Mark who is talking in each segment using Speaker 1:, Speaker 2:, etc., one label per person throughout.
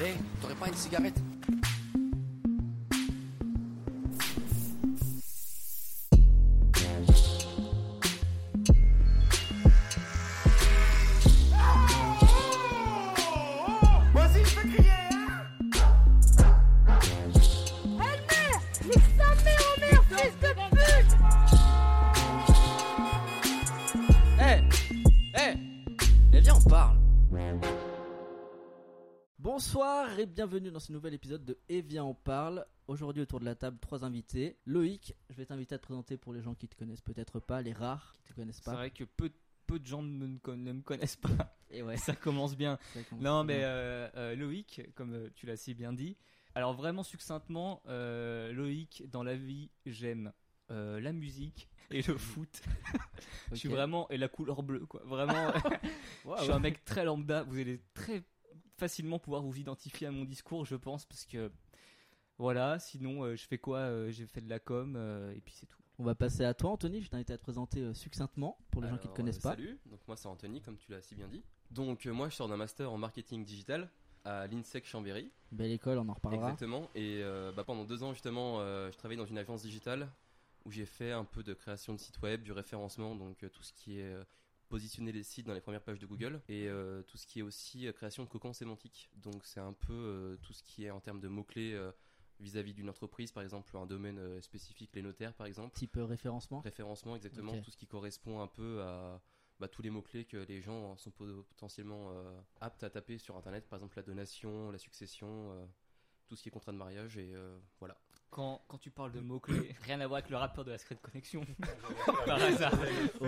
Speaker 1: Hé, Eh, t'aurais pas une cigarette
Speaker 2: Moi aussi, je peux crier, hein
Speaker 1: Hé Hé Eh viens, on parle
Speaker 3: Bonsoir et bienvenue dans ce nouvel épisode de Et viens on parle. Aujourd'hui autour de la table, trois invités. Loïc, je vais t'inviter à te présenter pour les gens qui te connaissent peut-être pas, les rares qui te connaissent
Speaker 4: C'est
Speaker 3: pas.
Speaker 4: vrai que peu, peu de gens ne me, con- ne me connaissent pas.
Speaker 3: Et ouais.
Speaker 4: Ça commence bien.
Speaker 3: c'est vrai qu'on-
Speaker 4: Non, mais euh, euh, Loïc, comme euh, tu l'as si bien dit. Alors, vraiment succinctement, euh, Loïc, dans la vie, j'aime euh, la musique et le foot. Je suis
Speaker 3: Ok.
Speaker 4: vraiment. Et la couleur bleue, quoi. Vraiment, euh, je suis un mec très lambda. Vous allez très facilement pouvoir vous identifier à mon discours, je pense, parce que. Voilà, sinon, euh, je fais quoi Euh, J'ai fait de la com, euh, et puis c'est tout.
Speaker 3: On va passer à toi, Anthony. Je t'invite à te présenter euh, succinctement pour les gens qui te
Speaker 1: Alors,
Speaker 3: connaissent pas.
Speaker 1: euh, Salut, donc moi c'est Anthony, comme tu l'as si bien dit. Donc euh, moi je sors d'un master en marketing digital à l'INSEC Chambéry,
Speaker 3: Belle école, on en reparlera.
Speaker 1: exactement. Et euh, bah, pendant deux ans justement, euh, je travaillais dans une agence digitale où j'ai fait un peu de création de sites web, du référencement, donc euh, tout ce qui est euh, positionner les sites dans les premières pages de Google et euh, tout ce qui est aussi euh, création de cocons sémantiques. Donc c'est un peu euh, tout ce qui est en termes de mots-clés euh, vis-à-vis d'une entreprise, par exemple un domaine euh, spécifique, les notaires par exemple
Speaker 3: Type euh, référencement.
Speaker 1: référencement exactement
Speaker 3: Ok.
Speaker 1: tout ce qui correspond un peu à bah, tous les mots clés que les gens sont potentiellement euh, aptes à taper sur internet par exemple la donation la succession euh, tout ce qui est contrat de mariage et euh, voilà
Speaker 4: Quand, quand tu parles de mots-clés, rien à voir avec le rappeur de la Secret Connexion. Par hasard.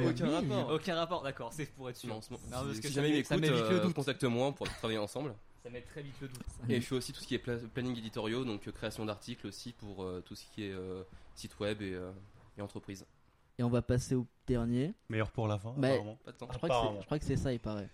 Speaker 1: aucun rapport
Speaker 4: Aucun rapport, d'accord, c'est pour être sûr.
Speaker 1: Non, en ce moment-
Speaker 4: Non, parce
Speaker 1: si,
Speaker 4: que
Speaker 1: si
Speaker 4: ça
Speaker 1: jamais il
Speaker 4: met- ça
Speaker 1: m'écoute,
Speaker 4: met vite le
Speaker 1: euh,
Speaker 4: doute.
Speaker 1: contacte-moi pour travailler ensemble.
Speaker 4: Ça met très vite le doute.
Speaker 1: Et je fais aussi tout ce qui est pla- planning éditoriaux, donc euh, création d'articles aussi pour euh, tout ce qui est euh, site web et, euh, et entreprise.
Speaker 3: Et on va passer au dernier.
Speaker 5: Meilleur pour la fin.
Speaker 3: Mais-
Speaker 5: apparemment.
Speaker 1: Pas de temps.
Speaker 3: Je crois, que c'est-
Speaker 5: Apparemment.
Speaker 3: je crois que c'est ça, il paraît.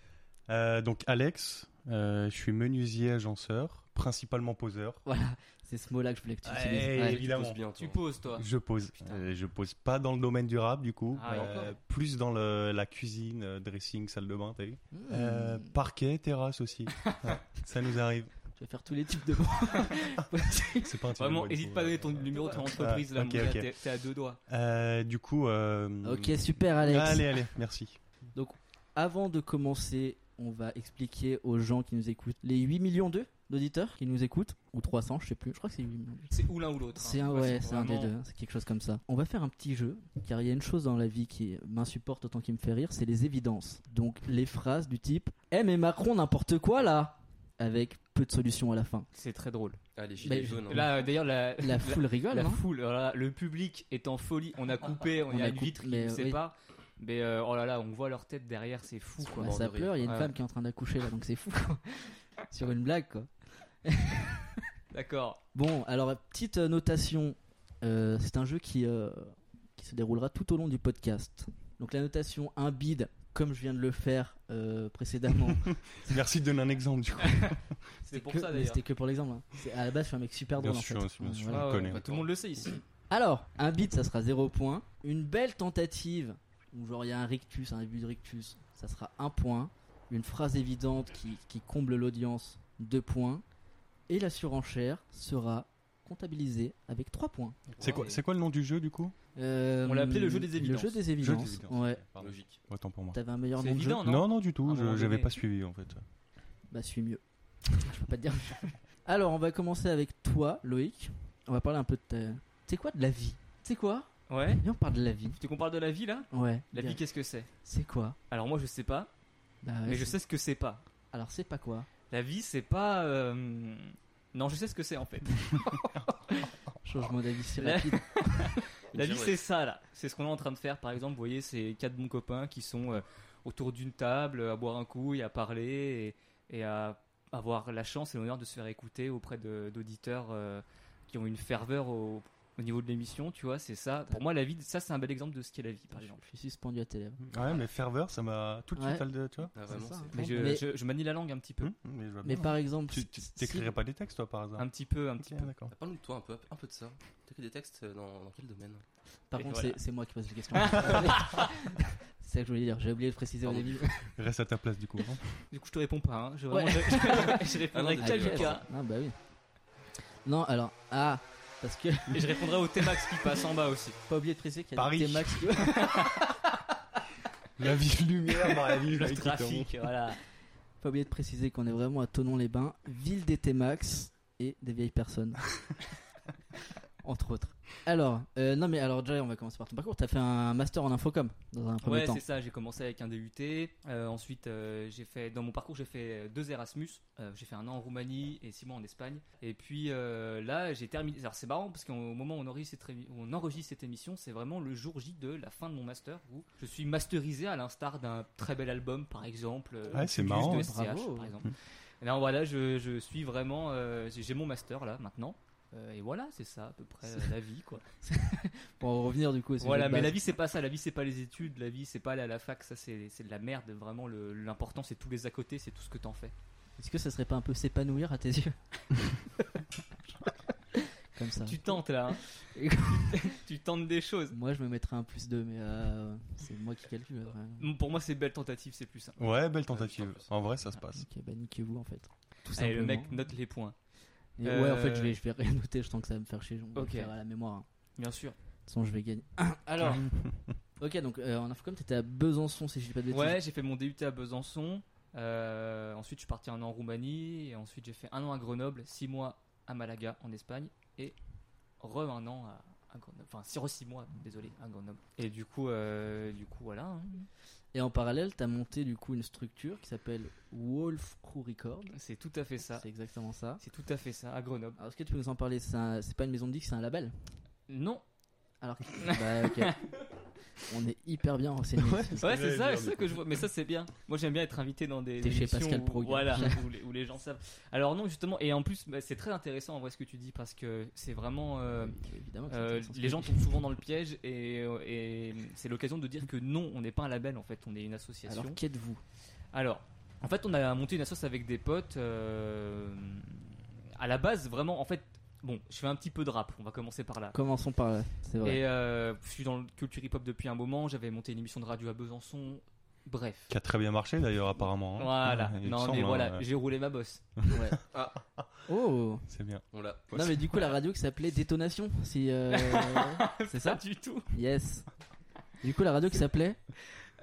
Speaker 5: Euh, donc Alex, euh, je suis menuisier agenceur, principalement poseur.
Speaker 3: Voilà, c'est ce mot-là que je voulais que tu
Speaker 5: Ouais,
Speaker 3: utilises.
Speaker 5: et
Speaker 3: Ouais.
Speaker 1: Tu
Speaker 5: évidemment.
Speaker 1: poses bien, toi.
Speaker 4: Tu poses, toi.
Speaker 5: Je pose.
Speaker 4: Putain.
Speaker 5: Euh, je pose pas dans le domaine durable du coup, Euh,
Speaker 4: Ah ouais, encore.
Speaker 5: plus dans le- la cuisine, euh, dressing, salle de bain, t'as vu
Speaker 3: Hmm.
Speaker 5: Euh, Parquet, terrasse aussi. Ouais, ça nous arrive.
Speaker 3: Tu vas faire tous les types de mots.
Speaker 5: C'est pas un type de
Speaker 4: Vraiment,
Speaker 5: boy,
Speaker 4: hésite
Speaker 5: faut-
Speaker 4: pas à donner ton numéro de ton entreprise là,
Speaker 5: ok,
Speaker 4: mon gars,
Speaker 5: ok.
Speaker 4: t'es- t'es à deux doigts.
Speaker 5: Euh, du coup. euh,
Speaker 3: ok, super, Alex.
Speaker 5: Allez, allez, merci.
Speaker 3: Avant de commencer, on va expliquer aux gens qui nous écoutent, les 8 millions d'eux, d'auditeurs qui nous écoutent, ou 300, je sais plus, je crois que c'est 8 millions.
Speaker 4: C'est ou l'un ou l'autre. hein.
Speaker 3: C'est un,
Speaker 4: Parce
Speaker 3: ouais,
Speaker 4: que
Speaker 3: c'est un des
Speaker 4: vraiment,
Speaker 3: deux, c'est quelque chose comme ça. On va faire un petit jeu, car il y a une chose dans la vie qui m'insupporte autant qu'il me fait rire, c'est les évidences. Donc les phrases du type Eh mais Macron, n'importe quoi là Avec peu de solutions à la fin.
Speaker 4: C'est très drôle.
Speaker 1: Allez,
Speaker 3: Mais-
Speaker 1: gilets jaunes. hein.
Speaker 4: Là, euh, d'ailleurs, la,
Speaker 3: La foule rigole,
Speaker 4: la
Speaker 3: hein.
Speaker 4: foule, oh là là, le public est en folie. On a coupé, on,
Speaker 3: Ah, On
Speaker 4: y a,
Speaker 3: a
Speaker 4: une
Speaker 3: coupé,
Speaker 4: vitre qui
Speaker 3: mais,
Speaker 4: nous
Speaker 3: oui.
Speaker 4: sépare. Mais euh, oh là là, on voit leur tête derrière, c'est fou quoi.
Speaker 3: Ouais,
Speaker 1: mort
Speaker 3: ça
Speaker 1: de rire.
Speaker 3: pleure, il y a une
Speaker 4: Ah Ouais.
Speaker 3: femme qui est en train d'accoucher là, donc c'est fou quoi. Sur une blague quoi.
Speaker 4: D'accord.
Speaker 3: Bon, alors petite euh, notation. Euh, c'est un jeu qui, euh, qui se déroulera tout au long du podcast. Donc la notation un bid, comme je viens de le faire euh, précédemment.
Speaker 5: Merci de donner un exemple du coup.
Speaker 4: C'est pour
Speaker 3: que-
Speaker 4: ça
Speaker 3: mais
Speaker 4: d'ailleurs.
Speaker 3: C'était que pour l'exemple. hein. C'est- À la base, je suis un mec super
Speaker 5: Bien
Speaker 3: drôle. en
Speaker 5: sûr,
Speaker 3: fait. Euh,
Speaker 5: bien sûr.
Speaker 3: Voilà.
Speaker 4: Ah ouais,
Speaker 5: connaît.
Speaker 4: bah, tout le monde le sait ici.
Speaker 3: Alors, un bid, ça sera 0 points. Une belle tentative, où genre il y a un rictus, un début de rictus, ça sera 1 point. Une phrase évidente qui, qui comble l'audience, 2 points. Et la surenchère sera comptabilisée avec 3 points.
Speaker 5: C'est quoi, c'est quoi le nom du jeu du coup
Speaker 3: Euh,
Speaker 4: On l'a appelé le jeu des évidences.
Speaker 3: Le jeu des
Speaker 5: Jeu des
Speaker 3: évidences.
Speaker 5: évidences.
Speaker 3: Ouais.
Speaker 5: Pardon.
Speaker 1: Logique.
Speaker 5: Autant pour moi.
Speaker 3: T'avais un meilleur
Speaker 4: C'est
Speaker 3: nom de jeu.
Speaker 4: évident, non Ah,
Speaker 5: Non, non, du
Speaker 4: À un
Speaker 5: tout.
Speaker 4: moment
Speaker 5: je- J'avais
Speaker 4: donné.
Speaker 5: pas suivi en fait.
Speaker 3: Bah, suis mieux. Je peux pas te dire. mieux. Alors, on va commencer avec toi, Loïc. On va parler un peu de ta. Tu sais quoi de la vie Tu sais quoi
Speaker 4: Ouais.
Speaker 3: Viens, on parle de la vie.
Speaker 4: Tu veux qu'on parle de la vie là
Speaker 3: Ouais.
Speaker 4: La
Speaker 3: bien.
Speaker 4: vie, qu'est-ce que c'est
Speaker 3: C'est quoi
Speaker 4: Alors moi, je sais pas,
Speaker 3: Bah, ouais,
Speaker 4: mais je
Speaker 3: c'est-
Speaker 4: sais ce que c'est pas.
Speaker 3: Alors, c'est pas quoi
Speaker 4: La vie, c'est pas. euh, Non, je sais ce que c'est en fait.
Speaker 3: Changement d'avis si
Speaker 4: La-
Speaker 3: rapide.
Speaker 4: La vie,
Speaker 1: Bien, ouais.
Speaker 4: c'est ça là. C'est ce qu'on est en train de faire. Par exemple, vous voyez ces quatre bons copains qui sont euh, autour d'une table euh, à boire un coup et à parler et, et à avoir la chance et l'honneur de se faire écouter auprès de- d'auditeurs euh, qui ont une ferveur au, au niveau de l'émission. Tu vois, c'est ça. Pour moi, la vie, ça, c'est un bel exemple de ce qu'est la vie, par
Speaker 3: Je
Speaker 4: exemple.
Speaker 3: suis suspendu à tes lèvres.
Speaker 4: Bah,
Speaker 5: Ouais, mais ferveur, ça m'a tout de
Speaker 3: Ouais.
Speaker 5: suite. allé- Tu vois
Speaker 1: Ah, vraiment,
Speaker 3: C'est ça,
Speaker 1: c'est-
Speaker 3: hein.
Speaker 4: Mais je,
Speaker 3: Mais-
Speaker 4: je- je manie la langue un petit peu,
Speaker 5: Hum, mais je vois
Speaker 3: Mais
Speaker 5: bien.
Speaker 3: par exemple.
Speaker 5: Tu tu-
Speaker 3: si-
Speaker 5: t'écrirais pas des textes toi par hasard
Speaker 4: un petit peu, un petit
Speaker 5: Ok,
Speaker 4: peu.
Speaker 5: d'accord.
Speaker 1: Ah, Parle-nous de toi un peu, un peu de ça. T'as écrit des textes euh, dans, dans quel domaine
Speaker 3: Par
Speaker 4: Et
Speaker 3: contre,
Speaker 4: voilà.
Speaker 3: c'est- c'est moi qui pose les questions. ça que je voulais dire, j'ai oublié de le préciser au
Speaker 1: Pardon.
Speaker 3: début.
Speaker 5: Reste à ta place du coup. hein.
Speaker 4: Du coup, je te réponds pas. hein. Je,
Speaker 3: Ouais.
Speaker 4: vraiment, je- je
Speaker 1: Ah
Speaker 4: répondrai
Speaker 1: non,
Speaker 4: qu'à
Speaker 3: Ah,
Speaker 1: désolé.
Speaker 4: Lucas.
Speaker 3: Ah, bah oui. Non, alors, ah, parce que
Speaker 4: Et je répondrai au T-Max qui passe en bas aussi.
Speaker 3: pas oublié de préciser qu'il y a
Speaker 5: Paris.
Speaker 3: des T-Max qui-
Speaker 5: La vie de lumière dans la vie
Speaker 4: Le trafic, voilà.
Speaker 3: Pas oublié de préciser qu'on est vraiment à Tonon-les-Bains, ville des T-Max et des vieilles personnes. Entre autres. Alors, euh, non mais alors déjà on va commencer par ton parcours. T'as fait un master en infocom dans un premier
Speaker 4: Ouais,
Speaker 3: temps.
Speaker 4: c'est ça. J'ai commencé avec un DUT. Euh, ensuite, euh, j'ai fait dans mon parcours, j'ai fait euh, deux Erasmus. Euh, j'ai fait un an en Roumanie et six mois en Espagne. Et puis euh, là, j'ai terminé. Alors c'est marrant parce qu'au moment où on enregistre cette, émi- où on enregistre cette émission, c'est vraiment le jour J de la fin de mon master où je suis masterisé à l'instar d'un très bel album, par exemple. euh,
Speaker 5: Ouais, c'est
Speaker 4: Opus
Speaker 5: marrant. hein.
Speaker 4: de SCH,
Speaker 3: Bravo. Hum.
Speaker 4: par exemple. Non, voilà, je, je suis vraiment. euh, j'ai j'ai mon master là maintenant. Euh, et voilà, c'est ça à peu près euh, la vie quoi.
Speaker 3: Pour en revenir du coup. au sujet
Speaker 4: Voilà,
Speaker 3: de
Speaker 4: mais
Speaker 3: base.
Speaker 4: la vie c'est pas ça, la vie c'est pas les études, la vie c'est pas aller à la fac, ça c'est c'est de la merde, vraiment le- l'important c'est tous les à côté, c'est tout ce que t'en fais.
Speaker 3: Est-ce que ça serait pas un peu s'épanouir à tes yeux Comme ça.
Speaker 4: Tu tentes là, hein.
Speaker 3: Et-
Speaker 4: tu tentes des choses.
Speaker 3: Moi je me mettrais un plus 2 mais euh, c'est moi qui calcule. après.
Speaker 4: Pour moi c'est belle tentative, c'est plus simple.
Speaker 5: Ouais, belle tentative. En vrai, ça se passe.
Speaker 3: Ok, bah niquez-vous en fait. Tout
Speaker 4: Allez, le
Speaker 3: simplement.
Speaker 4: mec note les points,
Speaker 3: Et
Speaker 4: Euh,
Speaker 3: Ouais, en fait je vais, je vais rien noter, je sens que ça va me faire chier. Je vais
Speaker 4: Ok.
Speaker 3: faire à la mémoire. hein.
Speaker 4: bien sûr.
Speaker 3: De toute façon je vais gagner.
Speaker 4: Alors,
Speaker 3: Ok, donc euh, en infocom t'étais à Besançon si je dis pas de bêtises.
Speaker 4: ouais, j'ai fait mon DUT à Besançon, euh, ensuite je suis parti un an en Roumanie, et ensuite j'ai fait un an à Grenoble, six mois à Malaga en Espagne, et re un an à, à Grenoble, enfin six, re six mois, désolé, à Grenoble. Et du coup, euh, du coup voilà. hein.
Speaker 3: Et en parallèle, t'as monté du coup une structure qui s'appelle Wolf Crew Record.
Speaker 4: C'est tout à fait ça.
Speaker 3: C'est exactement ça.
Speaker 4: C'est tout à fait ça, à Grenoble.
Speaker 3: Alors est-ce que tu peux nous en parler C'est un- c'est pas une maison de disque, c'est un label.
Speaker 4: Non.
Speaker 3: Alors que... bah ok. On est hyper bien renseigné.
Speaker 4: Ouais,
Speaker 5: que
Speaker 4: c'est
Speaker 5: j'allais
Speaker 4: ça,
Speaker 5: dire,
Speaker 4: c'est ça
Speaker 5: du
Speaker 4: que je vois. Mais ça, c'est bien. Moi, j'aime bien être invité dans des.
Speaker 3: T'es chez
Speaker 4: émissions
Speaker 3: Pascal
Speaker 4: où-
Speaker 3: Pro, gars.
Speaker 4: Voilà, où les, où les gens savent. Alors, non, justement, et en plus, bah, c'est très intéressant en vrai ce que tu dis parce que c'est vraiment. euh,
Speaker 3: Évidemment. que c'est
Speaker 4: euh,
Speaker 3: intéressant ce que
Speaker 4: les gens
Speaker 3: tu
Speaker 4: tombent souvent dans le piège et, euh, et c'est l'occasion de dire que non, on n'est pas un label en fait, on est une
Speaker 3: dis.
Speaker 4: association.
Speaker 3: Alors qu'êtes-vous
Speaker 4: Alors, en fait, on a monté une association avec des potes. euh, à la base, vraiment, en fait, bon, je fais un petit peu de rap, on va commencer par là.
Speaker 3: Commençons par là. C'est vrai.
Speaker 4: Et euh, je suis dans le culture hip-hop depuis un moment, j'avais monté une émission de radio à Besançon. Bref.
Speaker 5: Qui a très bien marché d'ailleurs, apparemment. hein.
Speaker 4: Voilà.
Speaker 5: Ouais, il me
Speaker 4: non,
Speaker 5: semble,
Speaker 4: mais
Speaker 5: hein,
Speaker 4: voilà,
Speaker 5: ouais.
Speaker 4: j'ai roulé ma bosse.
Speaker 3: Ouais.
Speaker 1: Ah.
Speaker 3: Oh.
Speaker 5: C'est bien.
Speaker 1: On l'a.
Speaker 3: Non mais du coup la radio qui s'appelait Détonation. Si. euh, c'est ça.
Speaker 4: du tout.
Speaker 3: Yes. Du coup la radio qui s'appelait.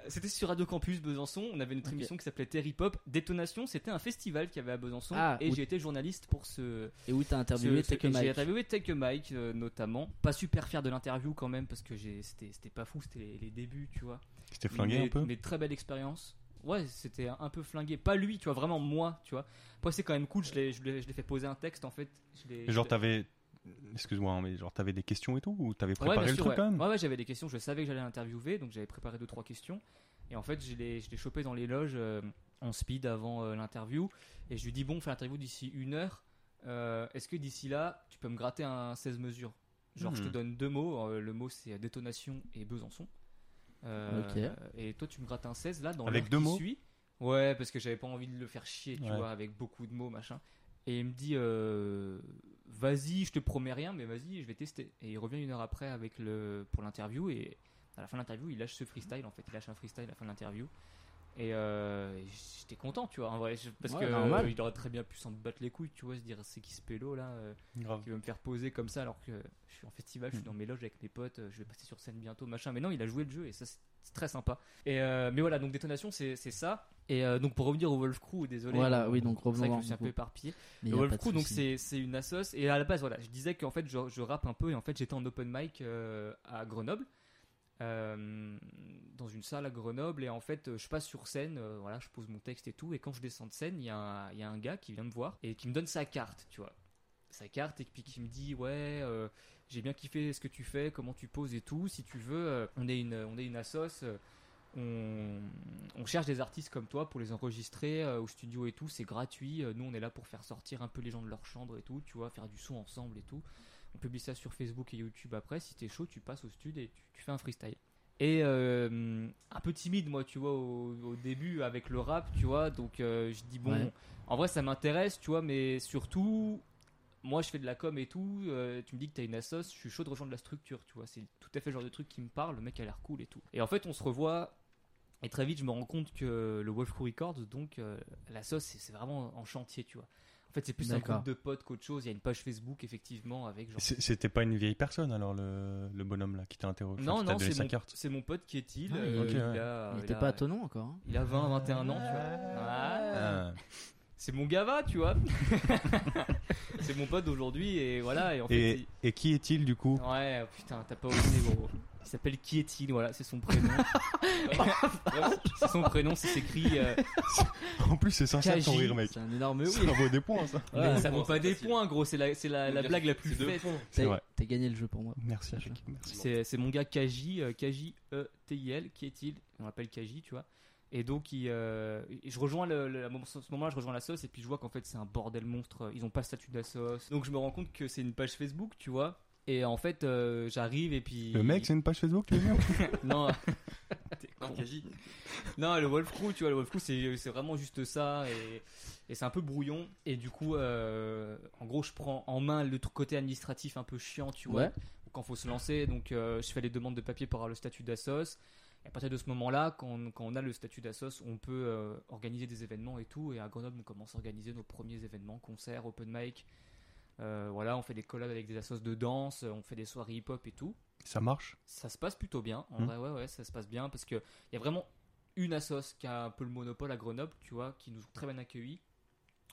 Speaker 4: C'était sur Radio Campus Besançon, on avait notre
Speaker 3: Ok.
Speaker 4: émission qui s'appelait Terry Pop. Détonation, c'était un festival qu'il y avait à Besançon.
Speaker 3: Ah,
Speaker 4: et
Speaker 3: où-
Speaker 4: j'ai été journaliste pour ce.
Speaker 3: Et où t'as interviewé
Speaker 4: ce- ce-
Speaker 3: Take a
Speaker 4: et J'ai
Speaker 3: Mic.
Speaker 4: interviewé Take a Mike notamment. Pas super fier de l'interview quand même parce que j'ai- c'était c'était pas fou, c'était les, les débuts, tu vois.
Speaker 5: C'était flingué
Speaker 4: mais,
Speaker 5: un peu
Speaker 4: mais très belle expérience. Ouais, c'était un un peu flingué. Pas lui, tu vois, vraiment moi, tu vois. Après, c'est quand même cool, je l'ai je l'ai- je l'ai fait poser un texte en fait. Je l'ai-
Speaker 5: Genre,
Speaker 4: je-
Speaker 5: t'avais. Excuse-moi, hein, mais genre, t'avais des questions et tout Ou t'avais
Speaker 4: Ouais,
Speaker 5: préparé
Speaker 4: bien
Speaker 5: le
Speaker 4: sûr,
Speaker 5: truc
Speaker 4: ouais.
Speaker 5: quand même
Speaker 4: Ouais, ouais, j'avais des questions, je savais que j'allais l'interviewer, donc j'avais préparé deux trois questions. Et en fait, je l'ai je l'ai chopé dans les loges euh, en speed avant euh, l'interview. Et je lui dis, bon, on fait l'interview d'ici une heure. Euh, Est-ce que d'ici là, tu peux me gratter un 16 mesures Genre, je te
Speaker 5: Hmm.
Speaker 4: donne deux mots. euh, le mot, c'est détonation et Besançon. Euh,
Speaker 3: Ok.
Speaker 4: Et toi, tu me grattes un 16 là dans
Speaker 5: Avec
Speaker 4: l'heure
Speaker 5: deux
Speaker 4: qui
Speaker 5: mots
Speaker 4: suit. Ouais, parce que j'avais pas envie de le faire chier, tu
Speaker 5: Ouais.
Speaker 4: vois, avec beaucoup de mots, machin. Et il me dit, euh, vas-y, je te promets rien, mais vas-y, je vais tester. Et il revient une heure après avec le, pour l'interview. Et à la fin de l'interview, il lâche ce freestyle, en fait. Il lâche un freestyle à la fin de l'interview. Et euh, j'étais content, tu vois, en vrai. je- Parce
Speaker 3: Ouais,
Speaker 4: que
Speaker 3: normal.
Speaker 4: euh, il aurait très bien pu s'en battre les couilles, tu vois, se dire, c'est qui ce pélo là euh,
Speaker 5: Grave.
Speaker 4: qui veut me faire poser comme ça alors que je suis en festival, je
Speaker 3: Mm.
Speaker 4: suis dans mes loges avec mes potes, euh, je vais passer sur scène bientôt, machin. Mais non, il a joué le jeu et ça, c'est c'est très sympa. Et euh, mais voilà, donc Détonation, c'est c'est ça. Et euh, donc pour revenir au Wolf Crew, désolé.
Speaker 3: Voilà,
Speaker 4: on-
Speaker 3: oui, donc
Speaker 4: c'est vrai que
Speaker 3: revenons-en,
Speaker 4: je suis un
Speaker 3: du
Speaker 4: peu
Speaker 3: coup.
Speaker 4: éparpillé.
Speaker 3: Mais
Speaker 4: Le
Speaker 3: y a
Speaker 4: Wolf
Speaker 3: pas de
Speaker 4: Crew, donc
Speaker 3: souci.
Speaker 4: c'est c'est une assoce. Et à la base, voilà, je disais qu'en fait, je, je rappe un peu. Et en fait, j'étais en open mic euh, à Grenoble, euh, dans une salle à Grenoble. Et en fait, euh, je passe sur scène, euh, voilà, je pose mon texte et tout. Et quand je descends de scène, il y, a un- il y a un gars qui vient me voir et qui me donne sa carte, tu vois. Sa carte, et puis qui me dit, ouais, euh, j'ai bien kiffé ce que tu fais, comment tu poses et tout. Si tu veux, euh, on est une, on est une assoce. euh, on, on cherche des artistes comme toi pour les enregistrer euh, au studio et tout, c'est gratuit. Euh, Nous, on est là pour faire sortir un peu les gens de leur chambre et tout, tu vois, faire du son ensemble et tout. On publie ça sur Facebook et YouTube après. Si t'es chaud, tu passes au studio et tu, tu fais un freestyle. Et euh, un peu timide, moi, tu vois, au, au début avec le rap, tu vois. Donc, euh, je dis, bon,
Speaker 3: Ouais.
Speaker 4: en vrai, ça m'intéresse, tu vois, mais surtout, moi, je fais de la com et tout. euh, tu me dis que t'as une assos, je suis chaud de rejoindre la structure, tu vois. C'est tout à fait le genre de truc qui me parle. Le mec a l'air cool et tout. Et en fait, on se revoit Et très vite, je me rends compte que le Wolf Crew Records, donc euh, la sauce, c'est- c'est vraiment en chantier, tu vois. En fait, c'est plus un
Speaker 3: D'accord.
Speaker 4: groupe de potes qu'autre chose. Il y a une page Facebook, effectivement, avec genre.
Speaker 5: C'est- C'était pas une vieille personne alors le, le bonhomme là qui t'a interrogé,
Speaker 4: Non,
Speaker 5: qui t'a
Speaker 4: non,
Speaker 5: donné
Speaker 4: c'est
Speaker 5: sa
Speaker 4: mon,
Speaker 5: carte.
Speaker 4: c'est mon pote qui est il.
Speaker 3: Ah,
Speaker 4: euh,
Speaker 5: ok,
Speaker 4: il,
Speaker 5: ouais.
Speaker 4: a,
Speaker 3: Il
Speaker 4: il
Speaker 3: était
Speaker 4: a-
Speaker 3: pas à ton nom encore. hein.
Speaker 4: il a 20, 21 ans, tu vois. Ah.
Speaker 5: Ah.
Speaker 4: C'est mon gava, tu vois. c'est mon pote d'aujourd'hui, et voilà. Et en fait,
Speaker 5: Et,
Speaker 4: il-
Speaker 5: et qui est-il du coup
Speaker 4: Ouais, oh putain, t'as pas osé, gros. Il s'appelle Qui est-il Voilà, c'est son prénom. Vraiment, c'est son prénom, c'est écrit. euh,
Speaker 5: En plus, c'est sincère ton
Speaker 4: KJ,
Speaker 5: rire, mec.
Speaker 3: C'est un énorme
Speaker 5: Ça
Speaker 3: oui.
Speaker 5: vaut des points, ça.
Speaker 4: mais ça
Speaker 1: bon,
Speaker 4: vaut
Speaker 1: c'est
Speaker 4: pas des
Speaker 1: facile.
Speaker 4: points, gros. C'est la, c'est la, la
Speaker 1: Bien,
Speaker 4: blague la
Speaker 1: c'est
Speaker 4: plus
Speaker 1: deux
Speaker 4: faite.
Speaker 1: points.
Speaker 5: C'est vrai.
Speaker 3: T'as t'as gagné le jeu pour moi.
Speaker 5: Merci,
Speaker 3: Sacha.
Speaker 5: Jacques, merci.
Speaker 4: C'est c'est mon gars Kaji, euh, Kaji E-T-I-L, qui est-il On l'appelle Kaji, tu vois. Et donc, il, euh, et je rejoins le, le- à mon- ce moment-là, je rejoins la sauce et puis je vois qu'en fait, c'est un bordel monstre. Ils ont pas le statut de la sauce. Donc, je me rends compte que c'est une page Facebook, tu vois. Et en fait, euh, j'arrive et puis.
Speaker 5: Le mec, c'est une page Facebook, tu veux dire
Speaker 4: Non, T'es
Speaker 1: Non,
Speaker 4: con.
Speaker 1: Kaji.
Speaker 4: Non, le Wolf Crew, tu vois, le Wolf Crew, c'est c'est vraiment juste ça, et, et c'est un peu brouillon. Et du coup, euh, en gros, je prends en main le truc côté administratif un peu chiant, tu vois,
Speaker 3: Ouais.
Speaker 4: quand faut se lancer. Donc, euh, je fais les demandes de papier pour avoir le statut d'assos. Et à partir de ce moment-là, quand, on- quand on a le statut d'assos, on peut euh, organiser des événements et tout. Et à Grenoble, on commence à organiser nos premiers événements, concerts, open mic. Euh, voilà, on fait des collabs avec des assos de danse, on fait des soirées hip-hop et tout
Speaker 5: Ça marche
Speaker 4: ça se passe plutôt bien. En
Speaker 5: Hmm.
Speaker 4: vrai, ouais, ouais, ça se passe bien parce qu'il y a vraiment une assos qui a un peu le monopole à Grenoble, tu vois, qui nous ont très bien accueillis.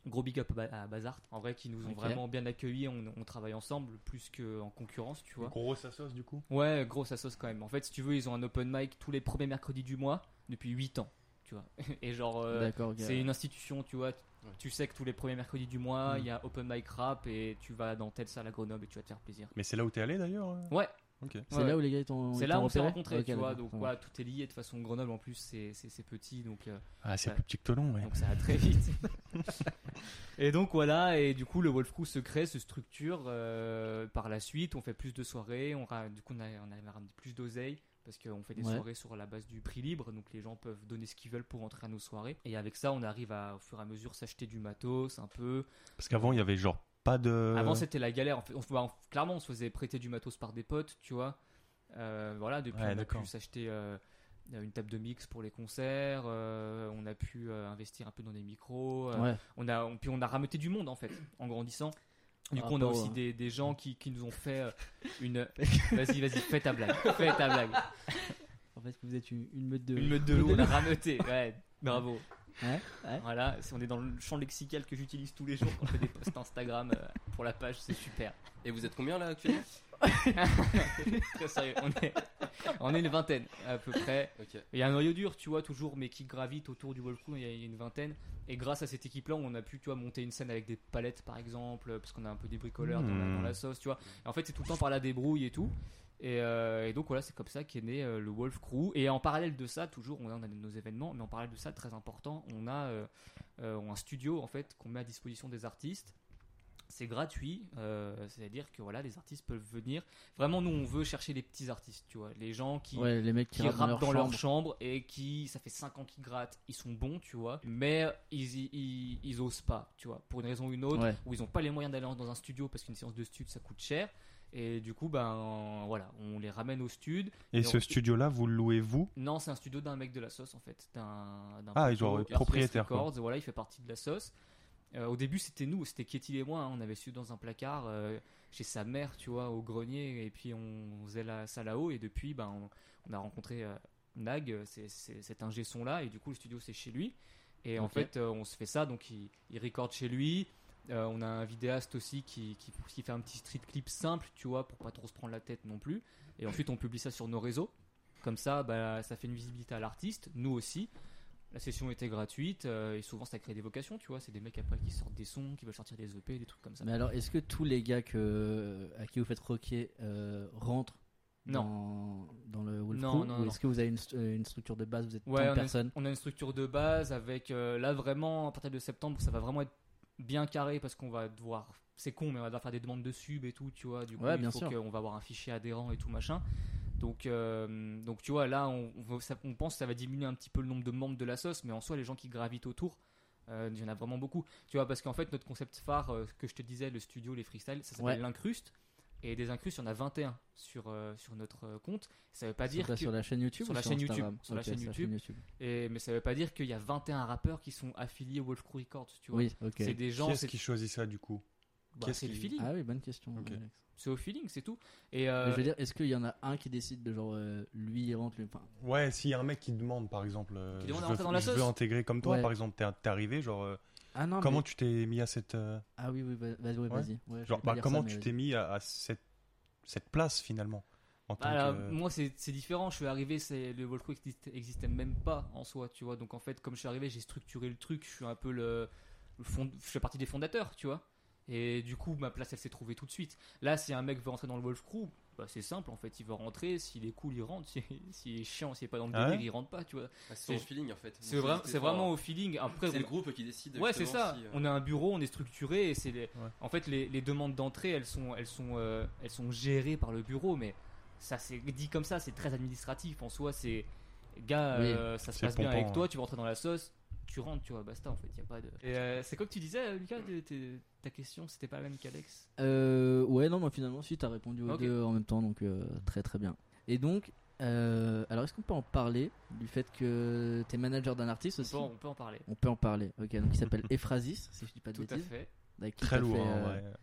Speaker 4: Gros big up à Ba- à Bazart, en vrai, qui nous ont
Speaker 3: Ok.
Speaker 4: vraiment bien accueillis. On, on travaille ensemble plus qu'en concurrence, tu vois.
Speaker 5: Gros sauce du coup
Speaker 4: Ouais, grosse assos quand même. En fait, si tu veux, ils ont un open mic tous les premiers mercredis du mois depuis 8 ans, tu vois. Et genre, euh,
Speaker 3: D'accord, gars.
Speaker 4: c'est une institution, tu vois. Tu sais que tous les premiers mercredis du mois,
Speaker 3: Hmm.
Speaker 4: il y a open mic rap et tu vas dans telle salle à Grenoble et tu vas te faire plaisir.
Speaker 5: Mais c'est là où t'es allé d'ailleurs euh
Speaker 4: Ouais,
Speaker 5: Ok.
Speaker 3: C'est
Speaker 4: ouais.
Speaker 3: là où les gars ils t'ont.
Speaker 4: C'est
Speaker 3: ils
Speaker 4: là
Speaker 3: t'ont
Speaker 4: où on s'est
Speaker 3: repéré
Speaker 4: rencontrés,
Speaker 3: Ok,
Speaker 4: tu vois.
Speaker 3: d'accord,
Speaker 4: Donc
Speaker 3: ça
Speaker 4: voilà, tout est lié. De toute façon, Grenoble en plus, c'est- c'est c'est petit, donc, euh,
Speaker 5: Ah, c'est
Speaker 4: Ouais.
Speaker 5: plus petit que Toulon, ouais.
Speaker 4: donc ça va très vite. et donc voilà, et du coup, le Wolf Crew se crée, se structure. euh, par la suite, on fait plus de soirées. On ra- du coup, on a, on a ramené plus d'oseille parce qu'on fait des
Speaker 3: Ouais.
Speaker 4: soirées sur la base du prix libre, donc les gens peuvent donner ce qu'ils veulent pour entrer à nos soirées. Et avec ça, on arrive à, au fur et à mesure, s'acheter du matos un peu.
Speaker 5: Parce qu'avant, il y avait genre pas de.
Speaker 4: Avant, c'était la galère. En fait, on, se- bah, on- clairement, on se faisait prêter du matos par des potes, tu vois. Euh, voilà, depuis,
Speaker 5: Ouais,
Speaker 4: on a
Speaker 5: d'accord.
Speaker 4: pu s'acheter euh, une table de mix pour les concerts. euh, on a pu euh, investir un peu dans des micros. euh,
Speaker 3: Ouais.
Speaker 4: on a, on- puis on a rameuté du monde, en fait, en grandissant. Du
Speaker 5: Ah,
Speaker 3: Par
Speaker 4: coup, on a
Speaker 3: rapport,
Speaker 4: aussi
Speaker 3: euh,
Speaker 4: des, des gens qui, qui nous ont fait euh, une. Vas-y, vas-y, fais ta blague. Fais ta blague.
Speaker 3: En fait, vous êtes une, une meute de.
Speaker 4: Une meute de loups, on a rameuté. Ouais, bravo.
Speaker 3: Ouais, ouais.
Speaker 4: Voilà, c'est- on est dans le champ lexical que j'utilise tous les jours quand je fais des posts Instagram euh, pour la page, c'est super.
Speaker 1: Et vous êtes combien là actuellement
Speaker 4: Très sérieux, on est, on est une vingtaine à peu près.
Speaker 1: Ok.
Speaker 4: Il y a un noyau dur, tu vois, toujours, mais qui gravite autour du Wolf Crew, il y a une vingtaine. Et grâce à cette équipe-là, on a pu, tu vois, monter une scène avec des palettes, par exemple, parce qu'on a un peu des bricoleurs dans, la,
Speaker 5: Hmm.
Speaker 4: dans la sauce, tu vois. Et en fait, c'est tout le temps par la débrouille et tout. Et, euh, et donc voilà, c'est comme ça qu'est né euh, le Wolf Crew. Et en parallèle de ça, toujours, on a, on a nos événements, mais en parallèle de ça, très important, on a euh, euh, un studio en fait qu'on met à disposition des artistes. C'est gratuit, euh, c'est-à-dire que voilà, les artistes peuvent venir. Vraiment, nous, on veut chercher les petits artistes, tu vois, les gens qui
Speaker 3: Ouais, les mecs qui,
Speaker 4: qui rappent
Speaker 3: rappent
Speaker 4: dans leur
Speaker 3: chambre.
Speaker 4: chambre et qui, ça fait 5 ans qu'ils grattent, ils sont bons, tu vois, mais ils, ils, ils- ils osent pas, tu vois, pour une raison ou une autre,
Speaker 3: Ouais.
Speaker 4: où ils ont pas les moyens d'aller dans un studio parce qu'une séance de stud ça coûte cher. Et du coup, ben voilà, on les ramène au stud.
Speaker 5: Et ce
Speaker 4: Non.
Speaker 5: studio-là, vous le louez vous
Speaker 4: Non, c'est un studio d'un mec de la sauce en fait, d'un d'un
Speaker 5: Ah,
Speaker 4: poteau,
Speaker 5: genre,
Speaker 4: Earthless
Speaker 5: propriétaire, quoi.
Speaker 4: Records, voilà, il fait partie de la sauce. Euh, au début, c'était nous, c'était Kétil et moi. hein, on avait su dans un placard euh, chez sa mère, tu vois, au grenier, et puis on faisait la, ça là-haut. Et depuis, ben, on, on a rencontré euh, Nag, euh, c'est- c'est- cet ingé son là, et du coup, le studio c'est chez lui. Et en
Speaker 3: Ok.
Speaker 4: fait, euh, on se fait ça, donc il, il recorde chez lui. Euh, on a un vidéaste aussi qui, qui, qui fait un petit street clip simple, tu vois, pour pas trop se prendre la tête non plus. Et ensuite, on publie ça sur nos réseaux. Comme ça, bah, ça fait une visibilité à l'artiste, nous aussi. La session était gratuite euh, et souvent ça crée des vocations, tu vois. C'est des mecs après qui sortent des sons, qui veulent sortir des EP, des trucs comme ça.
Speaker 3: Mais alors, est-ce que tous les gars que, à qui vous faites rocker euh, rentrent Dans, dans le Wolf
Speaker 4: Non,
Speaker 3: Crew
Speaker 4: non,
Speaker 3: Ou
Speaker 4: non.
Speaker 3: est-ce que vous avez une, st- euh, une structure de base Vous êtes tant
Speaker 4: Ouais, on
Speaker 3: de
Speaker 4: est-
Speaker 3: personnes
Speaker 4: On a une structure de base avec euh, là vraiment à partir de septembre ça va vraiment être bien carré parce qu'on va devoir c'est con mais on va devoir faire des demandes de sub et tout tu vois du coup
Speaker 3: Ouais,
Speaker 4: il
Speaker 3: bien
Speaker 4: faut
Speaker 3: sûr.
Speaker 4: qu'on va avoir un fichier adhérent et tout machin donc euh, donc tu vois là on, on va- ça- on pense que ça va diminuer un petit peu le nombre de membres de la sauce mais en soi les gens qui gravitent autour euh, il y en a vraiment beaucoup tu vois parce qu'en fait notre concept phare euh, que je te disais le studio les freestyles ça s'appelle
Speaker 3: Ouais.
Speaker 4: l'incruste Et des incrus, il y en a 21 sur, euh, sur notre euh, compte. Ça veut pas
Speaker 3: C'est
Speaker 4: dire
Speaker 3: quoi,
Speaker 4: que...
Speaker 3: sur la chaîne YouTube
Speaker 4: sur
Speaker 3: ou
Speaker 4: la chaîne
Speaker 3: Instagram
Speaker 4: YouTube, sur la
Speaker 3: Ok,
Speaker 4: chaîne YouTube.
Speaker 3: YouTube.
Speaker 4: Et- mais ça veut pas dire qu'il y a 21 rappeurs qui sont affiliés Wolf Crew Records, tu vois.
Speaker 3: Oui, ok.
Speaker 4: C'est des gens,
Speaker 5: Qui est-ce
Speaker 4: c'est
Speaker 5: qui choisit ça du coup
Speaker 4: bah,
Speaker 5: qu'est-ce
Speaker 4: c'est le
Speaker 5: qui-
Speaker 4: feeling.
Speaker 3: Ah oui, bonne question.
Speaker 5: Ok.
Speaker 3: Alex.
Speaker 4: C'est au feeling, c'est tout. Et
Speaker 3: Mais
Speaker 4: euh,
Speaker 3: Je veux dire, est-ce qu'il y en a un qui décide de genre euh, lui il rentre, lui. Enfin,
Speaker 5: Ouais, s'il y a un mec qui demande par exemple, euh,
Speaker 4: Qui demande à
Speaker 5: je,
Speaker 4: rentrer dans la
Speaker 5: veux, je veux
Speaker 4: sauce.
Speaker 5: intégrer comme toi
Speaker 3: Ouais.
Speaker 5: par exemple, t'es t'es arrivé, genre euh,
Speaker 3: ah non,
Speaker 5: comment
Speaker 3: mais-
Speaker 5: tu t'es mis à cette, euh,
Speaker 3: Ah oui, oui, bah, vas-y, ouais, vas-y. Ouais, je
Speaker 5: genre
Speaker 3: vais pas
Speaker 5: bah,
Speaker 3: dire
Speaker 5: comment
Speaker 3: ça, mais
Speaker 5: tu
Speaker 3: vas-y.
Speaker 5: t'es mis à, à cette cette place finalement en tant
Speaker 4: bah, là,
Speaker 5: que-
Speaker 4: moi c'est c'est différent, je suis arrivé, c'est le Wolf Crew existe- existait même pas en soi, tu vois. Donc en fait, comme je suis arrivé, j'ai structuré le truc, je suis un peu le, le fond, je fais partie des fondateurs, tu vois. Et du coup, ma place elle s'est trouvée tout de suite. Là, si un mec veut rentrer dans le Wolf Crew, bah, c'est simple en fait, il veut rentrer, s'il est cool, il rentre, s'il s'il est chiant, s'il est pas dans le
Speaker 5: Ah ouais
Speaker 4: délire, il rentre pas, tu vois.
Speaker 1: Ah, c'est au
Speaker 4: C'est-
Speaker 1: feeling en fait.
Speaker 4: C'est
Speaker 1: Donc,
Speaker 4: vraiment,
Speaker 1: c'était
Speaker 4: c'est
Speaker 1: fort.
Speaker 4: vraiment au feeling. Après,
Speaker 1: C'est le
Speaker 4: on-
Speaker 1: groupe qui décide.
Speaker 4: Ouais, c'est
Speaker 1: justement,
Speaker 4: ça.
Speaker 1: si, euh,
Speaker 4: On a un bureau, on est structuré et c'est les... en fait les, les demandes d'entrée, elles sont elles sont euh, elles sont gérées par le bureau mais ça c'est dit comme ça, c'est très administratif en soi, c'est gars
Speaker 3: Oui. hein.
Speaker 4: euh, ça se
Speaker 5: C'est
Speaker 4: passe bien
Speaker 5: pompant,
Speaker 4: avec toi,
Speaker 5: ouais.
Speaker 4: tu vas rentrer dans la sauce, tu rentres, tu vois, basta en fait, y a pas de Et euh, c'est quoi que tu disais euh, Lucas de- de- ta question, c'était pas la même qu'Alex
Speaker 3: Euh, ouais, non, mais finalement, si, t'as répondu aux
Speaker 4: Ok.
Speaker 3: deux en même temps, donc euh, très très bien. Et donc, euh, alors est-ce qu'on peut en parler du fait que t'es manager d'un artiste
Speaker 4: on
Speaker 3: aussi
Speaker 4: peut, on peut en parler.
Speaker 3: On peut en parler. Ok, donc il s'appelle Ephrasis, si je dis pas de
Speaker 4: Tout à
Speaker 3: bêtises.
Speaker 4: fait.
Speaker 3: avec qui
Speaker 5: très
Speaker 3: t'as
Speaker 5: lourd,
Speaker 3: fait,
Speaker 5: hein,
Speaker 3: euh,
Speaker 5: ouais.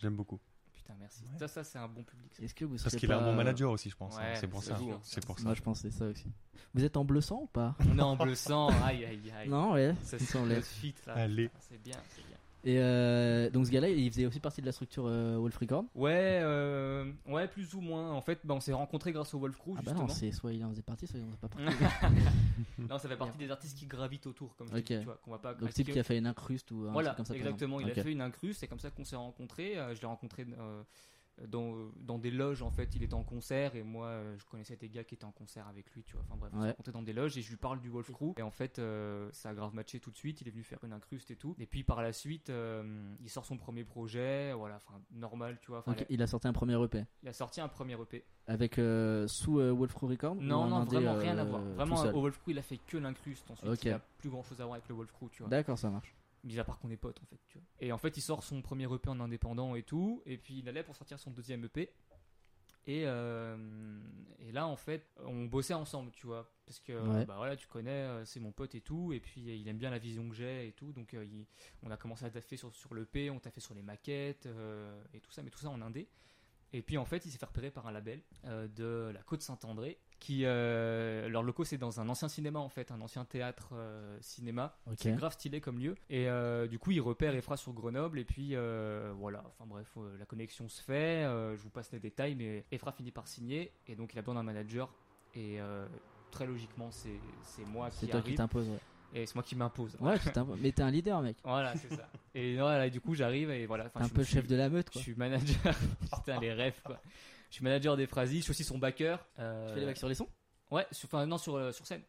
Speaker 5: j'aime beaucoup.
Speaker 4: Putain, merci.
Speaker 5: Ouais.
Speaker 4: Ça ça c'est un bon public. ça.
Speaker 3: Est-ce que vous
Speaker 5: Parce
Speaker 3: serez
Speaker 5: qu'il a un
Speaker 3: pas-
Speaker 5: bon manager aussi, je pense. hein,
Speaker 4: Ouais,
Speaker 5: c'est pour
Speaker 1: ça
Speaker 5: ça.
Speaker 1: joue, hein.
Speaker 5: C'est pour ça.
Speaker 3: Moi, je pensais ça aussi. Vous êtes en bleu sang ou pas
Speaker 4: On est en bleu sang, aïe aïe aïe.
Speaker 3: Non, ouais.
Speaker 4: Ça
Speaker 3: il
Speaker 4: c'est
Speaker 3: semblait.
Speaker 4: le fit là.
Speaker 5: Allez.
Speaker 4: Ah, C'est bien, c'est bien.
Speaker 3: Et euh, donc ce gars-là, il faisait aussi partie de la structure euh, Wolf Record.
Speaker 4: Ouais, euh, ouais, plus ou moins. En fait, bah, on s'est rencontrés grâce au Wolf Crew,
Speaker 3: Ah bah
Speaker 4: justement.
Speaker 3: non, c'est soit il en faisait partie, soit il en faisait pas partie.
Speaker 4: non, ça fait partie des artistes qui gravitent autour, comme je
Speaker 3: Ok.
Speaker 4: t'ai dit, tu vois, qu'on va pas
Speaker 3: Donc type qui a fait une incruste ou un
Speaker 4: Ah, Voilà,
Speaker 3: truc comme ça. par exemple.
Speaker 4: exactement. Il
Speaker 3: Ok.
Speaker 4: a fait une incruste, c'est comme ça qu'on s'est rencontrés. Euh, je l'ai rencontré euh, dans, euh, dans des loges, en fait. Il était en concert et moi, euh, je connaissais des gars qui étaient en concert avec lui, tu vois. Enfin bref, on
Speaker 3: Ouais.
Speaker 4: s'est rencontrés dans des loges et je lui parle du Wolf Crew. Et en fait, euh, ça a grave matché tout de suite. Il est venu faire une incruste et tout. Et puis par la suite, euh, il sort son premier projet, voilà, enfin normal, tu vois. Enfin,
Speaker 3: Ok, Il a sorti un premier E EP
Speaker 4: Il a sorti un premier E EP.
Speaker 3: avec euh, sous euh, Wolf Crew Record. ou
Speaker 4: Non,
Speaker 3: en
Speaker 4: non,
Speaker 3: indé,
Speaker 4: vraiment
Speaker 3: euh,
Speaker 4: rien à voir.
Speaker 3: tout
Speaker 4: Vraiment,
Speaker 3: seul
Speaker 4: au Wolf Crew, il a fait que l'incruste. Ensuite,
Speaker 3: Ok.
Speaker 4: il a plus grand chose à voir avec le Wolf Crew, tu vois.
Speaker 3: D'accord, ça marche.
Speaker 4: Mis à part qu'on est potes, en fait, tu vois. Et en fait, il sort son premier EP en indépendant et tout. Et puis, il allait pour sortir son deuxième EP. Et, euh, et là, en fait, on bossait ensemble, tu vois. Parce que,
Speaker 3: Ouais.
Speaker 4: bah voilà, tu connais, euh, c'est mon pote et tout. Et puis, euh, il aime bien la vision que j'ai et tout. Donc, euh, il- on a commencé à taffer sur, sur l'EP, on taffait sur les maquettes euh, et tout ça. Mais tout ça en indé. Et puis en fait, il s'est fait repérer par un label euh, de la côte Saint-André, qui euh, leur locaux c'est dans un ancien cinéma en fait, un ancien théâtre euh, cinéma,
Speaker 3: Ok.
Speaker 4: c'est grave stylé comme lieu. Et euh, du coup, il repère Efra sur Grenoble et puis euh, voilà. Enfin bref, euh, la connexion se fait. euh, je vous passe les détails, mais Efra finit par signer et donc il a besoin d'un manager. Et euh, très logiquement, c'est c'est moi
Speaker 3: C'est
Speaker 4: qui
Speaker 3: toi qui
Speaker 4: arrive
Speaker 3: t'imposes. Ouais,
Speaker 4: et c'est moi qui m'impose.
Speaker 3: ouais tu t'imposes. Mais t'es un leader, mec.
Speaker 4: Voilà, c'est ça. Et voilà, et du coup, j'arrive et voilà. Enfin,
Speaker 3: T'es un
Speaker 4: je
Speaker 3: peu
Speaker 4: me
Speaker 3: le
Speaker 4: suis-
Speaker 3: chef de la meute,
Speaker 4: je
Speaker 3: quoi.
Speaker 4: suis manager. Putain, les rêves, quoi. Je suis manager des Phrasis. Je suis aussi son backer. Euh,
Speaker 3: Tu fais les bacs sur les sons
Speaker 4: Ouais, sur, enfin, non, sur, euh, sur scène.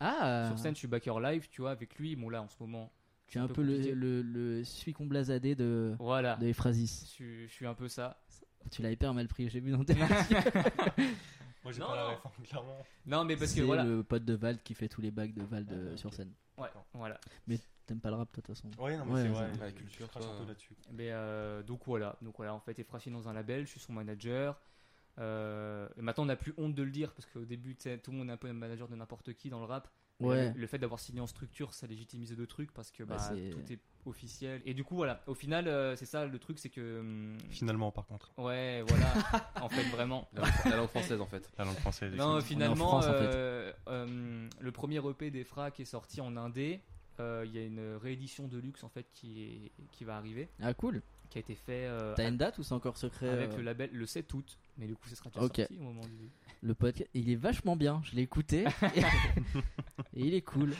Speaker 3: Ah
Speaker 4: Sur scène, je suis backer live, tu vois, avec lui. Bon, là, en ce moment.
Speaker 3: Tu es un
Speaker 4: peu
Speaker 3: peu le,
Speaker 4: compliqué.
Speaker 3: le, le celui qu'on blasadait de,
Speaker 4: Voilà.
Speaker 3: de
Speaker 4: Je,
Speaker 3: Ephrasis.
Speaker 4: suis- je suis un peu ça.
Speaker 3: Tu l'as hyper mal pris, j'ai vu dans tes
Speaker 5: Moi,
Speaker 4: j'ai Non, pas la non.
Speaker 5: réforme, clairement.
Speaker 4: Non, mais parce que
Speaker 3: C'est
Speaker 4: voilà.
Speaker 3: le pote de Vald qui fait tous les bacs de Vald euh,
Speaker 5: Ah, ok.
Speaker 3: sur scène.
Speaker 4: Ouais, voilà.
Speaker 3: T'aimes pas le rap, toi, de toute façon.
Speaker 5: Ouais, non, mais
Speaker 3: Ouais,
Speaker 5: c'est
Speaker 3: ouais,
Speaker 5: vrai.
Speaker 1: ouais, la
Speaker 5: je-
Speaker 1: culture,
Speaker 5: je crache un
Speaker 1: quoi.
Speaker 5: peu là-dessus.
Speaker 4: Mais, euh, donc voilà. Donc voilà, en fait, Efra signe dans un label. Je suis son manager. Euh, et maintenant, on n'a plus honte de le dire parce qu'au début, tu sais, tout le monde est un peu manager de n'importe qui dans le rap. Mais
Speaker 3: Ouais.
Speaker 4: Le, le fait d'avoir signé en structure, ça légitimise le truc parce que
Speaker 3: Bah,
Speaker 4: bah,
Speaker 3: c'est-
Speaker 4: tout est officiel. Et du coup, voilà. Au final, euh, c'est ça le truc, c'est que. hum,
Speaker 5: Finalement, par contre,
Speaker 4: Ouais, voilà. en fait, vraiment.
Speaker 1: La langue- la langue française en fait.
Speaker 5: la langue française.
Speaker 4: Non,
Speaker 5: excuse-moi.
Speaker 4: finalement,
Speaker 3: France, en fait.
Speaker 4: euh, euh, le premier EP d'Efra qui est sorti en indé, euh, il y a une réédition de luxe en fait qui, est- qui va arriver,
Speaker 3: Ah, cool.
Speaker 4: qui a été fait euh,
Speaker 3: T'as une date ou c'est encore secret
Speaker 4: avec
Speaker 3: euh,
Speaker 4: le label le 7 août. Mais du coup, ce sera déjà
Speaker 3: Ok.
Speaker 4: sorti au moment du.
Speaker 3: Le podcast, il est vachement bien. Je l'ai écouté. et... il est cool.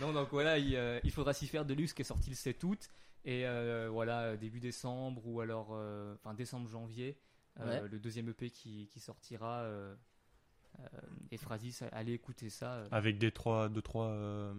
Speaker 4: Non, donc voilà, il, euh, il faudra s'y faire de luxe qui est sorti le 7 août et euh, voilà début décembre ou alors euh, enfin décembre janvier euh, le deuxième EP qui, qui sortira. euh,
Speaker 3: Ah.
Speaker 4: euh, Ephrasis, allez écouter ça. euh.
Speaker 5: Avec des trois, deux trois euh,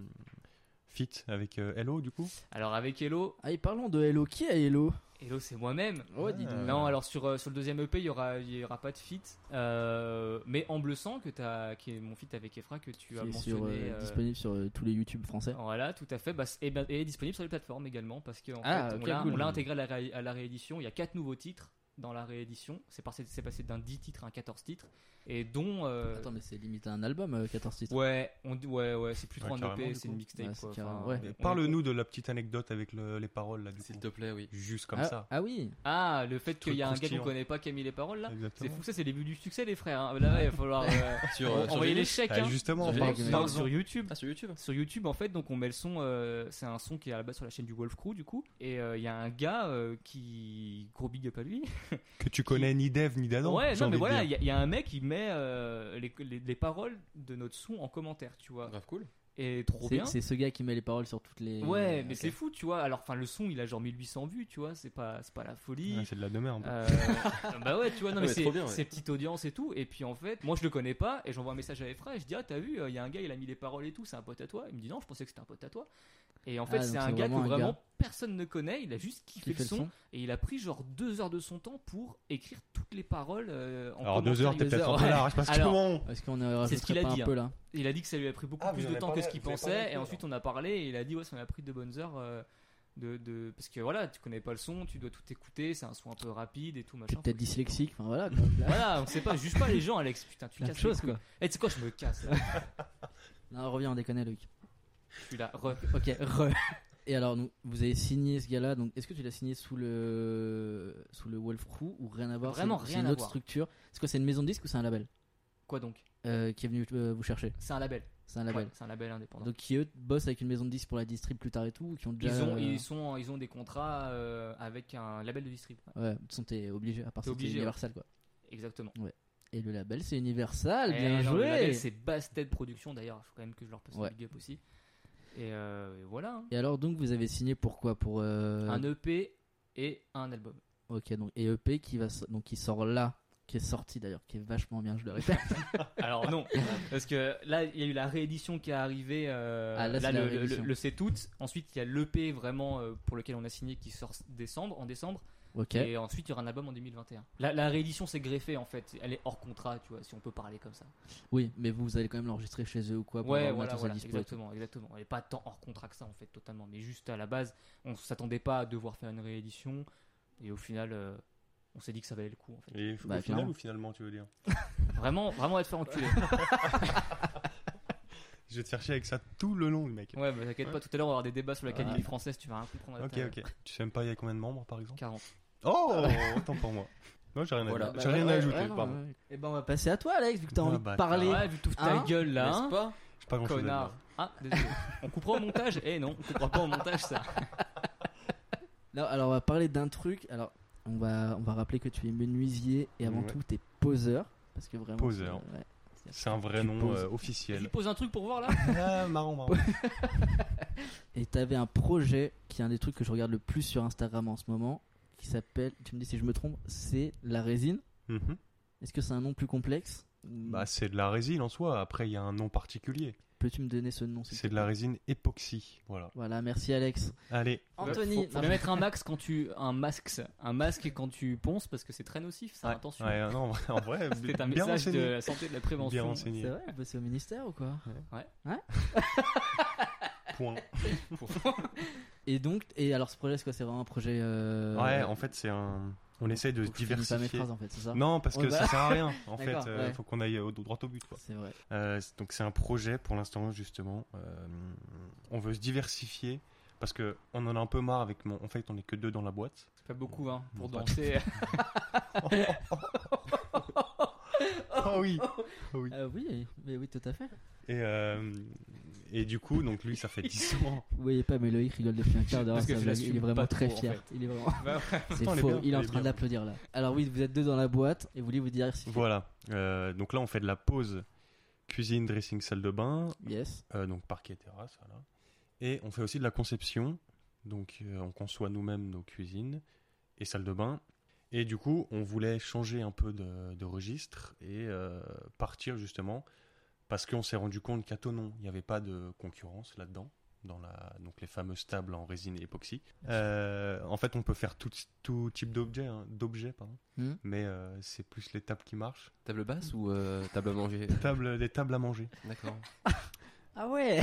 Speaker 5: Fit avec euh, Hello, du coup
Speaker 4: Alors avec Hello,
Speaker 3: Allez, Ah, parlons de Hello. Qui est Hello
Speaker 4: Hello c'est moi-même.
Speaker 3: Oh, dis donc.
Speaker 5: Euh.
Speaker 4: Non, alors sur, euh, sur le deuxième EP, il y aura, il y aura pas de feat, euh, mais en bleu sang que t'as, qui est mon feat avec Efra que tu
Speaker 3: Qui
Speaker 4: as
Speaker 3: est
Speaker 4: mentionné.
Speaker 3: sur, euh,
Speaker 4: euh,
Speaker 3: disponible sur euh, tous les YouTube français.
Speaker 4: Voilà, tout à fait. Bah, c'est- et, ben- et disponible sur les plateformes également parce que en
Speaker 3: Ah,
Speaker 4: fait, on
Speaker 3: ok,
Speaker 4: l'a
Speaker 3: cool.
Speaker 4: on l'a intégré à la, ré- à la réédition. Il y a quatre nouveaux titres dans la réédition. C'est passé, c'est passé d'un 10 titres à un 14 titres et dont euh,
Speaker 3: Attends, mais c'est limité à un album, euh, 14 titres.
Speaker 4: ouais, on dit- ouais ouais, c'est plus
Speaker 5: Ouais,
Speaker 4: trop un
Speaker 5: carrément,
Speaker 4: EP,
Speaker 5: du
Speaker 4: c'est une
Speaker 5: coup.
Speaker 4: mixtape.
Speaker 3: Ouais, c'est
Speaker 4: quoi.
Speaker 3: carrément-
Speaker 4: Enfin,
Speaker 3: ouais.
Speaker 4: on est-
Speaker 5: Parle-nous de la petite anecdote avec le- les paroles, là, du
Speaker 1: S'il
Speaker 5: coup.
Speaker 1: te plaît, oui.
Speaker 5: Juste comme
Speaker 3: ah,
Speaker 5: ça.
Speaker 3: Ah oui
Speaker 4: Ah, le fait qu'il
Speaker 5: Truc
Speaker 4: y a un gars qu'on
Speaker 5: croustillant.
Speaker 4: connaît pas qui a mis les paroles là. C'est
Speaker 5: Exactement.
Speaker 4: fou ça, c'est les buts du succès les frères. hein. Là, il va falloir euh,
Speaker 1: Sur, euh, sur
Speaker 4: envoyer les
Speaker 1: YouTube
Speaker 4: chèques.
Speaker 5: Ah,
Speaker 4: hein.
Speaker 5: justement, on
Speaker 3: Je
Speaker 5: parle-
Speaker 3: l'ai
Speaker 5: parle-
Speaker 4: sur YouTube.
Speaker 1: Ah, sur YouTube
Speaker 4: Sur YouTube, en fait, donc on met le son. euh, c'est un son qui est à la base sur la chaîne du Wolf Crew, du coup. Et euh, il y a un gars euh, qui. Gros big up à lui.
Speaker 5: que tu connais ni Dev ni Dadan.
Speaker 4: ouais,
Speaker 5: Ah
Speaker 4: non,
Speaker 5: j'ai
Speaker 4: mais
Speaker 5: envie de
Speaker 4: voilà, il
Speaker 5: dire.
Speaker 4: y, a- il y a un mec qui met euh, les, les- les paroles de notre son en commentaire, tu vois.
Speaker 1: Grave cool.
Speaker 4: Et trop
Speaker 3: C'est-
Speaker 4: bien.
Speaker 3: C'est ce gars qui met les paroles sur toutes les.
Speaker 4: Ouais, mais
Speaker 3: Ok.
Speaker 4: c'est fou, tu vois. Alors, enfin, le son, il a genre 1800 vues, tu vois. C'est pas, c'est pas la folie.
Speaker 5: Ouais, c'est de la demeure un peu.
Speaker 4: Euh, bah ouais, tu vois,
Speaker 5: Ah
Speaker 4: non,
Speaker 1: Ouais,
Speaker 4: mais c'est
Speaker 1: trop bien, ouais.
Speaker 4: c'est petite audience et tout. Et puis en fait, moi je le connais pas et j'envoie un message à Efra et je dis Ah, t'as vu, il y a un gars, il a mis les paroles et tout, c'est un pote à toi. Il me dit Non, je pensais que c'était un pote à toi. Et en fait,
Speaker 3: Ah, donc
Speaker 4: c'est un
Speaker 3: c'est
Speaker 4: gars que
Speaker 3: vraiment un
Speaker 4: vraiment
Speaker 3: gars.
Speaker 4: personne ne connaît. Il a juste kiffé
Speaker 3: Qui fait le son
Speaker 4: et il a pris genre deux heures de son temps pour écrire toutes les paroles euh, en
Speaker 5: Alors, deux heures, t'es
Speaker 3: deux
Speaker 4: commentaire.
Speaker 5: peut-être un
Speaker 3: heures,
Speaker 5: peu
Speaker 3: ouais.
Speaker 5: large parce que
Speaker 4: Alors,
Speaker 5: bon.
Speaker 3: Est-ce qu'on est
Speaker 4: C'est ce qu'il a
Speaker 3: pas
Speaker 4: dit, hein.
Speaker 3: un peu là
Speaker 4: Il a dit que ça lui a pris beaucoup
Speaker 5: Ah,
Speaker 4: plus de
Speaker 5: vous en avez
Speaker 4: temps que
Speaker 5: parlé-
Speaker 4: ce qu'il
Speaker 5: vous avez parlé avec
Speaker 4: pensait. Et
Speaker 5: lui,
Speaker 4: ensuite, on a parlé et il a dit Ouais, ça m'a pris de bonnes heures. euh, de, de- Parce que voilà, tu connais pas le son, tu dois tout écouter, c'est un son un peu rapide et tout machin.
Speaker 3: T'es
Speaker 4: faut
Speaker 3: peut-être
Speaker 4: que tu-
Speaker 3: dyslexique, enfin voilà.
Speaker 4: Voilà, on sait pas, juge pas les gens, Alex. Putain, tu
Speaker 3: Quelque
Speaker 4: casses
Speaker 3: chose
Speaker 4: les couilles.
Speaker 3: quoi.
Speaker 4: Eh, tu sais quoi, je me casse. là.
Speaker 3: Non, reviens, on déconne, Loïc.
Speaker 4: Je suis là. Re-
Speaker 3: Ok, re. Et alors, donc, vous avez signé ce gars-là, donc est-ce que tu l'as signé sous le sous le Wolf Crew ou rien à voir
Speaker 4: Vraiment
Speaker 3: c'est-
Speaker 4: rien
Speaker 3: C'est une
Speaker 4: à
Speaker 3: autre
Speaker 4: voir.
Speaker 3: structure. C'est quoi, c'est une maison de disque ou c'est un label
Speaker 4: Quoi donc
Speaker 3: euh, qui est venu euh, vous chercher
Speaker 4: C'est un label.
Speaker 3: C'est un label.
Speaker 4: Ouais, c'est un label indépendant.
Speaker 3: Donc qui eux bossent avec une maison de disques pour la distrib plus tard et tout, ou qui ont déjà.
Speaker 4: ils, ont,
Speaker 3: euh,
Speaker 4: ils, sont, ils ont des contrats euh, avec un label de distrib. Ouais,
Speaker 3: euh, Ouais, sont t'es obligé à part si
Speaker 4: T'es
Speaker 3: t'es
Speaker 4: obligé,
Speaker 3: Universal quoi.
Speaker 4: Exactement.
Speaker 3: Et le label c'est Universal,
Speaker 4: Eh,
Speaker 3: Ah, bien
Speaker 4: non,
Speaker 3: joué.
Speaker 4: Le label, c'est Bastet Productions d'ailleurs. Faut quand même que je leur passe
Speaker 3: Ouais.
Speaker 4: un big up aussi. Et, euh, et voilà. hein.
Speaker 3: Et alors donc vous avez signé pourquoi pour euh,
Speaker 4: Un E EP et un album.
Speaker 3: Ok donc et EP qui va so- donc qui sort là, qui est sorti d'ailleurs, qui est vachement bien, je le répète.
Speaker 4: Alors non, parce que là il y a eu la réédition qui est arrivée. euh,
Speaker 3: Ah, là, c'est la
Speaker 4: le, le,
Speaker 3: réédition.
Speaker 4: le- le c'est tout. Ensuite il y a l'EP vraiment euh, pour lequel on a signé qui sort décembre, en décembre.
Speaker 3: Ok.
Speaker 4: Et ensuite, il y aura un album en 2021. La, la réédition s'est greffée en fait. Elle est hors contrat, tu vois, si on peut parler comme ça.
Speaker 3: Oui, mais vous allez quand même l'enregistrer chez eux ou quoi pour
Speaker 4: ouais,
Speaker 3: avoir le
Speaker 4: voilà,
Speaker 3: matos à
Speaker 4: voilà,
Speaker 3: dispo et tout.
Speaker 4: exactement, exactement. Elle est pas tant hors contrat que ça en fait, totalement. Mais juste à la base, on s'attendait pas à devoir faire une réédition. Et au final, euh, on s'est dit que ça valait le coup en fait.
Speaker 5: Et
Speaker 3: Bah,
Speaker 5: au final
Speaker 3: clairement.
Speaker 5: ou finalement, tu veux dire
Speaker 4: Vraiment, vraiment être fait enculer.
Speaker 5: Je vais te chercher avec ça tout le long, le mec.
Speaker 4: Ouais, mais t'inquiète pas, tout à l'heure on va avoir des débats sur la
Speaker 3: Voilà.
Speaker 4: qualité française, tu vas rien comprendre. à
Speaker 5: Ok,
Speaker 4: ta-
Speaker 5: ok. Tu sais même pas, il y a combien de membres par exemple
Speaker 4: 40.
Speaker 3: Ah
Speaker 5: Oh Autant pour moi. Non, j'ai rien à,
Speaker 1: Voilà.
Speaker 3: Bah,
Speaker 5: dire. J'ai rien à ajouter, pardon.
Speaker 3: Et ben on va passer à toi Alex, vu que t'as
Speaker 5: Ah,
Speaker 3: envie de
Speaker 5: bâtard.
Speaker 3: parler.
Speaker 4: Ouais, vu tout ta
Speaker 3: Hein
Speaker 4: gueule là, hein,
Speaker 1: N'est-ce pas
Speaker 5: J'ai pas grand chose à
Speaker 4: connard.
Speaker 5: dire.
Speaker 4: Ah, désolé. on coupera au montage Eh non, on coupera pas au montage ça.
Speaker 3: Non, alors on va parler d'un truc. Alors on va on va rappeler que tu es menuisier et avant
Speaker 5: Ouais.
Speaker 3: tout t'es poseur parce que vraiment.
Speaker 5: Poseur.
Speaker 3: c'est- ouais.
Speaker 5: C'est un vrai
Speaker 3: Tu
Speaker 5: nom
Speaker 3: poses.
Speaker 5: euh,
Speaker 4: Je
Speaker 5: officiel.
Speaker 4: pose un truc pour voir là
Speaker 5: Ah, marrant, marrant.
Speaker 3: Et t'avais un projet qui est un des trucs que je regarde le plus sur Instagram en ce moment, qui s'appelle, tu me dis si je me trompe, c'est la résine.
Speaker 5: Mhm.
Speaker 3: Est-ce que c'est un nom plus complexe
Speaker 5: Bah, c'est de la résine en soi. Après, il y a un nom particulier.
Speaker 3: Peux-tu me donner ce nom s'il te
Speaker 5: C'est de la
Speaker 3: plaît
Speaker 5: résine époxy. Voilà.
Speaker 3: Voilà, merci Alex.
Speaker 5: Allez,
Speaker 3: Anthony,
Speaker 4: Faut, faut bien mettre un max quand tu un masque, un masque quand tu ponces parce que c'est très nocif. Ça, attention.
Speaker 5: Ouais, non, en vrai, en vrai,
Speaker 4: C'était un
Speaker 5: bien
Speaker 4: message de
Speaker 5: renseigné.
Speaker 4: la santé et de la
Speaker 5: Bien
Speaker 4: prévention.
Speaker 3: c'est
Speaker 5: renseigné.
Speaker 3: vrai, vous bossez au ministère ou quoi
Speaker 5: Point.
Speaker 3: Et donc, et alors ce projet, c'est quoi C'est vraiment un projet. euh,
Speaker 5: Ouais, en fait, c'est un. On essaie de
Speaker 3: faut
Speaker 5: se
Speaker 3: que je finisse pas mes
Speaker 5: diversifier.
Speaker 3: phrases, en fait, c'est ça
Speaker 5: Non, parce que
Speaker 3: Ouais, bah.
Speaker 5: ça sert à rien. En fait,
Speaker 3: D'accord,
Speaker 5: euh,
Speaker 3: ouais.
Speaker 5: faut qu'on aille au, droit au but. Quoi.
Speaker 3: C'est vrai.
Speaker 5: Euh, c'est- donc c'est un projet pour l'instant justement. Euh, on veut se diversifier parce que on en a un peu marre avec mon. En fait, on est que deux dans la boîte.
Speaker 4: C'est pas beaucoup hein pour
Speaker 5: Bon, bah, pas
Speaker 4: danser.
Speaker 5: Ah oui.
Speaker 3: Euh, oui, mais oui, tout à fait.
Speaker 5: Et euh, et du coup, donc lui, ça fait 10 ans.
Speaker 3: Vous voyez pas, mais Loïc rigole depuis un quart d'heure.
Speaker 4: Parce que
Speaker 3: ça
Speaker 4: je
Speaker 3: va,
Speaker 4: l'assume
Speaker 3: Il est vraiment
Speaker 4: pas
Speaker 3: très
Speaker 4: trop, en
Speaker 3: fier.
Speaker 4: fait.
Speaker 3: Il est vraiment.
Speaker 5: Bah,
Speaker 3: C'est
Speaker 5: Pourtant, elle est
Speaker 3: faux.
Speaker 5: bien,
Speaker 3: il est en
Speaker 5: elle est
Speaker 3: train
Speaker 5: bien.
Speaker 3: d'applaudir là. Alors oui, vous êtes deux dans la boîte et vous voulez vous dire si.
Speaker 5: Voilà. Euh, donc là, on fait de la pause cuisine, dressing, salle de bain,
Speaker 3: Yes.
Speaker 5: euh, donc parquet, terrasse, voilà. Et on fait aussi de la conception. Donc euh, on conçoit nous-mêmes nos cuisines et salles de bain. Et du coup, on voulait changer un peu de, de registre et euh, partir justement parce qu'on s'est rendu compte qu'à Tonon, il n'y avait pas de concurrence là-dedans. dans la, donc les fameuses tables en résine et époxy. Euh, en fait, on peut faire tout, tout type d'objet, hein, d'objets, pardon.
Speaker 3: Mhm.
Speaker 5: mais euh, c'est plus les tables qui marchent.
Speaker 1: Table basse ou euh, table à manger
Speaker 5: Table, les tables à manger.
Speaker 1: D'accord.
Speaker 3: Ah ouais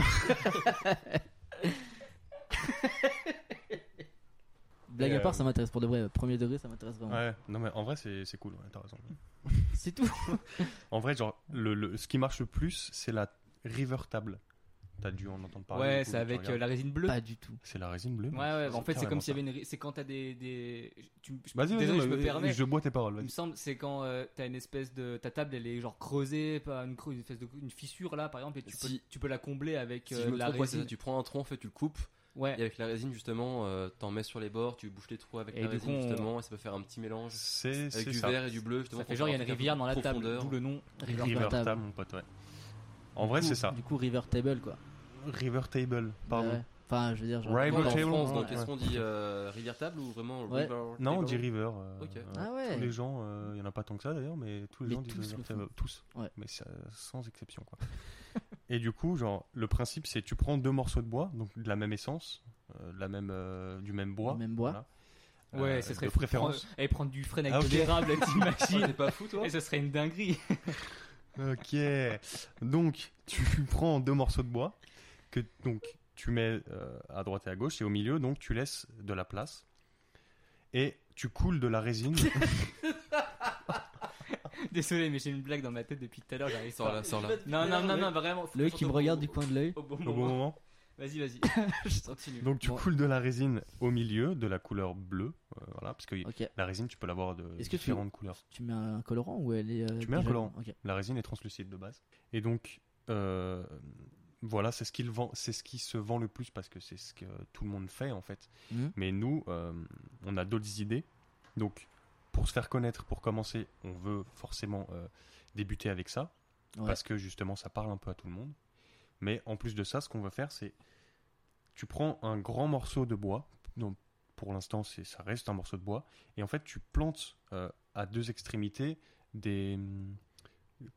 Speaker 3: Blague
Speaker 5: Et,
Speaker 3: à part,
Speaker 5: euh,
Speaker 3: ça m'intéresse pour de vrai. Premier degré, ça m'intéresse vraiment.
Speaker 5: Ouais, non mais en vrai c'est c'est cool, ouais, t'as raison.
Speaker 3: C'est tout.
Speaker 5: En vrai, genre, le, le- ce qui marche le plus, c'est la River Table. T'as dû en entendre parler.
Speaker 4: Ouais,
Speaker 5: du coup,
Speaker 4: c'est
Speaker 5: tu
Speaker 4: avec euh,
Speaker 5: regardes.
Speaker 4: la résine bleue.
Speaker 3: Pas du tout.
Speaker 5: C'est la résine bleue.
Speaker 4: Ouais, ouais, en fait, c'est comme
Speaker 5: carrément
Speaker 4: s'il y
Speaker 5: ça. Bah,
Speaker 4: avait une. ré- C'est quand t'as des. des... tu- je-
Speaker 5: Vas-y, vas-y,
Speaker 4: Désolé, je
Speaker 5: vas-y,
Speaker 4: me permets.
Speaker 5: Je bois tes paroles,
Speaker 4: Il me
Speaker 5: vas-y.
Speaker 4: semble, c'est quand euh, t'as une espèce de. Ta table, elle est genre creusée, pas une, creu- une, espèce de- une fissure là, par exemple, et tu,
Speaker 1: Si-
Speaker 4: peux, tu peux la combler avec
Speaker 1: Si
Speaker 4: euh,
Speaker 1: je me
Speaker 4: la
Speaker 1: trompe, ouais, c'est
Speaker 4: résine.
Speaker 1: ça, tu prends un tronc, en fait, tu le coupes,
Speaker 4: Ouais,
Speaker 1: et avec la résine, justement, euh, t'en mets sur les bords, tu bouches les trous avec
Speaker 4: Et
Speaker 1: la
Speaker 4: du coup,
Speaker 1: résine,
Speaker 4: on-
Speaker 1: justement, et ça peut faire un petit mélange
Speaker 5: C'est
Speaker 1: avec
Speaker 5: c'est
Speaker 1: du
Speaker 5: ça.
Speaker 1: vert et du bleu, justement.
Speaker 4: ça fait
Speaker 1: pour
Speaker 4: genre, il y a
Speaker 1: faire
Speaker 4: une
Speaker 1: un peu
Speaker 4: rivière dans la table,
Speaker 1: profondeur.
Speaker 4: d'où le nom.
Speaker 3: River
Speaker 5: River
Speaker 3: Table.
Speaker 5: Table, mon pote, ouais. En vrai,
Speaker 3: Du coup-
Speaker 5: c'est ça.
Speaker 3: Du coup, River Table, quoi.
Speaker 5: River Table, pardon.
Speaker 3: Ouais. Enfin, je veux dire, genre.
Speaker 5: River
Speaker 1: Comment
Speaker 5: Table,
Speaker 1: en France, donc,
Speaker 5: ouais.
Speaker 1: est-ce qu'on dit euh, rivière table ou vraiment
Speaker 3: Ouais.
Speaker 1: river
Speaker 5: Non, on
Speaker 1: table
Speaker 5: dit River. euh,
Speaker 1: Ok.
Speaker 5: euh,
Speaker 3: Ah ouais.
Speaker 5: Tous les gens, euh, il y en a pas tant que ça d'ailleurs, mais tous les
Speaker 3: Mais
Speaker 5: gens disent
Speaker 3: tous
Speaker 5: River
Speaker 3: le
Speaker 5: Table.
Speaker 3: font.
Speaker 5: Tous.
Speaker 3: Ouais.
Speaker 5: Mais ça- sans exception, quoi. Et du coup, genre, le principe, c'est tu prends deux morceaux de bois, donc de la même essence, euh, de la même, euh, du même bois.
Speaker 3: Du même bois.
Speaker 4: Ouais,
Speaker 5: Euh,
Speaker 4: ce serait
Speaker 5: de préférence.
Speaker 4: prendre- Et prendre du frein avec
Speaker 5: Ah,
Speaker 4: de
Speaker 5: ok.
Speaker 4: l'érable,
Speaker 1: Oh,
Speaker 4: t'imagines
Speaker 1: T'es pas fou, toi
Speaker 4: Et ce serait une dinguerie.
Speaker 5: Ok. Donc, tu prends deux morceaux de bois que donc tu mets euh, à droite et à gauche et au milieu, donc tu laisses de la place et tu coules de la résine.
Speaker 4: Désolé, mais j'ai une blague dans ma tête depuis tout à l'heure, j'arrive
Speaker 1: Sors
Speaker 4: pas.
Speaker 1: là, sors là.
Speaker 4: Non, non, non, non, vraiment. faut
Speaker 3: Le
Speaker 4: que
Speaker 3: qui
Speaker 4: je
Speaker 3: me
Speaker 4: sorte au-
Speaker 3: regarde du coin de l'œil.
Speaker 4: Au bon
Speaker 5: au bon
Speaker 4: moment.
Speaker 5: moment.
Speaker 4: Vas-y, vas-y.
Speaker 3: Je sens-
Speaker 4: Continue.
Speaker 5: Donc tu
Speaker 3: Bon.
Speaker 5: coules de la résine au milieu de la couleur bleue, euh, voilà, parce que
Speaker 3: Ok.
Speaker 5: la résine tu peux l'avoir de
Speaker 3: Est-ce que tu-
Speaker 5: différentes couleurs.
Speaker 3: Tu mets un colorant ou elle est. euh,
Speaker 5: Tu mets un
Speaker 3: déjà-
Speaker 5: colorant.
Speaker 3: Ok.
Speaker 5: La résine est translucide de base. Et donc euh, voilà, c'est ce qu'il vend, c'est ce qui se vend le plus parce que c'est ce que tout le monde fait en fait.
Speaker 3: Mhm.
Speaker 5: Mais nous, euh, on a d'autres idées. Donc pour se faire connaître, pour commencer, on veut forcément euh, débuter avec ça
Speaker 3: Ouais.
Speaker 5: parce que justement ça parle un peu à tout le monde. Mais en plus de ça, ce qu'on veut faire, c'est tu prends un grand morceau de bois. Donc pour l'instant, c'est ça reste un morceau de bois. Et en fait, tu plantes euh, à deux extrémités des mm,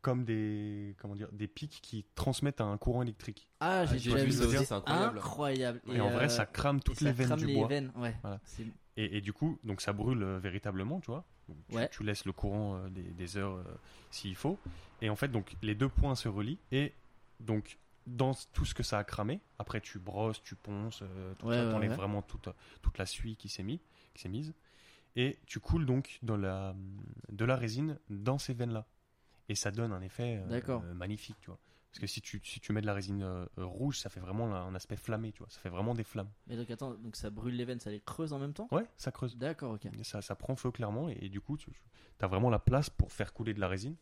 Speaker 5: comme des comment dire des pics qui transmettent un courant électrique.
Speaker 3: Ah, j'ai
Speaker 1: j'ai
Speaker 3: déjà vu
Speaker 5: vu ça
Speaker 3: ça.
Speaker 5: aussi,
Speaker 1: c'est incroyable.
Speaker 3: Incroyable.
Speaker 5: Et, en
Speaker 3: euh,
Speaker 5: vrai, ça crame toutes
Speaker 3: et
Speaker 5: les
Speaker 3: ça
Speaker 5: veines
Speaker 3: crame
Speaker 5: du
Speaker 3: les
Speaker 5: bois.
Speaker 3: veines, ouais.
Speaker 5: Voilà.
Speaker 3: C'est-
Speaker 5: Et, et du coup, donc ça brûle euh, véritablement, tu vois. Donc, tu,
Speaker 3: Ouais.
Speaker 5: tu laisses le courant euh, des, des heures euh, s'il faut. Et en fait, donc les deux points se relient. Et donc dans c- tout ce que ça a cramé, après tu brosses, tu ponces, euh, tout
Speaker 3: Ouais,
Speaker 5: ça,
Speaker 3: ouais,
Speaker 5: t'enlèves
Speaker 3: ouais.
Speaker 5: vraiment toute euh, toute la suie qui s'est mis, qui s'est mise. Et tu coules donc dans la hum, de la résine dans ces veines là. Et ça donne un effet euh,
Speaker 3: D'accord.
Speaker 5: euh, magnifique, tu vois. Parce que si tu, si tu mets de la résine euh, euh, rouge, ça fait vraiment là, un aspect flammé, tu vois. Ça fait vraiment des flammes.
Speaker 3: Mais donc attends, donc ça brûle les veines, ça les creuse en même temps
Speaker 5: Ouais, ça creuse.
Speaker 3: D'accord, ok.
Speaker 5: Ça, ça prend feu clairement et, et du coup tu as vraiment la place pour faire couler de la résine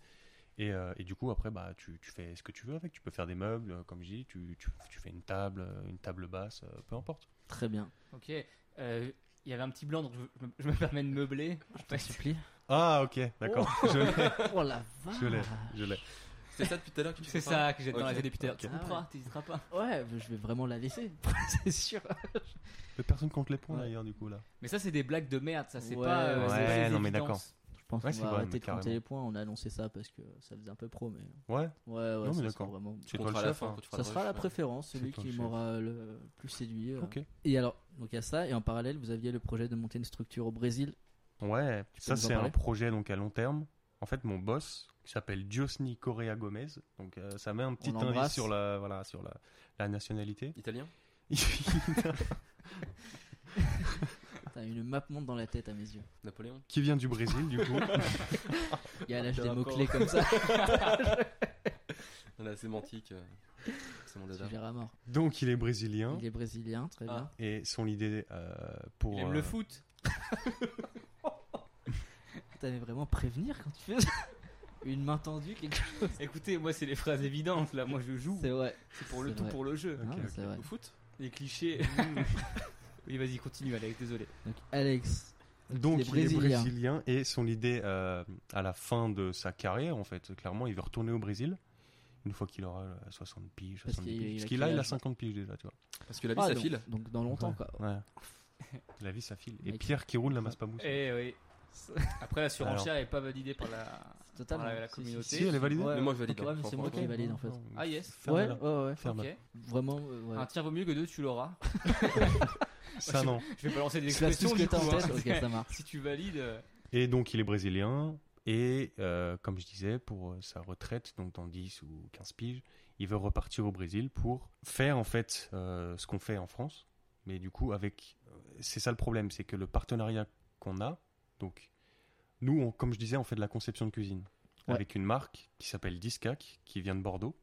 Speaker 5: et, euh, et du coup après bah tu, tu fais ce que tu veux avec tu peux faire des meubles euh, comme je dis tu, tu- tu fais une table euh, une table basse euh, peu importe
Speaker 3: Très bien.
Speaker 4: Ok. euh, Il y avait un petit blanc, donc je, me- je me permets de meubler.
Speaker 3: Je t'en supplie.
Speaker 5: ah ok d'accord je l'ai
Speaker 3: Oh la vache
Speaker 5: je l'ai je l'ai
Speaker 1: C'est ça depuis tout à l'heure que tu
Speaker 4: C'est
Speaker 1: fais pas
Speaker 4: ça que j'ai dans la
Speaker 1: Ok.
Speaker 4: tête depuis tout à l'heure. Tu
Speaker 3: Ah ouais.
Speaker 4: couperas, t'hésiteras pas.
Speaker 3: Ouais, je vais vraiment la laisser, c'est sûr.
Speaker 5: Mais personne compte les points
Speaker 3: Ouais.
Speaker 5: d'ailleurs du coup là
Speaker 4: Mais ça, c'est des blagues de merde, ça, c'est
Speaker 3: Ouais,
Speaker 4: pas. euh,
Speaker 3: ouais.
Speaker 4: c'est pas
Speaker 5: Ouais,
Speaker 4: des
Speaker 5: non, mais
Speaker 4: évidences.
Speaker 5: d'accord.
Speaker 3: Je pense
Speaker 5: Ouais,
Speaker 3: qu'on
Speaker 5: c'est
Speaker 3: va
Speaker 5: vrai, mais
Speaker 3: arrêter de compter
Speaker 5: carrément.
Speaker 3: les points, on a annoncé ça parce que ça faisait un peu pro, mais...
Speaker 5: ouais
Speaker 3: Ouais, ouais,
Speaker 5: Non, mais
Speaker 3: ça,
Speaker 5: d'accord.
Speaker 3: sera vraiment...
Speaker 5: c'est
Speaker 1: Tu
Speaker 5: toi le
Speaker 1: compteras à la
Speaker 5: chef,
Speaker 1: fin
Speaker 5: hein.
Speaker 1: quand tu feras
Speaker 3: ça
Speaker 1: le
Speaker 3: sera la
Speaker 1: rush, ouais.
Speaker 3: préférence,
Speaker 5: C'est
Speaker 3: celui
Speaker 5: toi
Speaker 3: qui
Speaker 5: le chef.
Speaker 3: m'aura le plus séduit. euh.
Speaker 5: ok
Speaker 3: Et alors, donc il y a ça, et en parallèle, vous aviez le projet de monter une structure au Brésil.
Speaker 5: ouais ça
Speaker 3: nous en
Speaker 5: c'est un
Speaker 3: parler
Speaker 5: projet donc à long terme en fait mon boss qui s'appelle Diosny Correa Gomez donc euh, ça met un petit indice
Speaker 3: l'embrasse.
Speaker 5: sur la voilà sur la, la nationalité
Speaker 1: Italien
Speaker 3: T'as une map monte dans la tête à mes yeux.
Speaker 1: Napoléon
Speaker 5: qui vient du Brésil du coup
Speaker 3: Il y a l'âge
Speaker 1: T'as
Speaker 3: des
Speaker 1: un
Speaker 3: mots-clés comme ça,
Speaker 1: La sémantique. euh, C'est mon dada.
Speaker 3: sujet à mort.
Speaker 5: donc il est brésilien
Speaker 3: Il est brésilien, très
Speaker 1: Ah.
Speaker 3: bien.
Speaker 5: Et son idée euh, pour.
Speaker 4: Il aime
Speaker 5: euh,
Speaker 4: le foot.
Speaker 5: Ah.
Speaker 3: T'avais vraiment prévenir quand tu fais ça Une main tendue, quelque chose.
Speaker 4: Écoutez, moi, c'est les phrases évidentes, là. Moi, je joue.
Speaker 3: C'est vrai.
Speaker 4: C'est pour le
Speaker 3: c'est
Speaker 4: tout,
Speaker 3: vrai.
Speaker 4: pour le jeu.
Speaker 5: Ok,
Speaker 3: Non,
Speaker 5: ok.
Speaker 3: c'est vrai.
Speaker 1: Au foot
Speaker 4: Les clichés. oui, vas-y, continue, Alex, désolé.
Speaker 3: Donc Alex,
Speaker 5: Donc
Speaker 3: Il est
Speaker 5: il est
Speaker 3: brésilien.
Speaker 5: brésilien et son idée euh, à la fin de sa carrière, en fait, clairement, il veut retourner au Brésil une fois qu'il aura euh, 60 piges.
Speaker 3: Parce
Speaker 5: 70
Speaker 3: qu'il-
Speaker 5: piges.
Speaker 3: il a
Speaker 5: Parce
Speaker 3: quel
Speaker 5: qu'il a, il a
Speaker 3: âge
Speaker 5: 50 piges déjà, tu vois.
Speaker 1: Parce que la vie,
Speaker 3: Ah,
Speaker 1: ça
Speaker 3: donc-
Speaker 1: file.
Speaker 3: Donc dans longtemps, quoi.
Speaker 5: Ouais. La vie, ça file. Et
Speaker 3: Mec.
Speaker 5: Pierre qui roule la masse pas mousse.
Speaker 4: Eh oui. Après, la surenchère n'est pas validée par la, par
Speaker 3: Totalement.
Speaker 4: la, la
Speaker 3: Si, si,
Speaker 4: communauté.
Speaker 5: Si, elle est validée
Speaker 3: Ouais,
Speaker 1: Mais moi, je valide. hein,
Speaker 3: ouais, mais c'est
Speaker 1: Franchement,
Speaker 3: moi qui
Speaker 1: franchement.
Speaker 3: valide en fait.
Speaker 4: Ah, yes.
Speaker 3: Ouais,
Speaker 5: Ferme-la.
Speaker 3: ouais, ouais.
Speaker 5: Ferme-la.
Speaker 4: Ok.
Speaker 3: Vraiment, euh, ouais.
Speaker 4: Un
Speaker 1: Ah,
Speaker 4: tiers vaut mieux que deux, tu l'auras.
Speaker 5: Ça, non.
Speaker 4: Je vais balancer des
Speaker 3: C'est l'astuce
Speaker 4: expressions
Speaker 3: que
Speaker 4: du
Speaker 3: t'as
Speaker 4: coup.
Speaker 3: en tête,
Speaker 4: hein.
Speaker 3: ok, ça marche.
Speaker 4: si tu valides, euh,
Speaker 5: Et donc, il est brésilien. Et euh, comme je disais, pour euh, sa retraite, donc dans 10 ou 15 piges, il veut repartir au Brésil pour faire en fait euh, ce qu'on fait en France. Mais du coup, avec. euh, C'est ça le problème, c'est que le partenariat qu'on a, donc. Nous, on- comme je disais, on fait de la conception de cuisine.
Speaker 3: Ouais.
Speaker 5: Avec une marque qui s'appelle Discac, qui vient de Bordeaux.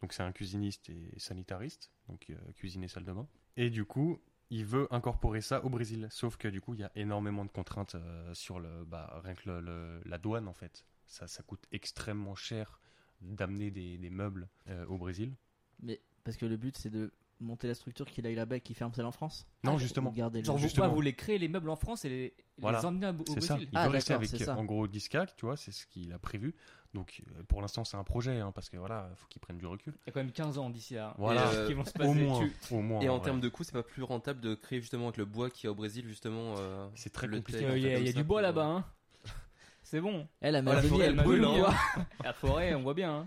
Speaker 5: Donc, c'est un cuisiniste et sanitariste. Donc, euh, cuisine et salle de bain. Et du coup, il veut incorporer ça au Brésil. Sauf que du coup, il y a énormément de contraintes euh, sur le, bah, rien que le- le- la douane en fait. Ça, ça coûte extrêmement cher d'amener des, des meubles euh, au Brésil.
Speaker 3: Mais parce que le but c'est de monter la structure qu'il aille là-bas et qu'il ferme celle en France.
Speaker 5: Non,
Speaker 3: Ou
Speaker 5: justement.
Speaker 3: garder le-
Speaker 4: genre, vous,
Speaker 5: Justement.
Speaker 4: pas, vous les créez les meubles en France et les, et les
Speaker 5: Voilà.
Speaker 4: emmener au, au
Speaker 5: C'est ça. Il
Speaker 4: Brésil.
Speaker 3: Ah,
Speaker 5: veut rester
Speaker 3: d'accord,
Speaker 5: avec
Speaker 3: c'est ça.
Speaker 5: euh, en gros Discac, tu vois, c'est ce qu'il a prévu. Donc euh, pour l'instant, c'est un projet hein, parce que voilà, faut qu'il prenne du recul.
Speaker 4: Il y a quand même 15 ans d'ici là. hein.
Speaker 5: Voilà.
Speaker 4: Et, euh, qui vont se passer.
Speaker 5: Au moins,
Speaker 4: Tu-
Speaker 5: au moins.
Speaker 1: Et en
Speaker 5: ouais.
Speaker 1: termes de coût, c'est pas plus rentable de créer justement avec le bois qu'il y a au Brésil, justement. euh,
Speaker 5: C'est très
Speaker 1: le
Speaker 5: compliqué,
Speaker 1: thé,
Speaker 4: Il
Speaker 5: en fait,
Speaker 1: en
Speaker 4: y a,
Speaker 1: fait,
Speaker 4: il y a
Speaker 1: tout
Speaker 4: du
Speaker 1: ça
Speaker 4: bois
Speaker 1: pour- euh,
Speaker 4: là-bas. hein. C'est bon.
Speaker 3: Eh, la
Speaker 1: la
Speaker 3: Amazonie,
Speaker 1: forêt,
Speaker 3: elle
Speaker 1: elle
Speaker 3: brûle.
Speaker 1: brûle,
Speaker 3: le
Speaker 1: hein.
Speaker 3: bois.
Speaker 4: La forêt, on voit bien. hein.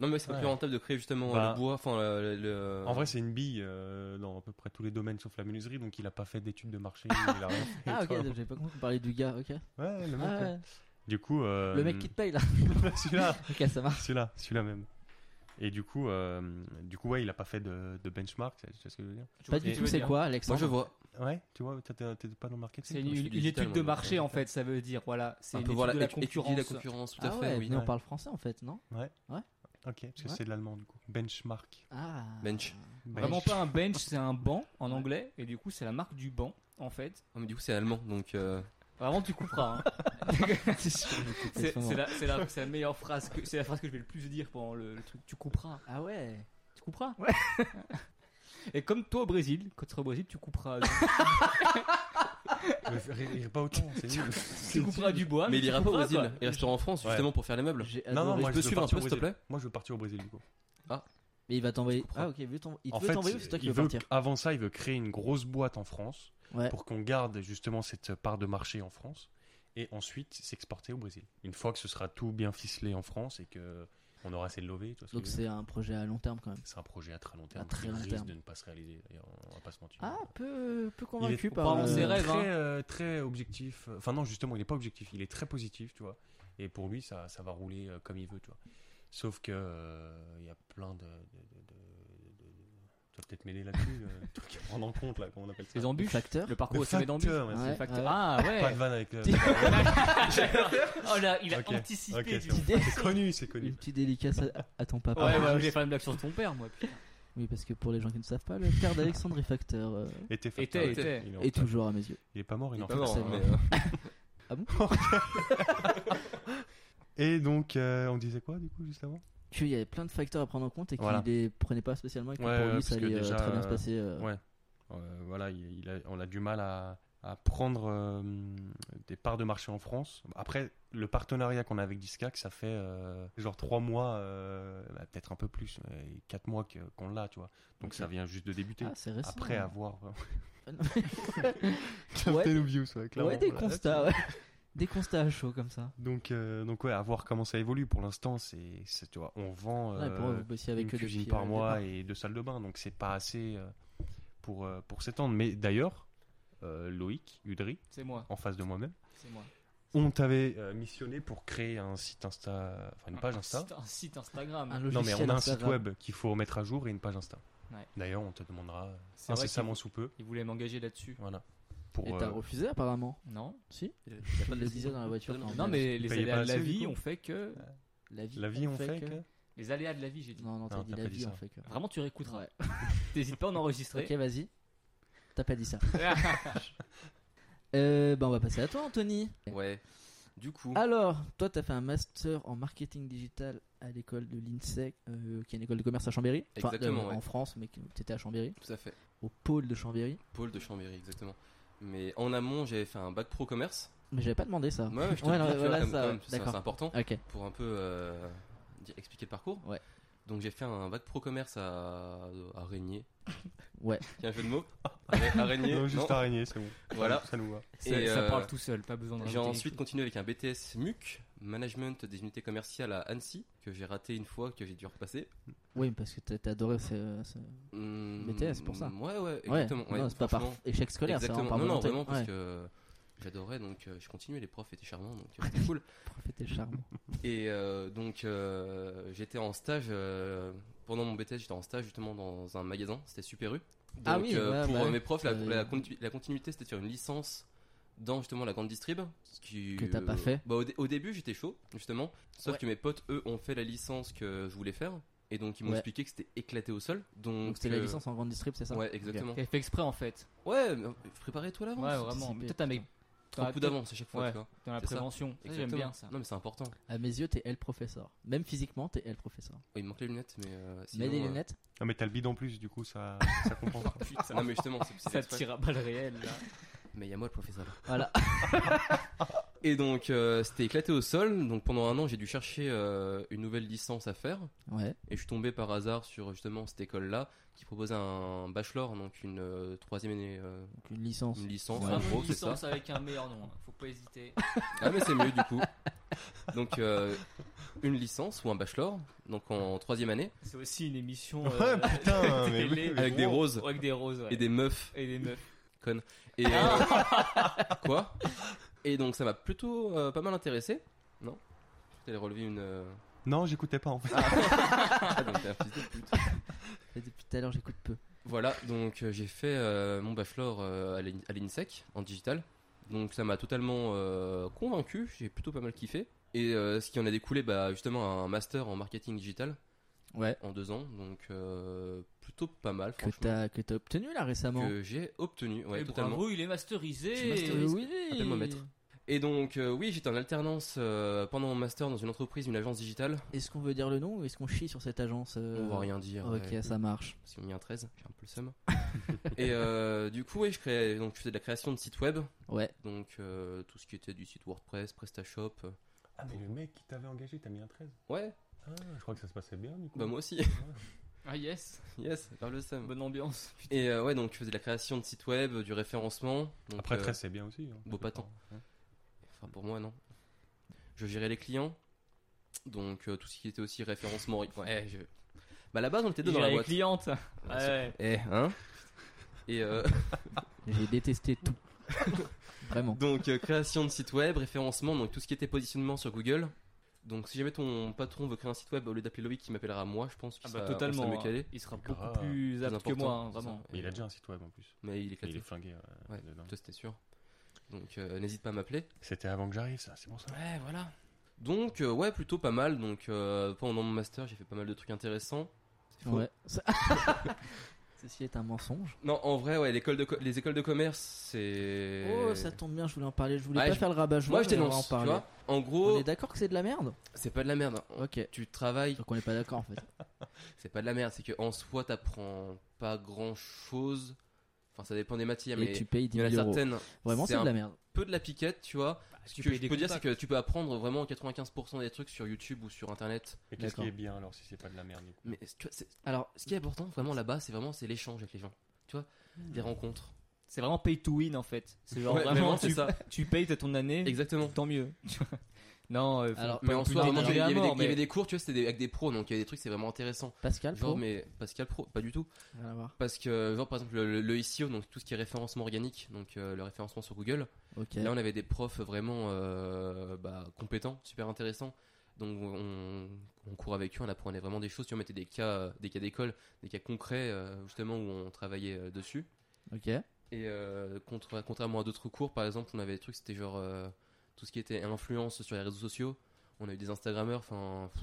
Speaker 1: Non, mais c'est pas plus
Speaker 5: Ouais.
Speaker 1: rentable de créer justement euh,
Speaker 5: Bah,
Speaker 1: le bois, enfin le, le-
Speaker 5: En vrai, c'est une bille euh, dans à peu près tous les domaines sauf la menuiserie, donc il a pas fait d'études de marché. il a rien fait,
Speaker 3: Ah,
Speaker 5: tu vois.
Speaker 3: ok, j'avais pas compris qu'on parlait du gars, ok.
Speaker 5: Ouais, le mec.
Speaker 3: Ah,
Speaker 5: ouais.
Speaker 3: ouais.
Speaker 5: Du coup, euh,
Speaker 3: Le mec qui te paye là.
Speaker 5: celui-là,
Speaker 3: Ok, ça marche.
Speaker 5: celui-là, celui-là même. Et du coup, euh, du coup, ouais, il a pas fait de, de benchmark, tu sais ce que je veux dire
Speaker 4: Je vois
Speaker 3: Pas
Speaker 4: ce
Speaker 3: du
Speaker 4: que tu
Speaker 3: tout,
Speaker 4: veux
Speaker 3: c'est
Speaker 4: dire.
Speaker 3: quoi,
Speaker 1: Moi,
Speaker 3: Alexandre
Speaker 1: je vois.
Speaker 5: Ouais, tu vois, t'es t'es pas dans le marketing.
Speaker 4: C'est une,
Speaker 1: je suis
Speaker 4: une
Speaker 1: digital,
Speaker 4: étude de
Speaker 1: moi,
Speaker 4: marché
Speaker 1: donc,
Speaker 4: en fait, ça veut dire. Voilà, c'est
Speaker 1: un
Speaker 4: une
Speaker 1: peu
Speaker 4: étude
Speaker 1: voir
Speaker 4: de
Speaker 1: la,
Speaker 4: la
Speaker 1: étudier la
Speaker 4: concurrence.
Speaker 1: concurrence, tout
Speaker 3: Ah
Speaker 1: à
Speaker 3: ouais,
Speaker 1: fait, oui.
Speaker 3: mais on
Speaker 5: Ouais.
Speaker 3: parle français en fait, non
Speaker 5: Ok, parce que
Speaker 3: Ouais.
Speaker 5: c'est de l'allemand du coup. Benchmark.
Speaker 3: Ah.
Speaker 1: Bench.
Speaker 5: Bench.
Speaker 4: Vraiment pas un bench, c'est un banc en anglais. Et du coup, c'est la marque du banc en fait.
Speaker 1: Ah, mais du coup, c'est allemand, donc. euh,
Speaker 4: Vraiment, tu couperas. hein. c'est c'est la, c'est la- c'est la meilleure phrase que c'est la phrase que je vais le plus dire pendant le, le truc. Tu couperas.
Speaker 3: Ah ouais.
Speaker 4: Tu couperas. Et comme toi au Brésil, quand tu seras au Brésil, tu couperas.
Speaker 5: Ah, Mais rire, rire pas autant, c'est nul.
Speaker 4: tu couperas du bois.
Speaker 1: Mais il
Speaker 4: tu
Speaker 1: ira pas au
Speaker 4: couperas,
Speaker 1: Brésil,
Speaker 4: quoi.
Speaker 1: il restera en France
Speaker 5: Ouais.
Speaker 1: justement pour faire les meubles.
Speaker 3: J'ai
Speaker 5: Non, non,
Speaker 3: adoré.
Speaker 5: moi
Speaker 1: peux
Speaker 5: je veux
Speaker 1: suivre un
Speaker 5: partir
Speaker 1: peu,
Speaker 5: au
Speaker 1: s'il te
Speaker 5: Brésil.
Speaker 1: plaît
Speaker 5: Moi je veux partir au Brésil du coup.
Speaker 3: Mais il va t'envoyer.
Speaker 1: comprends.
Speaker 3: Ah ok, il veut t'en- il
Speaker 5: En
Speaker 3: veut
Speaker 5: fait,
Speaker 3: t'envoyer ou c'est toi qui
Speaker 5: il
Speaker 3: veux
Speaker 5: veut
Speaker 3: partir
Speaker 5: Avant ça, il veut créer une grosse boîte en France
Speaker 3: Ouais.
Speaker 5: pour qu'on garde justement cette part de marché en France et ensuite s'exporter au Brésil. Une fois que ce sera tout bien ficelé en France et que on aura assez de levée, tu vois ce que
Speaker 3: Donc
Speaker 5: je veux dire
Speaker 3: c'est un projet à long terme quand même.
Speaker 5: C'est un projet à très long terme
Speaker 3: À très
Speaker 5: qui
Speaker 3: long
Speaker 5: risque
Speaker 3: terme.
Speaker 5: de ne pas se réaliser. d'ailleurs, on va pas se mentir.
Speaker 3: Ah, peu, peu
Speaker 5: il
Speaker 3: convaincu
Speaker 5: est
Speaker 3: par.
Speaker 4: on
Speaker 3: le-
Speaker 4: ses rêves, hein.
Speaker 5: très, euh, très objectif. Enfin non, justement, il n'est pas objectif. Il est très positif, tu vois. Et pour lui, ça, ça va rouler euh, comme il veut, tu vois. Sauf que euh, il y a plein de. de, de, de- de- de- Tu vas peut-être mêler là-dessus, euh, truc à prendre en compte là, comment on appelle ça.
Speaker 4: Les
Speaker 3: le
Speaker 4: embûches.
Speaker 3: facteur.
Speaker 4: Le
Speaker 5: Le
Speaker 4: parcours c'est d'embûches.
Speaker 5: facteur, ouais, c'est
Speaker 3: Ouais.
Speaker 5: le
Speaker 4: Facteur. Ah ouais.
Speaker 5: Pas de vanne avec. euh,
Speaker 4: oh là, il a
Speaker 5: Ok,
Speaker 4: anticipé.
Speaker 5: ok,
Speaker 4: du
Speaker 5: c'est
Speaker 4: coup.
Speaker 5: bon. c'est connu, c'est
Speaker 3: Une
Speaker 5: connu.
Speaker 3: petite dédicace à, à ton papa.
Speaker 4: Ouais, ouais, j'ai fait une blague sur ton père, moi. putain.
Speaker 3: Oui, parce que pour les gens qui ne savent pas, le père d'Alexandre est facteur. euh,
Speaker 5: Était facteur.
Speaker 4: Était,
Speaker 5: Il
Speaker 4: était.
Speaker 5: est en
Speaker 3: et
Speaker 5: fait.
Speaker 3: toujours à mes yeux.
Speaker 5: Il est pas mort, il est en
Speaker 1: Pas
Speaker 5: fait.
Speaker 1: mort,
Speaker 3: ça,
Speaker 1: mais,
Speaker 3: ouais.
Speaker 1: euh,
Speaker 5: Et donc, euh, on disait quoi du coup juste avant
Speaker 3: Puis il y avait plein de facteurs à prendre en compte et qu'il
Speaker 5: Voilà.
Speaker 3: les prenait pas spécialement et que
Speaker 5: Ouais,
Speaker 3: pour lui
Speaker 5: parce
Speaker 3: ça
Speaker 5: que
Speaker 3: allait euh,
Speaker 5: déjà,
Speaker 3: très bien se
Speaker 5: euh,
Speaker 3: passer. euh,
Speaker 5: ouais. Euh, voilà, il- il a- on a du mal à, à prendre euh, des parts de marché en France. Après, le partenariat qu'on a avec Discac, ça fait euh, genre trois mois, euh, bah, peut-être un peu plus, euh, et quatre mois que- qu'on l'a, tu vois. Donc
Speaker 3: Ok.
Speaker 5: ça vient juste de débuter.
Speaker 3: Ah, c'est récent.
Speaker 5: Après
Speaker 3: ouais.
Speaker 5: avoir.
Speaker 3: Ah, non.
Speaker 5: Captain Obvious, ouais, clairement.
Speaker 3: Ouais, des
Speaker 5: Voilà,
Speaker 3: constats, ouais. Des constats à chaud comme ça.
Speaker 5: Donc, euh, donc ouais, à voir comment ça évolue. Pour l'instant, c'est, c'est- tu vois, on vend
Speaker 3: Ouais, pour
Speaker 5: euh,
Speaker 3: eux, vous bossiez avec
Speaker 5: une
Speaker 3: eux
Speaker 5: cuisine
Speaker 3: depuis,
Speaker 5: par
Speaker 3: euh, le
Speaker 5: mois
Speaker 3: départ.
Speaker 5: et deux salles de bain, donc c'est pas assez euh, pour euh, pour s'étendre. Mais d'ailleurs, euh, Loïc Udry,
Speaker 4: C'est moi.
Speaker 5: en face de moi-même,
Speaker 4: C'est moi.
Speaker 5: on t'avait euh, missionné pour créer un site Insta, enfin une page Insta. Ah,
Speaker 4: site- Un site Instagram.
Speaker 3: Un
Speaker 5: Non mais
Speaker 3: logiciel
Speaker 5: on a un
Speaker 3: Instagram.
Speaker 5: site web qu'il faut remettre à jour et une page Insta.
Speaker 4: Ouais.
Speaker 5: D'ailleurs, on te demandera euh,
Speaker 4: C'est vrai
Speaker 5: incessamment
Speaker 4: qu'il-
Speaker 5: sous peu,
Speaker 4: Il voulait m'engager là-dessus.
Speaker 5: voilà, pour
Speaker 3: Et t'as
Speaker 5: euh,
Speaker 3: refusé apparemment.
Speaker 4: Non.
Speaker 3: Si
Speaker 1: il y a
Speaker 3: Je
Speaker 1: pas de-
Speaker 3: le disais dans la voiture. quand on
Speaker 4: Non, mais les
Speaker 5: payait pas
Speaker 4: aléas de la
Speaker 5: assez, du
Speaker 4: vie
Speaker 5: coup
Speaker 4: ont fait que.
Speaker 3: La vie,
Speaker 5: la vie
Speaker 3: on
Speaker 5: on fait. que-
Speaker 4: Les aléas de la vie, j'ai dit.
Speaker 3: Non, non, t'as
Speaker 5: Non,
Speaker 3: dit
Speaker 5: t'as
Speaker 3: la
Speaker 5: pas
Speaker 3: vie
Speaker 5: dit
Speaker 3: en
Speaker 5: ça.
Speaker 3: fait que.
Speaker 4: Vraiment, tu réécouteras.
Speaker 3: Ouais.
Speaker 4: T'hésites pas à en enregistrer.
Speaker 3: Ok, vas-y. T'as pas dit ça. Euh, bah, on va passer à toi, Anthony.
Speaker 1: Ouais. Du coup,
Speaker 3: Alors, toi, t'as fait un master en marketing digital à l'école de l'INSEC, euh, qui est une école de commerce à Chambéry. Enfin,
Speaker 1: Exactement,
Speaker 3: euh,
Speaker 1: ouais.
Speaker 3: En France, mais que- t'étais à Chambéry,
Speaker 1: tout à fait.
Speaker 3: au pôle de Chambéry.
Speaker 1: Pôle de Chambéry, exactement. Mais en amont, j'avais fait un bac pro commerce.
Speaker 3: Mais j'avais pas demandé ça.
Speaker 1: Moi, je te
Speaker 3: Ah. Ouais,
Speaker 1: le
Speaker 3: non,
Speaker 1: dis, tu vois,
Speaker 3: voilà
Speaker 1: quand même-
Speaker 3: ça,
Speaker 1: quand
Speaker 3: ouais.
Speaker 1: même, c'est-
Speaker 3: D'accord.
Speaker 1: c'est important
Speaker 3: Ok.
Speaker 1: pour un peu euh, dire- expliquer le parcours.
Speaker 3: Ouais.
Speaker 1: Donc j'ai fait un bac pro commerce à, à Régnier.
Speaker 3: Ouais.
Speaker 1: Tiens, jeu de mots. À Régnier.
Speaker 5: Non, juste
Speaker 1: non.
Speaker 5: araignée, c'est bon.
Speaker 1: Voilà.
Speaker 5: Ça nous va.
Speaker 4: Ça,
Speaker 1: Et,
Speaker 4: ça
Speaker 1: euh,
Speaker 4: parle tout seul, pas besoin de
Speaker 1: J'ai
Speaker 4: rajouter
Speaker 1: ensuite
Speaker 4: les
Speaker 1: continué avec un BTS MUC, Management des unités commerciales à Annecy, que j'ai raté une fois, que j'ai dû repasser.
Speaker 3: Oui, parce que t'as t'as adoré ce- ce-
Speaker 1: Hum,
Speaker 3: BTS, pour ça.
Speaker 1: Ouais, ouais,
Speaker 3: Ouais,
Speaker 1: exactement.
Speaker 3: non, c'est pas par
Speaker 1: franchement.
Speaker 3: échec scolaire, c'est
Speaker 1: Exactement.
Speaker 3: vraiment par
Speaker 1: non, non,
Speaker 3: volonté.
Speaker 1: vraiment, parce
Speaker 3: Ouais.
Speaker 1: que j'adorais, donc euh, je continuais, les profs étaient charmants, donc euh, c'était cool.
Speaker 3: Profitez le charme.
Speaker 1: Et euh, donc euh, j'étais en stage, euh, pendant mon BTS, j'étais en stage justement dans un magasin, c'était Super U. Donc,
Speaker 3: Ah oui,
Speaker 1: euh,
Speaker 3: ouais,
Speaker 1: pour
Speaker 3: bah
Speaker 1: euh,
Speaker 3: ouais.
Speaker 1: mes profs, la,
Speaker 3: Euh,
Speaker 1: la continu- la continuité, c'était de faire une licence dans justement la grande distrib. ce Qui,
Speaker 3: Que t'as pas fait.
Speaker 1: bah, au, dé- au début, j'étais chaud, justement. Sauf
Speaker 3: Ouais.
Speaker 1: que mes potes, eux, ont fait la licence que je voulais faire. Et donc, ils m'ont
Speaker 3: Ouais.
Speaker 1: expliqué que c'était éclaté au sol. Donc,
Speaker 3: Donc c'était la
Speaker 1: euh,
Speaker 3: licence en grande distrib, c'est ça
Speaker 1: Ouais, exactement.
Speaker 4: trucs. T'as fait exprès en fait.
Speaker 1: Ouais, mais préparez-toi à
Speaker 4: Ouais,
Speaker 1: l'avance.
Speaker 4: vraiment.
Speaker 3: anticipé,
Speaker 4: Peut-être un mec
Speaker 1: Trois coups d'avance à chaque fois,
Speaker 4: Ouais.
Speaker 1: tu vois.
Speaker 4: dans la
Speaker 1: C'est ça.
Speaker 4: prévention. Ça, J'aime
Speaker 1: Exactement.
Speaker 4: bien ça.
Speaker 1: Non, mais c'est important.
Speaker 3: À mes yeux, t'es L professeur. Même physiquement, t'es L professeur.
Speaker 1: Oh, il me manque les lunettes, mais. Euh,
Speaker 3: Mets
Speaker 1: sinon,
Speaker 3: des
Speaker 1: euh,
Speaker 3: lunettes.
Speaker 5: Ah, mais t'as le bide en plus, du coup, ça, ça compense.
Speaker 1: putain. Non, mais justement, c'est c'est
Speaker 4: Ça
Speaker 1: exprès.
Speaker 4: tire à balles réelles là.
Speaker 1: Mais il y a moi le professeur.
Speaker 3: Voilà.
Speaker 1: Et donc, euh, c'était éclaté au sol. Donc, pendant un an, j'ai dû chercher euh, une nouvelle licence à faire.
Speaker 3: Ouais.
Speaker 1: Et je suis tombé par hasard sur justement cette école-là qui proposait un bachelor, donc une euh, troisième année, euh,
Speaker 3: Donc une licence.
Speaker 1: une licence
Speaker 3: Ouais.
Speaker 1: en
Speaker 4: Vraiment
Speaker 1: gros,
Speaker 4: une
Speaker 1: c'est ça.
Speaker 4: licence avec un meilleur nom, hein. faut pas hésiter.
Speaker 1: Ah, mais c'est mieux du coup. Donc, euh, une licence ou un bachelor, donc en troisième année,
Speaker 4: C'est aussi une émission euh,
Speaker 5: Ouais, putain, mais oui,
Speaker 4: télé
Speaker 5: mais
Speaker 1: avec des
Speaker 5: gros.
Speaker 1: roses
Speaker 4: avec des roses ouais.
Speaker 1: et des meufs.
Speaker 4: Et des meufs.
Speaker 1: Conne. Et euh, quoi Et donc, ça m'a plutôt euh, pas mal intéressé. Non Tu allais relever une. euh,
Speaker 5: Non, j'écoutais pas en fait.
Speaker 1: Ah, donc, t'es un fils de pute.
Speaker 3: Et Depuis tout à l'heure, j'écoute peu.
Speaker 1: Voilà, donc euh, j'ai fait euh, mon bachelor euh, à l'I- à l'INSEC en digital. Donc ça m'a totalement euh, convaincu, j'ai plutôt pas mal kiffé. Et euh, ce qui en a découlé, bah, justement, un master en marketing digital
Speaker 3: Ouais.
Speaker 1: en deux ans. Donc euh, plutôt pas mal,
Speaker 3: Que
Speaker 1: franchement.
Speaker 3: t'as Eh, que t'as obtenu là récemment.
Speaker 1: Que j'ai obtenu, ouais,
Speaker 4: et
Speaker 1: totalement.
Speaker 4: bravo, il est masterisé.
Speaker 3: Tu masterisé. oui.
Speaker 1: Appelle-moi maître. Et donc, euh, oui, j'étais en alternance euh, pendant mon master dans une entreprise, une agence digitale.
Speaker 3: Est-ce qu'on veut dire le nom ou est-ce qu'on chie sur cette agence euh,
Speaker 1: On va rien dire.
Speaker 3: Ok,
Speaker 1: ouais.
Speaker 3: ça marche.
Speaker 1: Si on y a un 13, j'ai un peu le seum. et euh, du coup, ouais, je, créais, donc, je faisais de la création de sites web.
Speaker 3: Ouais.
Speaker 1: Donc euh, tout ce qui était du site WordPress, PrestaShop. euh,
Speaker 5: Ah, mais le mec qui t'avait engagé, t'as mis un 13.
Speaker 1: Ouais,
Speaker 5: Ah, je crois que ça se passait bien du coup.
Speaker 1: bah moi aussi.
Speaker 4: Ah yes,
Speaker 1: yes, par le seum.
Speaker 4: bonne ambiance.
Speaker 1: Et euh, ouais, donc je faisais de la création de sites web, du référencement. donc,
Speaker 5: Après
Speaker 1: euh,
Speaker 5: 13, c'est bien aussi. hein.
Speaker 1: bon, pas tant. Enfin pour moi, non. Je gérais les clients. Donc euh, tout ce qui était aussi référencement. Ouais, je... Bah à la base, on était deux
Speaker 4: J'ai
Speaker 1: dans la
Speaker 4: la
Speaker 1: boîte.
Speaker 4: cliente. Ouais.
Speaker 1: Eh, hein Et euh,
Speaker 3: J'ai détesté tout. Vraiment.
Speaker 1: donc euh, création de site web, référencement, donc tout ce qui était positionnement sur Google. Donc si jamais ton patron veut créer un site web, au lieu d'appeler Loïc, il m'appellera moi, je pense.
Speaker 4: Ah
Speaker 1: puis
Speaker 4: bah
Speaker 1: ça- on sera
Speaker 4: totalement.
Speaker 1: mieux
Speaker 4: hein.
Speaker 1: calé.
Speaker 4: Il sera
Speaker 5: Grave.
Speaker 4: beaucoup plus apte que
Speaker 1: important,
Speaker 4: moi, hein,
Speaker 1: c'est ça.
Speaker 4: vraiment.
Speaker 5: Mais il a déjà un site web en plus.
Speaker 1: Mais il est
Speaker 5: Il est
Speaker 1: éclaté.
Speaker 5: flingué. euh,
Speaker 1: Ouais.
Speaker 5: dedans.
Speaker 1: Toi, c'était sûr. Donc euh, n'hésite pas à m'appeler.
Speaker 5: C'était avant que j'arrive, ça, c'est pour ça.
Speaker 1: Ouais, voilà. Donc euh, ouais, plutôt pas mal. Donc euh, pendant mon master, j'ai fait pas mal de trucs intéressants. C'est faux.
Speaker 3: Ouais. Ça- Ceci est un mensonge.
Speaker 1: Non, en vrai, ouais, l'école de co- les écoles de commerce, c'est.
Speaker 3: Oh, ça tombe bien, je voulais en parler. Je voulais
Speaker 1: Ouais,
Speaker 3: pas
Speaker 1: je-
Speaker 3: faire le rabat
Speaker 1: Moi, je
Speaker 3: mais on va
Speaker 1: dénonce.
Speaker 3: En
Speaker 1: tu
Speaker 3: parler.
Speaker 1: vois. Oh. En
Speaker 3: On
Speaker 1: gros,
Speaker 3: est d'accord que c'est de la merde
Speaker 1: c'est pas de la merde. hein.
Speaker 3: Ok.
Speaker 1: Tu travailles,
Speaker 3: Donc on est pas d'accord en fait.
Speaker 1: c'est pas de la merde. C'est que en soi, t'apprends pas grand chose. Enfin, ça dépend des matières,
Speaker 3: Et
Speaker 1: mais
Speaker 3: tu payes
Speaker 1: il y en a
Speaker 3: 10 000 euros.
Speaker 1: certaines.
Speaker 3: Vraiment,
Speaker 1: c'est
Speaker 3: c'est de
Speaker 1: un-
Speaker 3: la merde.
Speaker 1: Peu de la piquette, tu vois. Ce
Speaker 4: tu
Speaker 1: que
Speaker 4: payes
Speaker 1: je
Speaker 4: des
Speaker 1: peux dire, c'est
Speaker 4: contacts.
Speaker 1: que tu peux apprendre vraiment 95% des trucs sur YouTube ou sur Internet.
Speaker 5: Et qu'est-ce qui
Speaker 3: D'accord.
Speaker 5: est bien alors si c'est pas de la merde du coup
Speaker 1: Mais tu vois, c'est- alors, ce qui est important vraiment là-bas, c'est vraiment c'est l'échange avec les gens. Tu vois, des rencontres.
Speaker 4: C'est vraiment pay to win en fait. C'est genre
Speaker 1: Ouais,
Speaker 4: vraiment,
Speaker 1: c'est
Speaker 4: tu,
Speaker 1: ça.
Speaker 4: tu payes t'as ton année.
Speaker 1: Exactement.
Speaker 4: Tant mieux. Tu vois. non, euh, faut
Speaker 3: Alors,
Speaker 4: pas
Speaker 1: Mais en
Speaker 4: non plus
Speaker 1: soi, vraiment, il y,
Speaker 4: dénigrer à
Speaker 1: avait- il y avait
Speaker 4: mort,
Speaker 1: des- il y avait
Speaker 4: mais-
Speaker 1: des cours, tu vois, c'était des- avec des pros, donc il y avait des trucs, c'est vraiment intéressant.
Speaker 3: Pascal,
Speaker 1: Genre,
Speaker 3: pro
Speaker 1: mais Pascal Pro, pas du tout.
Speaker 3: Rien à voir.
Speaker 1: Parce que, genre, par exemple, le, le SEO, donc tout ce qui est référencement organique, donc euh, le référencement sur Google,
Speaker 3: Ok.
Speaker 1: là, on avait des profs vraiment euh, bah, compétents, super intéressants. Donc, on, on court avec eux, on apprenait vraiment des choses. Tu vois, on mettait des cas, euh, des cas d'école, des cas concrets, euh, justement, où on travaillait euh, dessus.
Speaker 3: Ok.
Speaker 1: Et euh, contre- contrairement à d'autres cours, par exemple, on avait des trucs, c'était genre euh, tout ce qui était influence sur les réseaux sociaux. On a eu des Instagrammeurs, enfin. pff,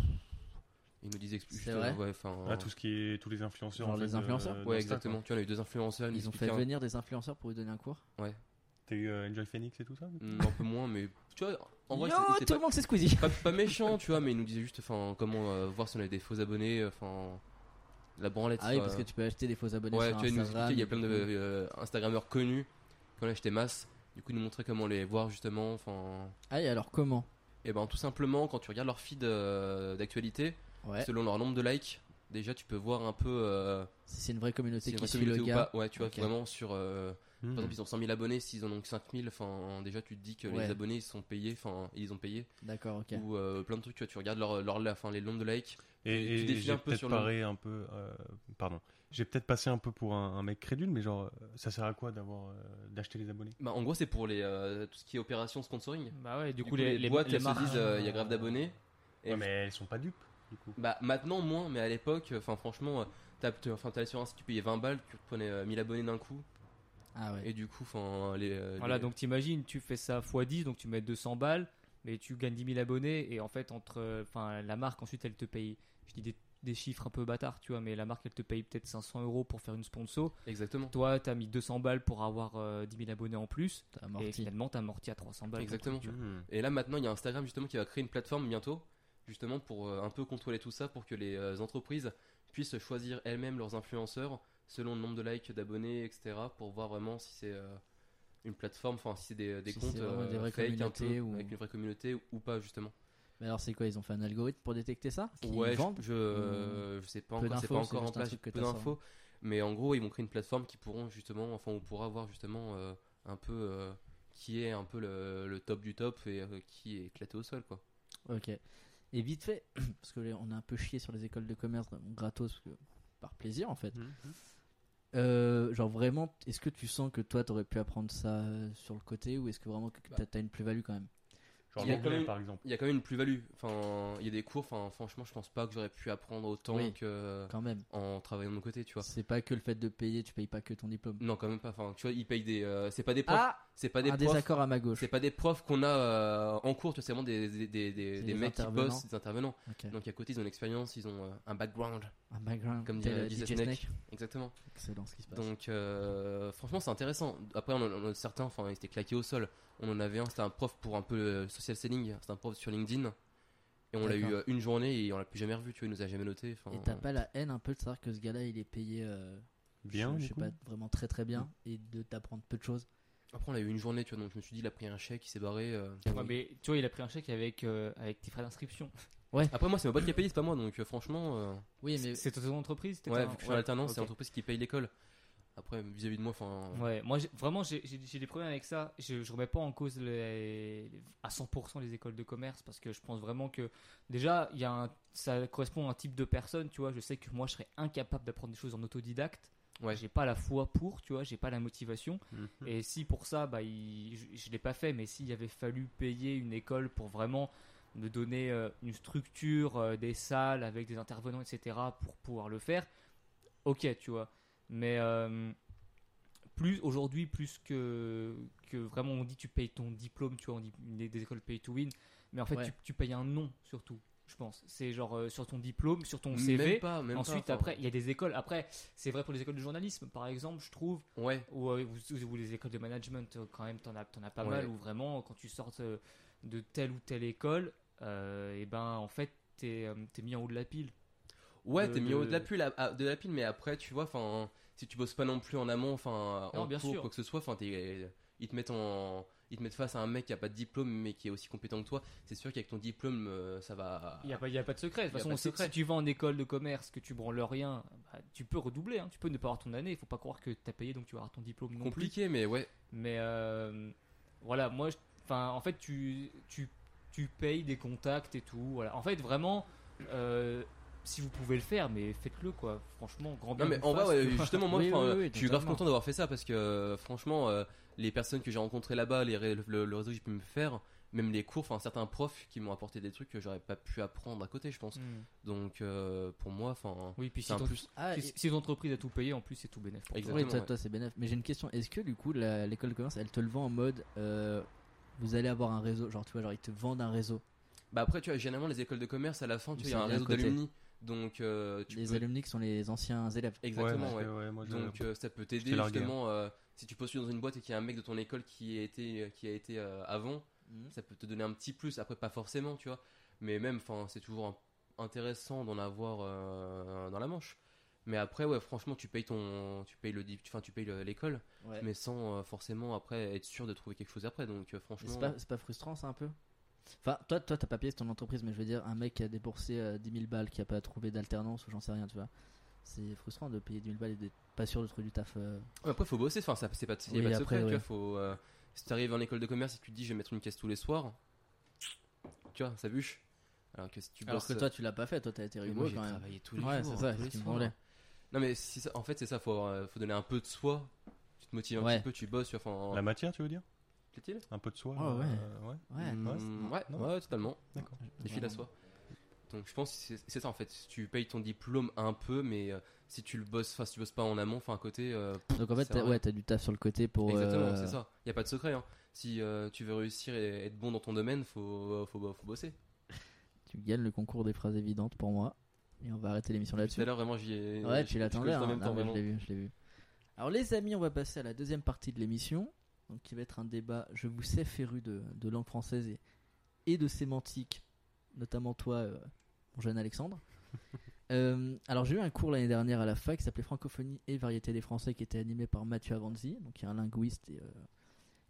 Speaker 1: Ils nous disaient. euh,
Speaker 3: C'est vrai
Speaker 1: ouais, enfin.
Speaker 5: Ah, tout ce qui est tous euh, les influenceurs.
Speaker 3: Genre
Speaker 5: en fait,
Speaker 3: les influenceurs
Speaker 5: de-
Speaker 1: Ouais,
Speaker 5: d'Insta,
Speaker 1: exactement.
Speaker 5: quoi.
Speaker 1: Tu vois, on a eu deux influenceurs.
Speaker 3: Ils ont fait
Speaker 1: expliquaient un-
Speaker 3: venir des influenceurs pour lui donner un cours.
Speaker 5: T'as eu euh, Enjoy Phoenix et tout ça
Speaker 1: Mm, Un peu moins, mais. Tu vois, en vrai,
Speaker 3: Yo,
Speaker 1: c'était-
Speaker 3: tout
Speaker 1: c'était
Speaker 3: le monde c'est Squeezie.
Speaker 1: pas, pas, pas méchant, tu vois, mais ils nous disaient juste enfin, comment euh, voir si on avait des faux abonnés, euh, enfin. La branlette.
Speaker 3: Ah oui,
Speaker 1: quoi.
Speaker 3: parce que tu peux acheter des faux abonnés
Speaker 1: euh, Ouais,
Speaker 3: sur
Speaker 1: tu vois, ils nous
Speaker 3: Instagram.
Speaker 1: expliquaient, il y a plein de euh, Instagrammeurs connus qui ont acheté masse. Du coup, ils nous montraient comment les voir, justement, enfin.
Speaker 3: Ah, et alors comment
Speaker 1: Eh Et ben tout simplement quand tu regardes leur feed euh, d'actualité,
Speaker 3: Ouais.
Speaker 1: selon leur nombre de likes, déjà tu peux voir un peu euh,
Speaker 3: Si c'est une vraie communauté
Speaker 1: si
Speaker 3: qui
Speaker 1: la
Speaker 3: suit le
Speaker 1: communauté ou
Speaker 3: gars.
Speaker 1: pas. Ouais, tu vois
Speaker 3: Ok.
Speaker 1: vraiment sur. euh,
Speaker 5: Hmm.
Speaker 1: Par exemple, ils ont 100 000 abonnés, s'ils en ont que 5 000, enfin, déjà tu te dis que
Speaker 3: Ouais.
Speaker 1: les abonnés ils sont payés, enfin, ils ont payé.
Speaker 3: D'accord, ok.
Speaker 1: Ou euh, plein de trucs, tu vois, tu regardes leur, leur, enfin, les nombres de likes. Tu
Speaker 5: Et, et- et
Speaker 1: défiles
Speaker 5: j'ai
Speaker 1: un peu
Speaker 5: peut-être
Speaker 1: sur le-
Speaker 5: paré un peu. euh, pardon. J'ai peut-être passé un peu pour un, un mec crédule, mais genre, euh, ça sert à quoi d'avoir euh, d'acheter les abonnés
Speaker 1: Bah, en gros, c'est pour les, euh, tout ce qui est opération sponsoring.
Speaker 4: Bah ouais, du,
Speaker 1: Du coup, les, boîtes elles se disent, euh, il y a grave d'abonnés. Et
Speaker 5: Ouais, mais elles sont pas dupes, du coup.
Speaker 1: Bah maintenant moins, mais à l'époque, enfin franchement, euh, t'as- t'as- enfin, t'allais sur un site, tu payais 20 balles, tu prenais euh, 1000 abonnés d'un coup,
Speaker 3: Ah ouais.
Speaker 1: et du coup, enfin les. euh,
Speaker 4: Voilà,
Speaker 1: les-
Speaker 4: donc t'imagines, tu fais ça x 10, donc tu mets 200 balles, mais tu gagnes 10 000 abonnés, et en fait, entre, euh, enfin, la marque, ensuite, elle te paye, je dis des, des chiffres un peu bâtards, tu vois, mais la marque, elle te paye peut-être 500 euros pour faire une sponsor.
Speaker 1: Exactement.
Speaker 4: Toi, t'as mis 200 balles pour avoir euh, 10 000 abonnés en plus,
Speaker 3: T'as
Speaker 4: et
Speaker 3: amorti.
Speaker 4: finalement, t'as amorti à 300 balles.
Speaker 1: Exactement.
Speaker 5: Hmm.
Speaker 1: Et là maintenant, il y a Instagram justement qui va créer une plateforme bientôt, justement pour euh, un peu contrôler tout ça, pour que les euh, entreprises puissent choisir elles-mêmes leurs influenceurs selon le nombre de likes, d'abonnés, etc., pour voir vraiment si c'est euh, une plateforme, enfin si c'est des, des
Speaker 3: Si
Speaker 1: comptes euh,
Speaker 3: c'est vraiment des vraies
Speaker 1: fake un peu,
Speaker 3: communautés ou-
Speaker 1: avec une vraie communauté ou pas justement.
Speaker 3: Mais alors, c'est quoi Ils ont fait un algorithme pour détecter ça Qui
Speaker 1: ouais, je-
Speaker 3: vendent
Speaker 1: je, euh, je sais pas
Speaker 3: Peu
Speaker 1: encore, c'est
Speaker 3: d'infos,
Speaker 1: pas
Speaker 3: c'est
Speaker 1: encore en
Speaker 3: juste un
Speaker 1: place,
Speaker 3: truc que
Speaker 1: peu
Speaker 3: t'as
Speaker 1: d'infos. Mais en gros, ils vont créer une plateforme qui pourront justement, enfin, on pourra voir justement euh, un peu euh, qui est un peu le, le top du top et euh, qui est éclaté au sol, quoi.
Speaker 3: Ok. Et vite fait, parce que là, on a un peu chié sur les écoles de commerce vraiment gratos parce que- par plaisir en fait.
Speaker 1: Hmm.
Speaker 3: Euh, genre vraiment, est-ce que tu sens que toi t'aurais pu apprendre ça euh, sur le côté ou est-ce que vraiment que
Speaker 1: Bah.
Speaker 3: t'as- t'as une plus-value quand même
Speaker 5: Genre
Speaker 1: Il y a quand
Speaker 5: l'anglais,
Speaker 1: même-
Speaker 5: par exemple.
Speaker 1: Il y a quand même une plus-value. Enfin, il y a des cours. Enfin, franchement, je pense pas que j'aurais pu apprendre autant
Speaker 3: Oui.
Speaker 1: que
Speaker 3: Quand même.
Speaker 1: en travaillant de mon côté, tu vois.
Speaker 3: C'est pas que le fait de payer, tu payes pas que ton diplôme.
Speaker 1: Non, quand même pas. Enfin, tu vois, ils payent des. euh, c'est pas des profs.
Speaker 3: Ah
Speaker 1: c'est Mm. pas des
Speaker 3: Un
Speaker 1: profs.
Speaker 3: désaccord à ma gauche.
Speaker 1: C'est pas des profs qu'on a euh, en cours. Tu vois, c'est vraiment des des, des, des-
Speaker 3: C'est des
Speaker 1: des mecs qui
Speaker 3: intervenants.
Speaker 1: bossent, des intervenants.
Speaker 3: Ok.
Speaker 1: Donc à côté, ils ont une expérience, ils ont euh, un background.
Speaker 3: Un background.
Speaker 1: Comme
Speaker 3: tel,
Speaker 1: dirait
Speaker 3: euh,
Speaker 1: DJ
Speaker 3: DJ
Speaker 1: Snake.
Speaker 3: Snake.
Speaker 1: Exactement.
Speaker 3: Excellent ce qui se passe.
Speaker 1: Donc, euh, franchement, c'est intéressant. Après, on, en- on en a certains, enfin, ils étaient claqués au sol. On en avait un, c'était un prof pour un peu euh, social selling, c'était un prof sur LinkedIn. Et on l'a eu
Speaker 3: D'accord.
Speaker 1: euh, une journée et on l'a plus jamais revu, tu vois, il nous a jamais noté. enfin,
Speaker 3: Et t'as pas la haine un peu de savoir que ce gars-là il est payé euh, je,
Speaker 5: Bien,
Speaker 3: je
Speaker 5: du
Speaker 3: sais
Speaker 5: coup. Mm.
Speaker 3: pas vraiment très très bien et de t'apprendre peu de choses.
Speaker 1: Après, on l'a eu une journée, tu vois, donc je me suis dit, il a pris un chèque, il s'est barré. euh,
Speaker 4: Ouais, mais tu vois, il a pris un chèque avec, euh, avec tes frais d'inscription.
Speaker 1: Après, moi, c'est ma boîte qui a payé, c'est pas moi, donc euh, franchement, euh,
Speaker 3: Oui mais
Speaker 4: C'est ton entreprise c'était
Speaker 1: ouais,
Speaker 4: un-
Speaker 1: vu que je suis en alternance, c'est
Speaker 4: ok.
Speaker 1: l'entreprise qui paye l'école. Après, vis-à-vis de moi, enfin.
Speaker 4: Ouais, moi j'ai- vraiment j'ai j'ai- j'ai des problèmes avec ça. Je, je remets pas en cause les, les- à 100% les écoles de commerce parce que je pense vraiment que déjà il y a un- ça correspond à un type de personne. Tu vois, je sais que moi je serais incapable d'apprendre des choses en autodidacte.
Speaker 1: Ouais.
Speaker 4: J'ai pas la foi pour, tu vois, j'ai pas la motivation.
Speaker 5: Mhm.
Speaker 4: Et si pour ça, bah, il- je, je l'ai pas fait, mais s'il avait fallu payer une école pour vraiment me donner euh, une structure, euh, des salles avec des intervenants, etc., pour pouvoir le faire, ok, tu vois. Mais euh, plus aujourd'hui, plus que, que vraiment on dit tu payes ton diplôme, tu vois, on dit des, des écoles pay to win, mais en fait
Speaker 3: Ouais.
Speaker 4: tu, tu payes un nom surtout, je pense. C'est genre euh, sur ton diplôme, sur ton
Speaker 1: Même
Speaker 4: CV.
Speaker 1: pas, même pas,
Speaker 4: Ensuite,
Speaker 1: enfin,
Speaker 4: après, il y a des écoles. Après, c'est vrai pour les écoles de journalisme, par exemple, je trouve
Speaker 1: Ouais,
Speaker 4: ou, euh, ou- ou les écoles de management euh, quand même t'en as t'en as pas
Speaker 1: Ouais.
Speaker 4: mal où vraiment quand tu sortes euh, de telle ou telle école et ben en fait t'es euh, t'es mis en haut de la pile
Speaker 1: Ouais,
Speaker 4: de-
Speaker 1: t'es mis au haut de la
Speaker 4: de-
Speaker 1: pile, à- à- de la pile, mais après, tu vois, enfin, si tu bosses pas non plus en amont, enfin,
Speaker 4: Non,
Speaker 1: en
Speaker 4: bien
Speaker 1: cours,
Speaker 4: sûr.
Speaker 1: quoi que ce soit, enfin, t'es- ils te mettent en, ils te mettent face à un mec qui a pas de diplôme mais qui est aussi compétent que toi. C'est sûr qu'avec ton diplôme, euh, ça va.
Speaker 4: il y a pas il y a pas de secret de toute
Speaker 1: Y a pas
Speaker 4: façon
Speaker 1: de
Speaker 4: si,
Speaker 1: secret.
Speaker 4: si tu vas en école de commerce que tu branles rien bah, tu peux redoubler hein, tu peux ne pas avoir ton année il faut pas croire que t'as payé donc tu vas avoir ton diplôme non plus
Speaker 1: compliqué, mais ouais.
Speaker 4: mais euh, voilà moi je- enfin en fait tu tu tu payes des contacts et tout voilà en fait vraiment euh, si vous pouvez le faire, mais faites-le quoi. Franchement, grand bien.
Speaker 1: Non mais
Speaker 4: vous
Speaker 1: en vrai,
Speaker 4: fasse,
Speaker 1: ouais,
Speaker 4: tu vois.
Speaker 1: justement, moi,
Speaker 3: Oui,
Speaker 1: enfin,
Speaker 3: oui,
Speaker 1: euh,
Speaker 3: oui,
Speaker 1: je suis grave
Speaker 3: totalement.
Speaker 1: content d'avoir fait ça parce que euh, franchement, euh, les personnes que j'ai rencontrées là-bas, les ré- le, le réseau que j'ai pu me faire, même les cours, enfin, certains profs qui m'ont apporté des trucs que j'aurais pas pu apprendre à côté, je pense.
Speaker 4: Mm.
Speaker 1: Donc, euh, pour moi, enfin,
Speaker 4: Oui, puis
Speaker 1: c'est
Speaker 4: si,
Speaker 1: un
Speaker 4: ton,
Speaker 1: plus.
Speaker 3: Ah,
Speaker 4: si-
Speaker 3: et-
Speaker 4: si ton entreprise a tout payé, en plus c'est tout bénéfique.
Speaker 1: Exact.
Speaker 3: Oui,
Speaker 1: Exactement,
Speaker 3: toi,
Speaker 1: ouais.
Speaker 3: toi, c'est bénéf. Mais j'ai une question. Est-ce que du coup, la- l'école de commerce, elle te le vend en mode, euh, vous allez avoir un réseau, genre tu vois, genre ils te vendent un réseau.
Speaker 1: Bah après, tu vois, généralement, les écoles de commerce, à la fin, tu vois, il y a
Speaker 3: Ça
Speaker 1: un
Speaker 3: vient à
Speaker 1: réseau
Speaker 3: côté.
Speaker 1: d'alumni. Donc, euh, tu
Speaker 3: les
Speaker 1: peux-
Speaker 3: alumni qui sont les anciens élèves.
Speaker 1: Exactement,
Speaker 5: Ouais,
Speaker 1: ouais.
Speaker 5: ouais, moi, je-
Speaker 1: Donc, euh, ça peut
Speaker 5: t'ai
Speaker 1: t'aider,
Speaker 5: largué,
Speaker 1: justement, euh, si tu postules dans une boîte et qu'il y a un mec de ton école qui a été, qui a été euh, avant, ça peut te donner un petit plus. Après, pas forcément, tu vois. Mais même, enfin, c'est toujours un- intéressant d'en avoir euh, dans la manche. Mais après, ouais, franchement, tu payes ton, tu payes le, dip- enfin, tu payes le- l'école,
Speaker 3: Ouais.
Speaker 1: mais sans euh, forcément après être sûr de trouver quelque chose après. Donc, euh,
Speaker 3: Mais
Speaker 1: franchement,
Speaker 3: C'est pas, c'est pas frustrant, ça un peu. Enfin, toi, toi, t'as pas payé c'est ton entreprise, mais je veux dire, un mec qui a dépensé euh, 10 000 balles, qui a pas trouvé d'alternance ou j'en sais rien, tu vois. C'est frustrant de payer 10 000 balles et d'être pas sûr de trouver du taf. euh.
Speaker 1: Ouais, Après, faut bosser. Enfin, ça, c'est pas, c'est
Speaker 3: Oui,
Speaker 1: pas de
Speaker 3: après,
Speaker 1: secret, tu
Speaker 3: ouais.
Speaker 1: vois. Faut, euh, si t'arrives en école de commerce et que tu te dis, je vais mettre une caisse tous les soirs, tu vois, ça bûche. Alors que si tu
Speaker 3: Alors
Speaker 1: bosses,
Speaker 3: que
Speaker 1: euh,
Speaker 3: toi, tu l'as pas fait, toi, t'as été
Speaker 1: mais
Speaker 3: rigoureux
Speaker 1: moi, j'ai
Speaker 3: quand même.
Speaker 1: travaillé tous les
Speaker 3: ouais,
Speaker 1: jours.
Speaker 3: c'est ça,
Speaker 1: tous
Speaker 3: c'est
Speaker 1: les
Speaker 3: ce qui me
Speaker 1: soirs.
Speaker 3: branlait.
Speaker 1: Non, mais c'est ça. En fait, c'est ça. Faut, avoir, euh, faut donner un peu de soi. Tu te motives un
Speaker 3: Ouais.
Speaker 1: petit peu, tu bosses. tu vois, Enfin,
Speaker 5: La matière, tu veux dire
Speaker 1: Plaît-il
Speaker 5: Un peu de soie
Speaker 3: Ah ouais.
Speaker 5: euh, ouais.
Speaker 3: Ouais,
Speaker 1: Mm,
Speaker 5: non,
Speaker 1: ouais,
Speaker 5: non.
Speaker 1: ouais, totalement.
Speaker 5: D'accord.
Speaker 1: Des fils à soi. Donc je pense que c'est- c'est ça en fait. Si Tu payes ton diplôme un peu, mais euh, si tu le bosses, enfin si tu bosses pas en amont, enfin à côté. euh,
Speaker 3: Donc en fait,
Speaker 1: C'est
Speaker 3: t'as
Speaker 1: vrai.
Speaker 3: ouais, t'as du taf sur le côté pour.
Speaker 1: Exactement,
Speaker 3: euh,
Speaker 1: c'est ça. Il y a pas de secret. hein. Si euh, tu veux réussir et être bon dans ton domaine, faut faut, faut bosser.
Speaker 3: Tu gagnes le concours des phrases évidentes pour moi. Et on va arrêter l'émission
Speaker 1: Tout à
Speaker 3: là-dessus.
Speaker 1: l'heure vraiment j'y ai.
Speaker 3: Ouais,
Speaker 1: j'y-
Speaker 3: tu
Speaker 1: j'y
Speaker 3: l'attendais.
Speaker 1: colle en
Speaker 3: hein.
Speaker 1: même
Speaker 3: Non,
Speaker 1: temps,
Speaker 3: mais je
Speaker 1: vraiment.
Speaker 3: l'ai vu, je l'ai vu. Alors les amis, on va passer à la deuxième partie de l'émission. Donc qui va être un débat, je vous sais, féru de, de langue française et, et de sémantique. Notamment toi, euh, mon jeune Alexandre. Euh, alors j'ai eu un cours l'année dernière à la fac qui s'appelait Francophonie et Variété des Français qui était animé par Mathieu Avanzi, donc qui est un linguiste et, euh,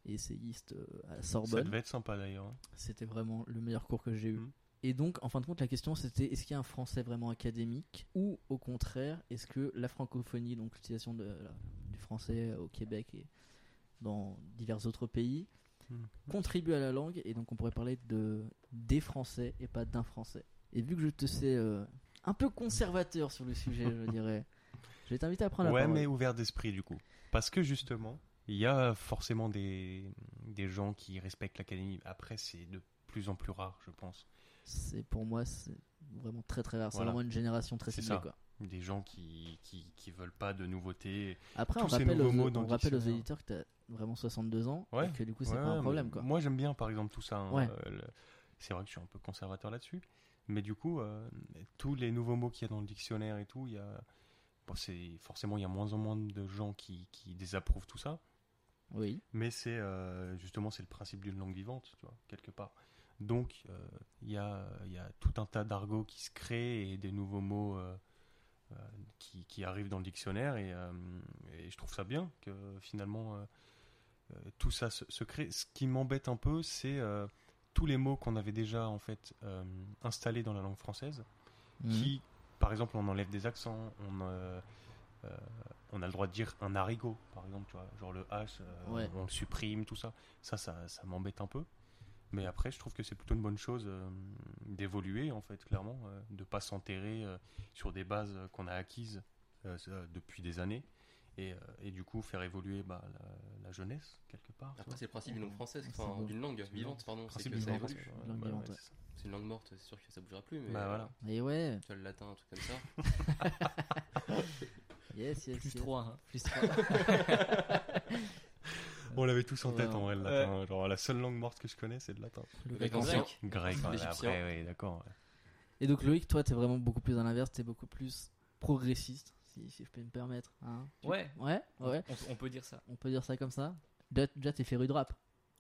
Speaker 3: et essayiste euh, à la
Speaker 5: Ça
Speaker 3: Sorbonne.
Speaker 5: devait être sympa d'ailleurs. hein.
Speaker 3: C'était vraiment le meilleur cours que j'ai eu.
Speaker 5: Mhm.
Speaker 3: Et donc, en fin de compte, la question c'était est-ce qu'il y a un français vraiment académique ou au contraire, est-ce que la francophonie, donc l'utilisation de la- du français au Québec et dans divers autres pays,
Speaker 5: Mhm.
Speaker 3: contribue à la langue et donc on pourrait parler de des français et pas d'un français. Et vu que je te sais euh, un peu conservateur sur le sujet, je dirais, je vais t'inviter à prendre la
Speaker 5: Ouais,
Speaker 3: parole.
Speaker 5: mais ouvert d'esprit du coup. Parce que justement, il y a forcément des, des gens qui respectent l'académie. Après, c'est de plus en plus rare, je pense.
Speaker 3: C'est pour moi c'est vraiment très très rare. C'est
Speaker 5: Voilà.
Speaker 3: vraiment une génération très
Speaker 5: C'est
Speaker 3: ciblée
Speaker 5: ça.
Speaker 3: quoi.
Speaker 5: Des gens qui, qui, qui veulent pas de nouveautés.
Speaker 3: Après,
Speaker 5: Tous
Speaker 3: on
Speaker 5: ces
Speaker 3: rappelle,
Speaker 5: nouveaux
Speaker 3: aux,
Speaker 5: mots dans
Speaker 3: on
Speaker 5: le
Speaker 3: rappelle aux
Speaker 5: dictionnaire.
Speaker 3: auditeurs que t'as vraiment 62 ans
Speaker 5: Ouais.
Speaker 3: et que du coup, c'est
Speaker 5: Ouais,
Speaker 3: pas un
Speaker 5: mais
Speaker 3: problème quoi.
Speaker 5: Moi, j'aime bien par exemple tout ça. hein.
Speaker 3: Ouais.
Speaker 5: Euh, le- C'est vrai que je suis un peu conservateur là-dessus. Mais du coup, euh, tous les nouveaux mots qu'il y a dans le dictionnaire et tout, il y a. Bon, c'est- forcément, il y a moins en moins de gens qui, qui désapprouvent tout ça.
Speaker 3: Oui.
Speaker 5: Mais c'est euh, justement c'est le principe d'une langue vivante, tu vois, quelque part. Donc euh, il y, a, il y a tout un tas d'argots qui se créent et des nouveaux mots euh, euh, qui, qui arrivent dans le dictionnaire et, euh, et je trouve ça bien que finalement euh, euh, tout ça se, se crée. Ce qui m'embête un peu, c'est euh, tous les mots qu'on avait déjà en fait euh, installés dans la langue française
Speaker 1: Mhm.
Speaker 5: qui, par exemple, on enlève des accents, on, euh, euh, on a le droit de dire un arigot, par exemple, tu vois, genre le H, euh,
Speaker 3: Ouais.
Speaker 5: on, on le supprime, tout ça. Ça, ça, ça m'embête un peu. Mais après, je trouve que c'est plutôt une bonne chose euh, d'évoluer, en fait, clairement, euh, de pas s'enterrer euh, sur des bases euh, qu'on a acquises euh, ça, depuis des années. Et, euh, et du coup, faire évoluer bah, la, la jeunesse, quelque part. tu
Speaker 1: Après
Speaker 5: vois.
Speaker 1: c'est le principe d'une langue française,
Speaker 3: Ouais, c'est
Speaker 1: enfin
Speaker 3: beau.
Speaker 1: d'une langue
Speaker 5: C'est
Speaker 1: vivante, pardon. C'est
Speaker 5: Principe
Speaker 1: que
Speaker 5: d'une
Speaker 1: ça
Speaker 5: langue
Speaker 1: évolue.
Speaker 5: française, ouais,
Speaker 3: Langue
Speaker 5: bah ouais,
Speaker 3: vivante,
Speaker 5: c'est
Speaker 3: ouais.
Speaker 5: ça.
Speaker 1: C'est une langue morte, c'est sûr que ça bougera plus. Mais
Speaker 5: Bah voilà.
Speaker 3: Mmh. Et ouais.
Speaker 1: Tu vois le latin, un truc comme ça.
Speaker 3: Yes, yes.
Speaker 4: Plus
Speaker 3: yes.
Speaker 4: 3. hein.
Speaker 3: Plus trois.
Speaker 5: On l'avait tous en tête, en vrai, le
Speaker 4: Ouais.
Speaker 5: latin. Genre, la seule langue morte que je connais, c'est le latin.
Speaker 3: Le
Speaker 1: grec
Speaker 3: grec
Speaker 1: ancien.
Speaker 3: ancien.
Speaker 5: Grec, ouais,
Speaker 1: L'Égyptien.
Speaker 5: après, oui, d'accord. ouais.
Speaker 3: Et donc, Loïc, toi, t'es vraiment beaucoup plus dans l'inverse. T'es beaucoup plus progressiste, si, si je peux me permettre. hein. Tu-
Speaker 4: Ouais.
Speaker 3: Ouais, ouais.
Speaker 4: On, on peut dire ça.
Speaker 3: On peut dire ça comme ça. Déjà, déjà, t'es féru de rap.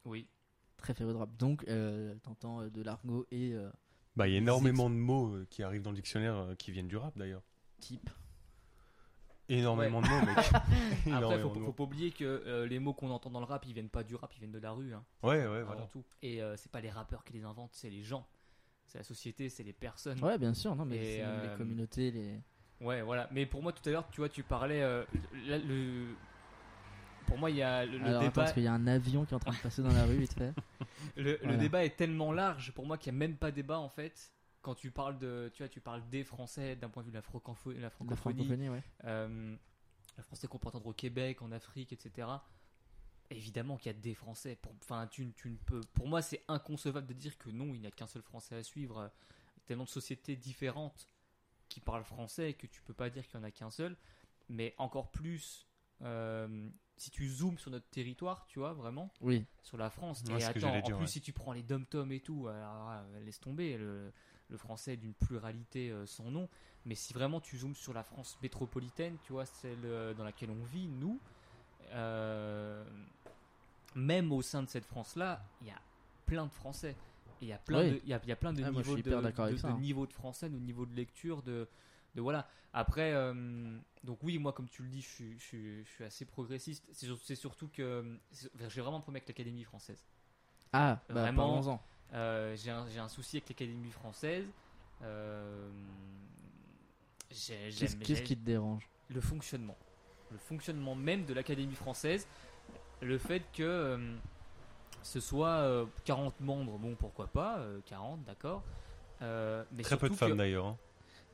Speaker 4: Oui.
Speaker 3: Très féru de rap. Donc, euh, t'entends euh, de l'argot et euh,
Speaker 5: Bah, il y a
Speaker 3: Les
Speaker 5: énormément de mots euh, qui arrivent dans le dictionnaire euh, qui viennent du rap d'ailleurs.
Speaker 3: type.
Speaker 5: Énormément de mots, mec.
Speaker 4: Après,
Speaker 5: Énormément
Speaker 4: faut,
Speaker 5: de
Speaker 4: faut,
Speaker 5: mots.
Speaker 4: pas oublier que euh, les mots qu'on entend dans le rap, ils viennent pas du rap, ils viennent de la rue. hein.
Speaker 5: Ouais, ouais,
Speaker 4: avant
Speaker 5: voilà.
Speaker 4: tout. Et euh, c'est pas les rappeurs qui les inventent, c'est les gens. C'est la société, c'est les personnes.
Speaker 3: Ouais, bien sûr. Non, mais
Speaker 4: Et,
Speaker 3: c'est même les
Speaker 4: euh,
Speaker 3: communautés, les.
Speaker 4: Ouais, voilà. Mais pour moi, tout à l'heure, tu vois, tu parlais. euh, là, le... Pour moi, il y a le, le
Speaker 3: Alors, attends,
Speaker 4: débat.
Speaker 3: parce qu'il y a un avion qui est en train de passer dans la rue, vite fait.
Speaker 4: Le, le
Speaker 3: Voilà.
Speaker 4: débat est tellement large pour moi qu'il n'y a même pas débat en fait. Quand tu parles de, tu vois, tu parles des Français d'un point de vue de la, francopho- la
Speaker 3: La
Speaker 4: francophonie,
Speaker 3: francophonie, ouais.
Speaker 4: euh, le français qu'on peut entendre au Québec, en Afrique, etc. Évidemment qu'il y a des Français. Pour, enfin, tu, tu ne peux. Pour moi, c'est inconcevable de dire que non, il n'y a qu'un seul Français à suivre. Euh, Tellement de sociétés différentes qui parlent français que tu peux pas dire qu'il y en a qu'un seul. Mais encore plus, euh, si tu zoomes sur notre territoire, tu vois vraiment
Speaker 3: Oui.
Speaker 4: sur la France.
Speaker 5: Ouais,
Speaker 4: et
Speaker 5: c'est ce que
Speaker 4: attends, en
Speaker 5: j'allais dire,
Speaker 4: plus,
Speaker 5: ouais.
Speaker 4: si tu prends les dom-toms et tout, alors, euh, laisse tomber, le, le français est d'une pluralité euh, sans nom. Mais si vraiment tu zoomes sur la France métropolitaine, tu vois, celle euh, dans laquelle on vit, nous, euh, même au sein de cette France-là, il y a plein de Français. Et Il y a plein
Speaker 3: Oui.
Speaker 4: de, il y a, il y a plein de
Speaker 3: Ah, moi, je
Speaker 4: niveaux
Speaker 3: suis
Speaker 4: de,
Speaker 3: hyper d'accord
Speaker 4: de-
Speaker 3: avec ça,
Speaker 4: de
Speaker 3: hein.
Speaker 4: niveaux de français, de niveaux de lecture, de, de voilà. Après, euh, donc oui, moi, comme tu le dis, je, suis- je suis- je suis assez progressiste. C'est sur- c'est surtout que c'est- j'ai vraiment un problème avec l'Académie française.
Speaker 3: Ah, bah,
Speaker 4: Vraiment.
Speaker 3: parlons-en.
Speaker 4: Euh, j'ai un, j'ai un souci avec l'Académie française. Euh, j'ai-
Speaker 3: Qu'est-ce
Speaker 4: j'aime-
Speaker 3: qu'est-ce
Speaker 4: j'ai-
Speaker 3: qui te dérange
Speaker 4: le fonctionnement. Le fonctionnement même de l'Académie française. Le fait que euh, ce soit euh, 40 membres, bon pourquoi pas, euh, 40, d'accord. Euh, mais
Speaker 5: Très peu de
Speaker 4: surtout que-
Speaker 5: femmes d'ailleurs. hein.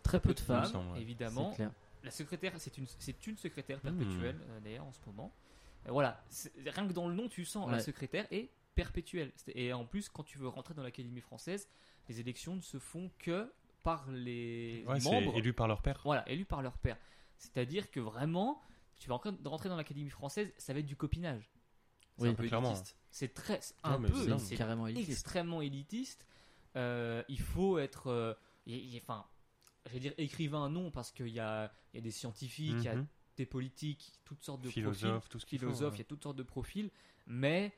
Speaker 3: Très peu de
Speaker 5: il me
Speaker 3: femmes.
Speaker 5: semble, ouais. Hmm.
Speaker 4: évidemment.
Speaker 3: C'est clair.
Speaker 4: La secrétaire, c'est une, c'est une secrétaire perpétuelle euh, d'ailleurs en ce moment. Euh, voilà, C'est- rien que dans le nom, tu sens la
Speaker 3: Ouais.
Speaker 4: secrétaire est perpétuelle. C'est- Et en plus, quand tu veux rentrer dans l'Académie française, les élections ne se font que par les
Speaker 5: Ouais, c'est
Speaker 4: membres
Speaker 5: élu par leur père.
Speaker 4: voilà, élus par leur père. C'est-à-dire que vraiment, tu vas encore rentrer dans l'académie française, ça va être du copinage.
Speaker 1: C'est
Speaker 3: Oui.
Speaker 1: un peu
Speaker 5: Clairement.
Speaker 1: élitiste.
Speaker 4: C'est très, c'est
Speaker 5: Non,
Speaker 4: un
Speaker 5: mais
Speaker 4: peu, hein,
Speaker 5: dingue.
Speaker 4: c'est
Speaker 3: C'est carrément élitiste.
Speaker 4: extrêmement élitiste. Euh, il faut être, euh, y- y- enfin, je vais dire écrivain non parce qu'il y a, il y a des scientifiques, il y a
Speaker 5: Mhm.
Speaker 4: des politiques, toutes sortes de profils,
Speaker 5: Philosophe, tout ce qu'il faut,
Speaker 4: philosophes, il y a toutes sortes de profils, mais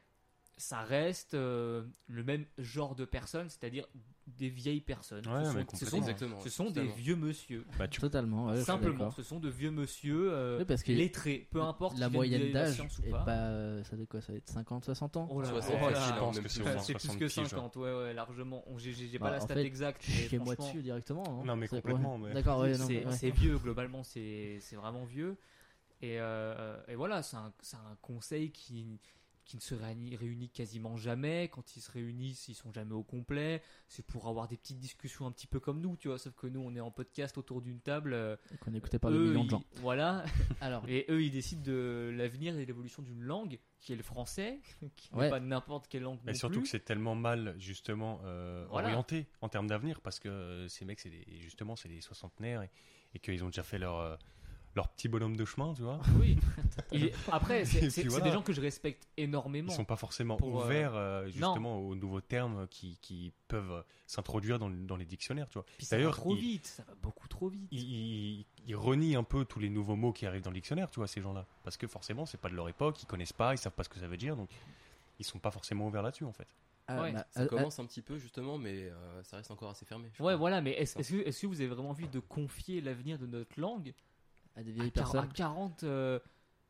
Speaker 4: ça reste euh, le même genre de personnes, c'est-à-dire des vieilles personnes.
Speaker 5: Ouais,
Speaker 4: ce sont,
Speaker 5: mais
Speaker 4: ce
Speaker 5: complètement.
Speaker 4: sont-
Speaker 1: Exactement.
Speaker 4: ce sont des
Speaker 1: totalement.
Speaker 4: vieux monsieur.
Speaker 5: Bah, tu-
Speaker 3: Totalement. ouais, je suis
Speaker 4: Simplement,
Speaker 3: d'accord.
Speaker 4: ce sont de vieux monsieur euh,
Speaker 3: Oui, parce que
Speaker 4: lettrés, peu importe
Speaker 3: la
Speaker 4: qu'ils viennent
Speaker 3: moyenne
Speaker 4: de la
Speaker 3: d'âge
Speaker 4: science ou
Speaker 3: est
Speaker 4: pas.
Speaker 3: pas. euh, Ça doit quoi Ça va être 50, 60 ans
Speaker 4: Oh là là,
Speaker 1: Soixante,
Speaker 4: oh là
Speaker 1: facile,
Speaker 4: là.
Speaker 5: je pense que c'est au
Speaker 1: Ouais,
Speaker 5: moins
Speaker 4: c'est plus que
Speaker 5: 60 piges,
Speaker 4: 50, ouais, ouais, largement. On- J'ai j'ai- j'ai
Speaker 3: Bah,
Speaker 4: pas la
Speaker 3: en
Speaker 4: stat
Speaker 3: fait,
Speaker 4: exacte. mais
Speaker 3: Chez moi
Speaker 4: franchement,
Speaker 3: dessus directement. hein.
Speaker 5: Non, mais
Speaker 3: C'est- ouais.
Speaker 5: complètement, mais-
Speaker 3: D'accord, ouais, non,
Speaker 4: c'est
Speaker 3: mais ouais.
Speaker 4: c'est vieux, globalement, c'est c'est vraiment vieux. Et, euh, et voilà, c'est un, c'est un conseil qui, qui ne se réuni- réunit quasiment jamais. Quand ils se réunissent, ils sont jamais au complet. C'est pour avoir des petites discussions un petit peu comme nous, tu vois. Sauf que nous, on est en podcast autour d'une table. euh,
Speaker 3: Et Qu'on n'écoutait pas le
Speaker 4: eux,
Speaker 3: million
Speaker 4: ils-
Speaker 3: de gens.
Speaker 4: Voilà,
Speaker 3: Alors,
Speaker 4: Et eux, ils décident de l'avenir et l'évolution d'une langue qui est le français, qui n'est
Speaker 3: Ouais.
Speaker 4: pas n'importe quelle langue.
Speaker 5: Mais
Speaker 4: non
Speaker 5: surtout que
Speaker 4: plus.
Speaker 5: c'est tellement mal justement euh,
Speaker 4: Bah Voilà.
Speaker 5: orienté en termes d'avenir parce que euh, ces mecs, c'est des- justement, c'est des soixantenaires et, et qu'ils ont déjà fait leur, euh, leur petit bonhomme de chemin, tu vois.
Speaker 4: Oui. Il- Après,
Speaker 5: Et
Speaker 4: c'est
Speaker 5: puis
Speaker 4: c'est- c'est
Speaker 5: voilà.
Speaker 4: des gens que je respecte énormément.
Speaker 5: Ils sont pas forcément
Speaker 4: Pour, euh,
Speaker 5: ouverts euh, justement
Speaker 4: non.
Speaker 5: aux nouveaux termes qui, qui peuvent euh, s'introduire dans, le- dans les dictionnaires, tu vois.
Speaker 4: Puis ça va
Speaker 5: d'ailleurs,
Speaker 4: trop
Speaker 5: ils-
Speaker 4: vite, ça va beaucoup trop vite.
Speaker 5: Ils, ils- ils renient un peu tous les nouveaux mots qui arrivent dans le dictionnaire, tu vois, ces gens-là. Parce que forcément, c'est pas de leur époque, ils connaissent pas, ils savent pas ce que ça veut dire, donc ils sont pas forcément ouverts là-dessus en fait.
Speaker 3: ah,
Speaker 4: ouais,
Speaker 3: bah,
Speaker 1: Ça
Speaker 3: ah,
Speaker 1: commence un petit peu justement, mais euh, ça reste encore assez fermé. je
Speaker 4: Ouais,
Speaker 1: crois.
Speaker 4: voilà, mais est-ce est-ce que, est-ce que vous avez vraiment envie de confier l'avenir de notre langue
Speaker 3: ah, à des
Speaker 4: à,
Speaker 3: vieilles
Speaker 4: quar- à
Speaker 3: personnes.
Speaker 4: 40 euh,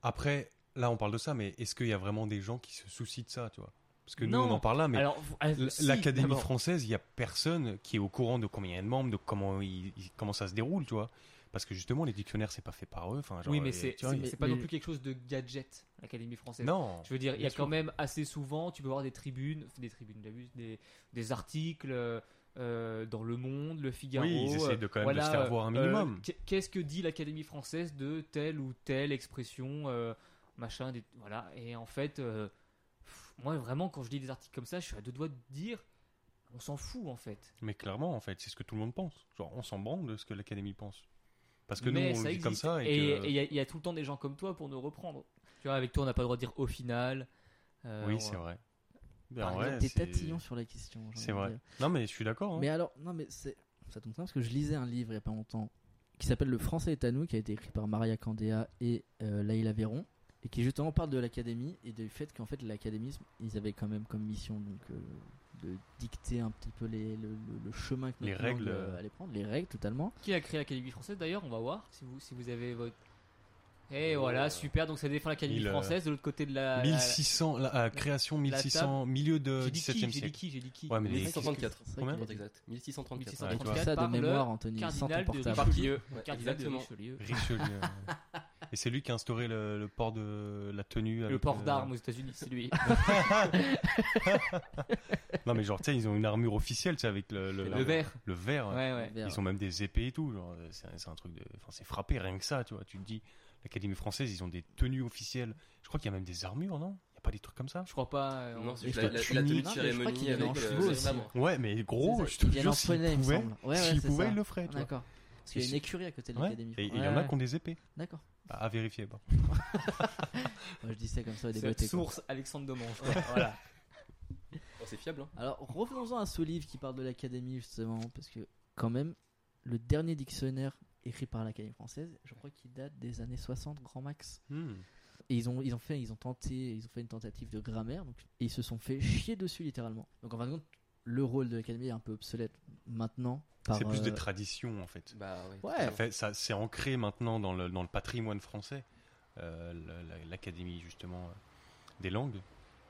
Speaker 5: Après, là, on parle de ça, mais est-ce qu'il y a vraiment des gens qui se soucient de ça, tu vois Parce que
Speaker 4: Non.
Speaker 5: nous, on en parle là, mais
Speaker 4: Alors, vous- ah,
Speaker 5: l-
Speaker 4: si,
Speaker 5: l'Académie
Speaker 4: d'abord.
Speaker 5: française, il y a personne qui est au courant de combien il y a de membres, de comment, il- il- comment ça se déroule, tu vois Parce que justement, les dictionnaires, c'est pas fait par eux. Enfin, genre,
Speaker 4: Oui, mais
Speaker 5: euh,
Speaker 4: c'est
Speaker 5: tu vois,
Speaker 4: c'est-
Speaker 5: il-
Speaker 4: c'est pas non
Speaker 3: mais-
Speaker 4: plus quelque chose de gadget, l'Académie française.
Speaker 5: Non
Speaker 4: Je veux dire, il y
Speaker 5: Bien
Speaker 4: a quand
Speaker 5: sûr.
Speaker 4: même assez souvent, tu peux voir des tribunes, des tribunes, j'abuse, des, des articles euh, euh, dans Le Monde, Le Figaro.
Speaker 5: Oui, ils essayent de quand même de se faire voir un minimum.
Speaker 4: oh, euh, Qu'est-ce que dit l'Académie française de telle ou telle expression, euh, machin, des- voilà. Et en fait, euh, pff, moi vraiment, quand je lis des articles comme ça, je suis à deux doigts de dire, on s'en fout en fait.
Speaker 5: Mais clairement, en fait, c'est ce que tout le monde pense. Genre, on s'en branle de ce que l'Académie pense. Parce que
Speaker 4: Mais
Speaker 5: nous, on
Speaker 4: ça
Speaker 5: le dit
Speaker 4: existe.
Speaker 5: comme ça. Et,
Speaker 4: Et
Speaker 5: que-
Speaker 4: il y, a- il y a tout le temps des gens comme toi pour nous reprendre. Tu vois, avec toi, on n'a pas le droit de dire au final. euh,
Speaker 5: Oui,
Speaker 4: on-
Speaker 5: c'est vrai. Ben,
Speaker 3: Par
Speaker 5: en
Speaker 3: exemple,
Speaker 5: vrai,
Speaker 3: T'es
Speaker 5: c'est-
Speaker 3: tatillon sur la question. j'ai
Speaker 5: C'est
Speaker 3: envie de
Speaker 5: vrai.
Speaker 3: dire.
Speaker 5: Non, mais je suis d'accord. hein.
Speaker 4: euh,
Speaker 3: Mais alors, non, mais c'est. Ça tombe bien parce que je lisais un livre il y a pas longtemps qui s'appelle Le français est à nous, qui a été écrit par Maria Candéa et euh, Laïla Véron, et qui justement parle de l'académie et du fait qu'en fait l'académisme, ils avaient quand même comme mission donc euh, de dicter un petit peu les, le, le- le chemin que
Speaker 5: Les
Speaker 3: notre langue,
Speaker 5: règles,
Speaker 3: euh,
Speaker 5: euh.
Speaker 3: allait prendre, les règles totalement.
Speaker 4: Qui a créé l'Académie française d'ailleurs On va voir si vous, si vous avez votre. Et
Speaker 1: Oh.
Speaker 4: voilà, super, donc ça défend l'Académie
Speaker 5: Euh, Mille, euh,
Speaker 4: française de l'autre côté de la. la-
Speaker 5: 1600, la, la création 1600, milieu de
Speaker 4: J'ai dit qui
Speaker 5: 17e
Speaker 4: J'ai dit
Speaker 5: euh, siècle.
Speaker 4: qui J'ai dit qui
Speaker 5: Ouais, mais les-
Speaker 1: 1634.
Speaker 3: C'est vrai qu'il
Speaker 5: Combien
Speaker 1: Pour
Speaker 3: a
Speaker 1: être
Speaker 3: dit-
Speaker 1: exact. 1634.
Speaker 5: Ouais, tu vois.
Speaker 4: 1634
Speaker 3: ça de
Speaker 4: par
Speaker 3: mémoire,
Speaker 4: le
Speaker 3: Anthony, sans ton
Speaker 4: cardinal de
Speaker 3: portable.
Speaker 4: Richelieu.
Speaker 1: Ouais,
Speaker 4: Cardinal de
Speaker 1: euh, exactement.
Speaker 4: Richelieu.
Speaker 5: Richelieu. Et c'est lui qui a instauré le, le port de la tenue.
Speaker 4: Le
Speaker 5: avec,
Speaker 4: port
Speaker 5: euh,
Speaker 4: d'armes aux États-Unis, c'est lui.
Speaker 5: Non, mais genre, tu sais, ils ont une armure officielle, tu sais, avec le,
Speaker 4: Le vert.
Speaker 5: Le vert.
Speaker 4: Ouais, ouais.
Speaker 3: Vers-
Speaker 5: Ils ont même des épées et tout. genre, euh, C'est c'est un truc de. Enfin, c'est frappé, rien que ça, tu vois. Tu te dis, l'Académie française, ils ont des tenues officielles. Je crois qu'il y a même des armures, non Il n'y a pas des trucs comme ça
Speaker 4: Je crois pas. euh,
Speaker 1: Non,
Speaker 4: on-
Speaker 1: c'est
Speaker 5: je
Speaker 1: la,
Speaker 5: l'ai
Speaker 1: la, la
Speaker 5: tué. Non,
Speaker 1: tenue
Speaker 5: mais
Speaker 1: de
Speaker 3: je crois
Speaker 1: cérémonie
Speaker 3: qu'il est en
Speaker 1: avec
Speaker 3: chevaux
Speaker 1: euh,
Speaker 3: aussi.
Speaker 1: vraiment.
Speaker 5: Ouais, mais
Speaker 3: C'est
Speaker 5: gros,
Speaker 3: ça,
Speaker 5: je te
Speaker 3: il y a
Speaker 5: jure, s'ils
Speaker 3: l'entraîneur, il me
Speaker 5: pouvaient,
Speaker 3: semble. Ouais, ouais,
Speaker 5: s'ils
Speaker 3: c'est
Speaker 5: pouvaient,
Speaker 3: ça.
Speaker 5: ils le feraient,
Speaker 3: Ah,
Speaker 5: tu vois.
Speaker 3: D'accord. Parce qu'il y a une écurie à côté de
Speaker 5: Ouais,
Speaker 3: l'académie.
Speaker 5: Et il y
Speaker 3: Ouais,
Speaker 5: en a
Speaker 3: ouais.
Speaker 5: qui ont des épées.
Speaker 3: D'accord.
Speaker 5: Bah, à vérifier. bah.
Speaker 3: Ouais, je dis ça comme ça au
Speaker 4: c'est
Speaker 3: débat.
Speaker 4: source Alexandre Domange. quoi. voilà.
Speaker 1: Oh, c'est fiable. Hein.
Speaker 3: Alors revenons-en à ce livre qui parle de l'académie justement, parce que quand même, le dernier dictionnaire écrit par l'Académie française, je crois qu'il date des années 60 grand max.
Speaker 5: Hmm.
Speaker 3: Et ils ont, ils ont fait, ils ont tenté, ils ont fait une tentative de grammaire, donc, et ils se sont fait chier dessus littéralement. Donc en fin de compte, le rôle de l'Académie est un peu obsolète maintenant. par,
Speaker 5: C'est plus des
Speaker 3: euh,
Speaker 5: traditions, en fait.
Speaker 1: Bah ouais.
Speaker 3: Ouais.
Speaker 5: Ça fait- ça c'est ancré maintenant dans le, dans le patrimoine français, euh, le- la- l'académie justement euh, des langues.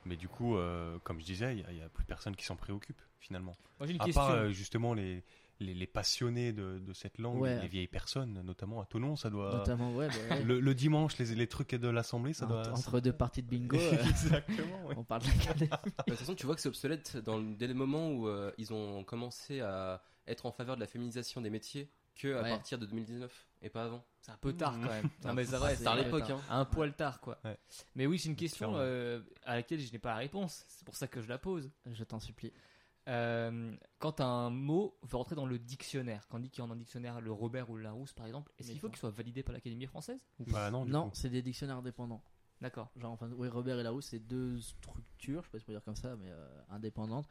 Speaker 5: Mais du coup, euh, comme je disais, il n'y a, plus personne qui s'en préoccupe finalement.
Speaker 4: Moi j'ai une
Speaker 5: À
Speaker 4: question.
Speaker 5: part euh, justement les, les, les passionnés de, de cette langue,
Speaker 3: Ouais.
Speaker 5: les vieilles personnes, notamment à Tonon, ça doit.
Speaker 3: Notamment, ouais, bah, ouais.
Speaker 5: Le, le dimanche, les, les trucs de l'assemblée, ça
Speaker 3: entre,
Speaker 5: doit.
Speaker 3: entre deux parties de bingo, euh,
Speaker 5: Exactement, ouais.
Speaker 3: on parle de la carte des-
Speaker 1: De toute façon, tu vois que c'est obsolète dans le, dès le moment où euh, ils ont commencé à être en faveur de la féminisation des métiers que à
Speaker 3: Ouais.
Speaker 1: partir de 2019 et pas avant.
Speaker 4: C'est un peu tard quand même. non mais ça
Speaker 3: Ah,
Speaker 4: va,
Speaker 3: c'est
Speaker 4: c'est
Speaker 1: Tard à
Speaker 3: vrai,
Speaker 1: l'époque, hein.
Speaker 4: un poil tard quoi.
Speaker 5: Ouais.
Speaker 4: Mais oui, j'ai une question
Speaker 5: Clairement.
Speaker 4: euh, à laquelle je n'ai pas la réponse. C'est pour ça que je la pose.
Speaker 3: Je t'en supplie.
Speaker 4: Euh, quand un mot va rentrer dans le dictionnaire, quand on dit qu'il y en a un dictionnaire, le Robert ou le Larousse par exemple, est-ce qu'il faut
Speaker 3: Mettons.
Speaker 4: qu'il soit validé par l'Académie française
Speaker 5: Bah non, du
Speaker 3: Non,
Speaker 5: coup.
Speaker 3: c'est des dictionnaires indépendants.
Speaker 4: D'accord.
Speaker 3: Genre, enfin, oui, Robert et Larousse, c'est deux structures, je sais pas si on peut dire comme ça, mais euh, indépendantes.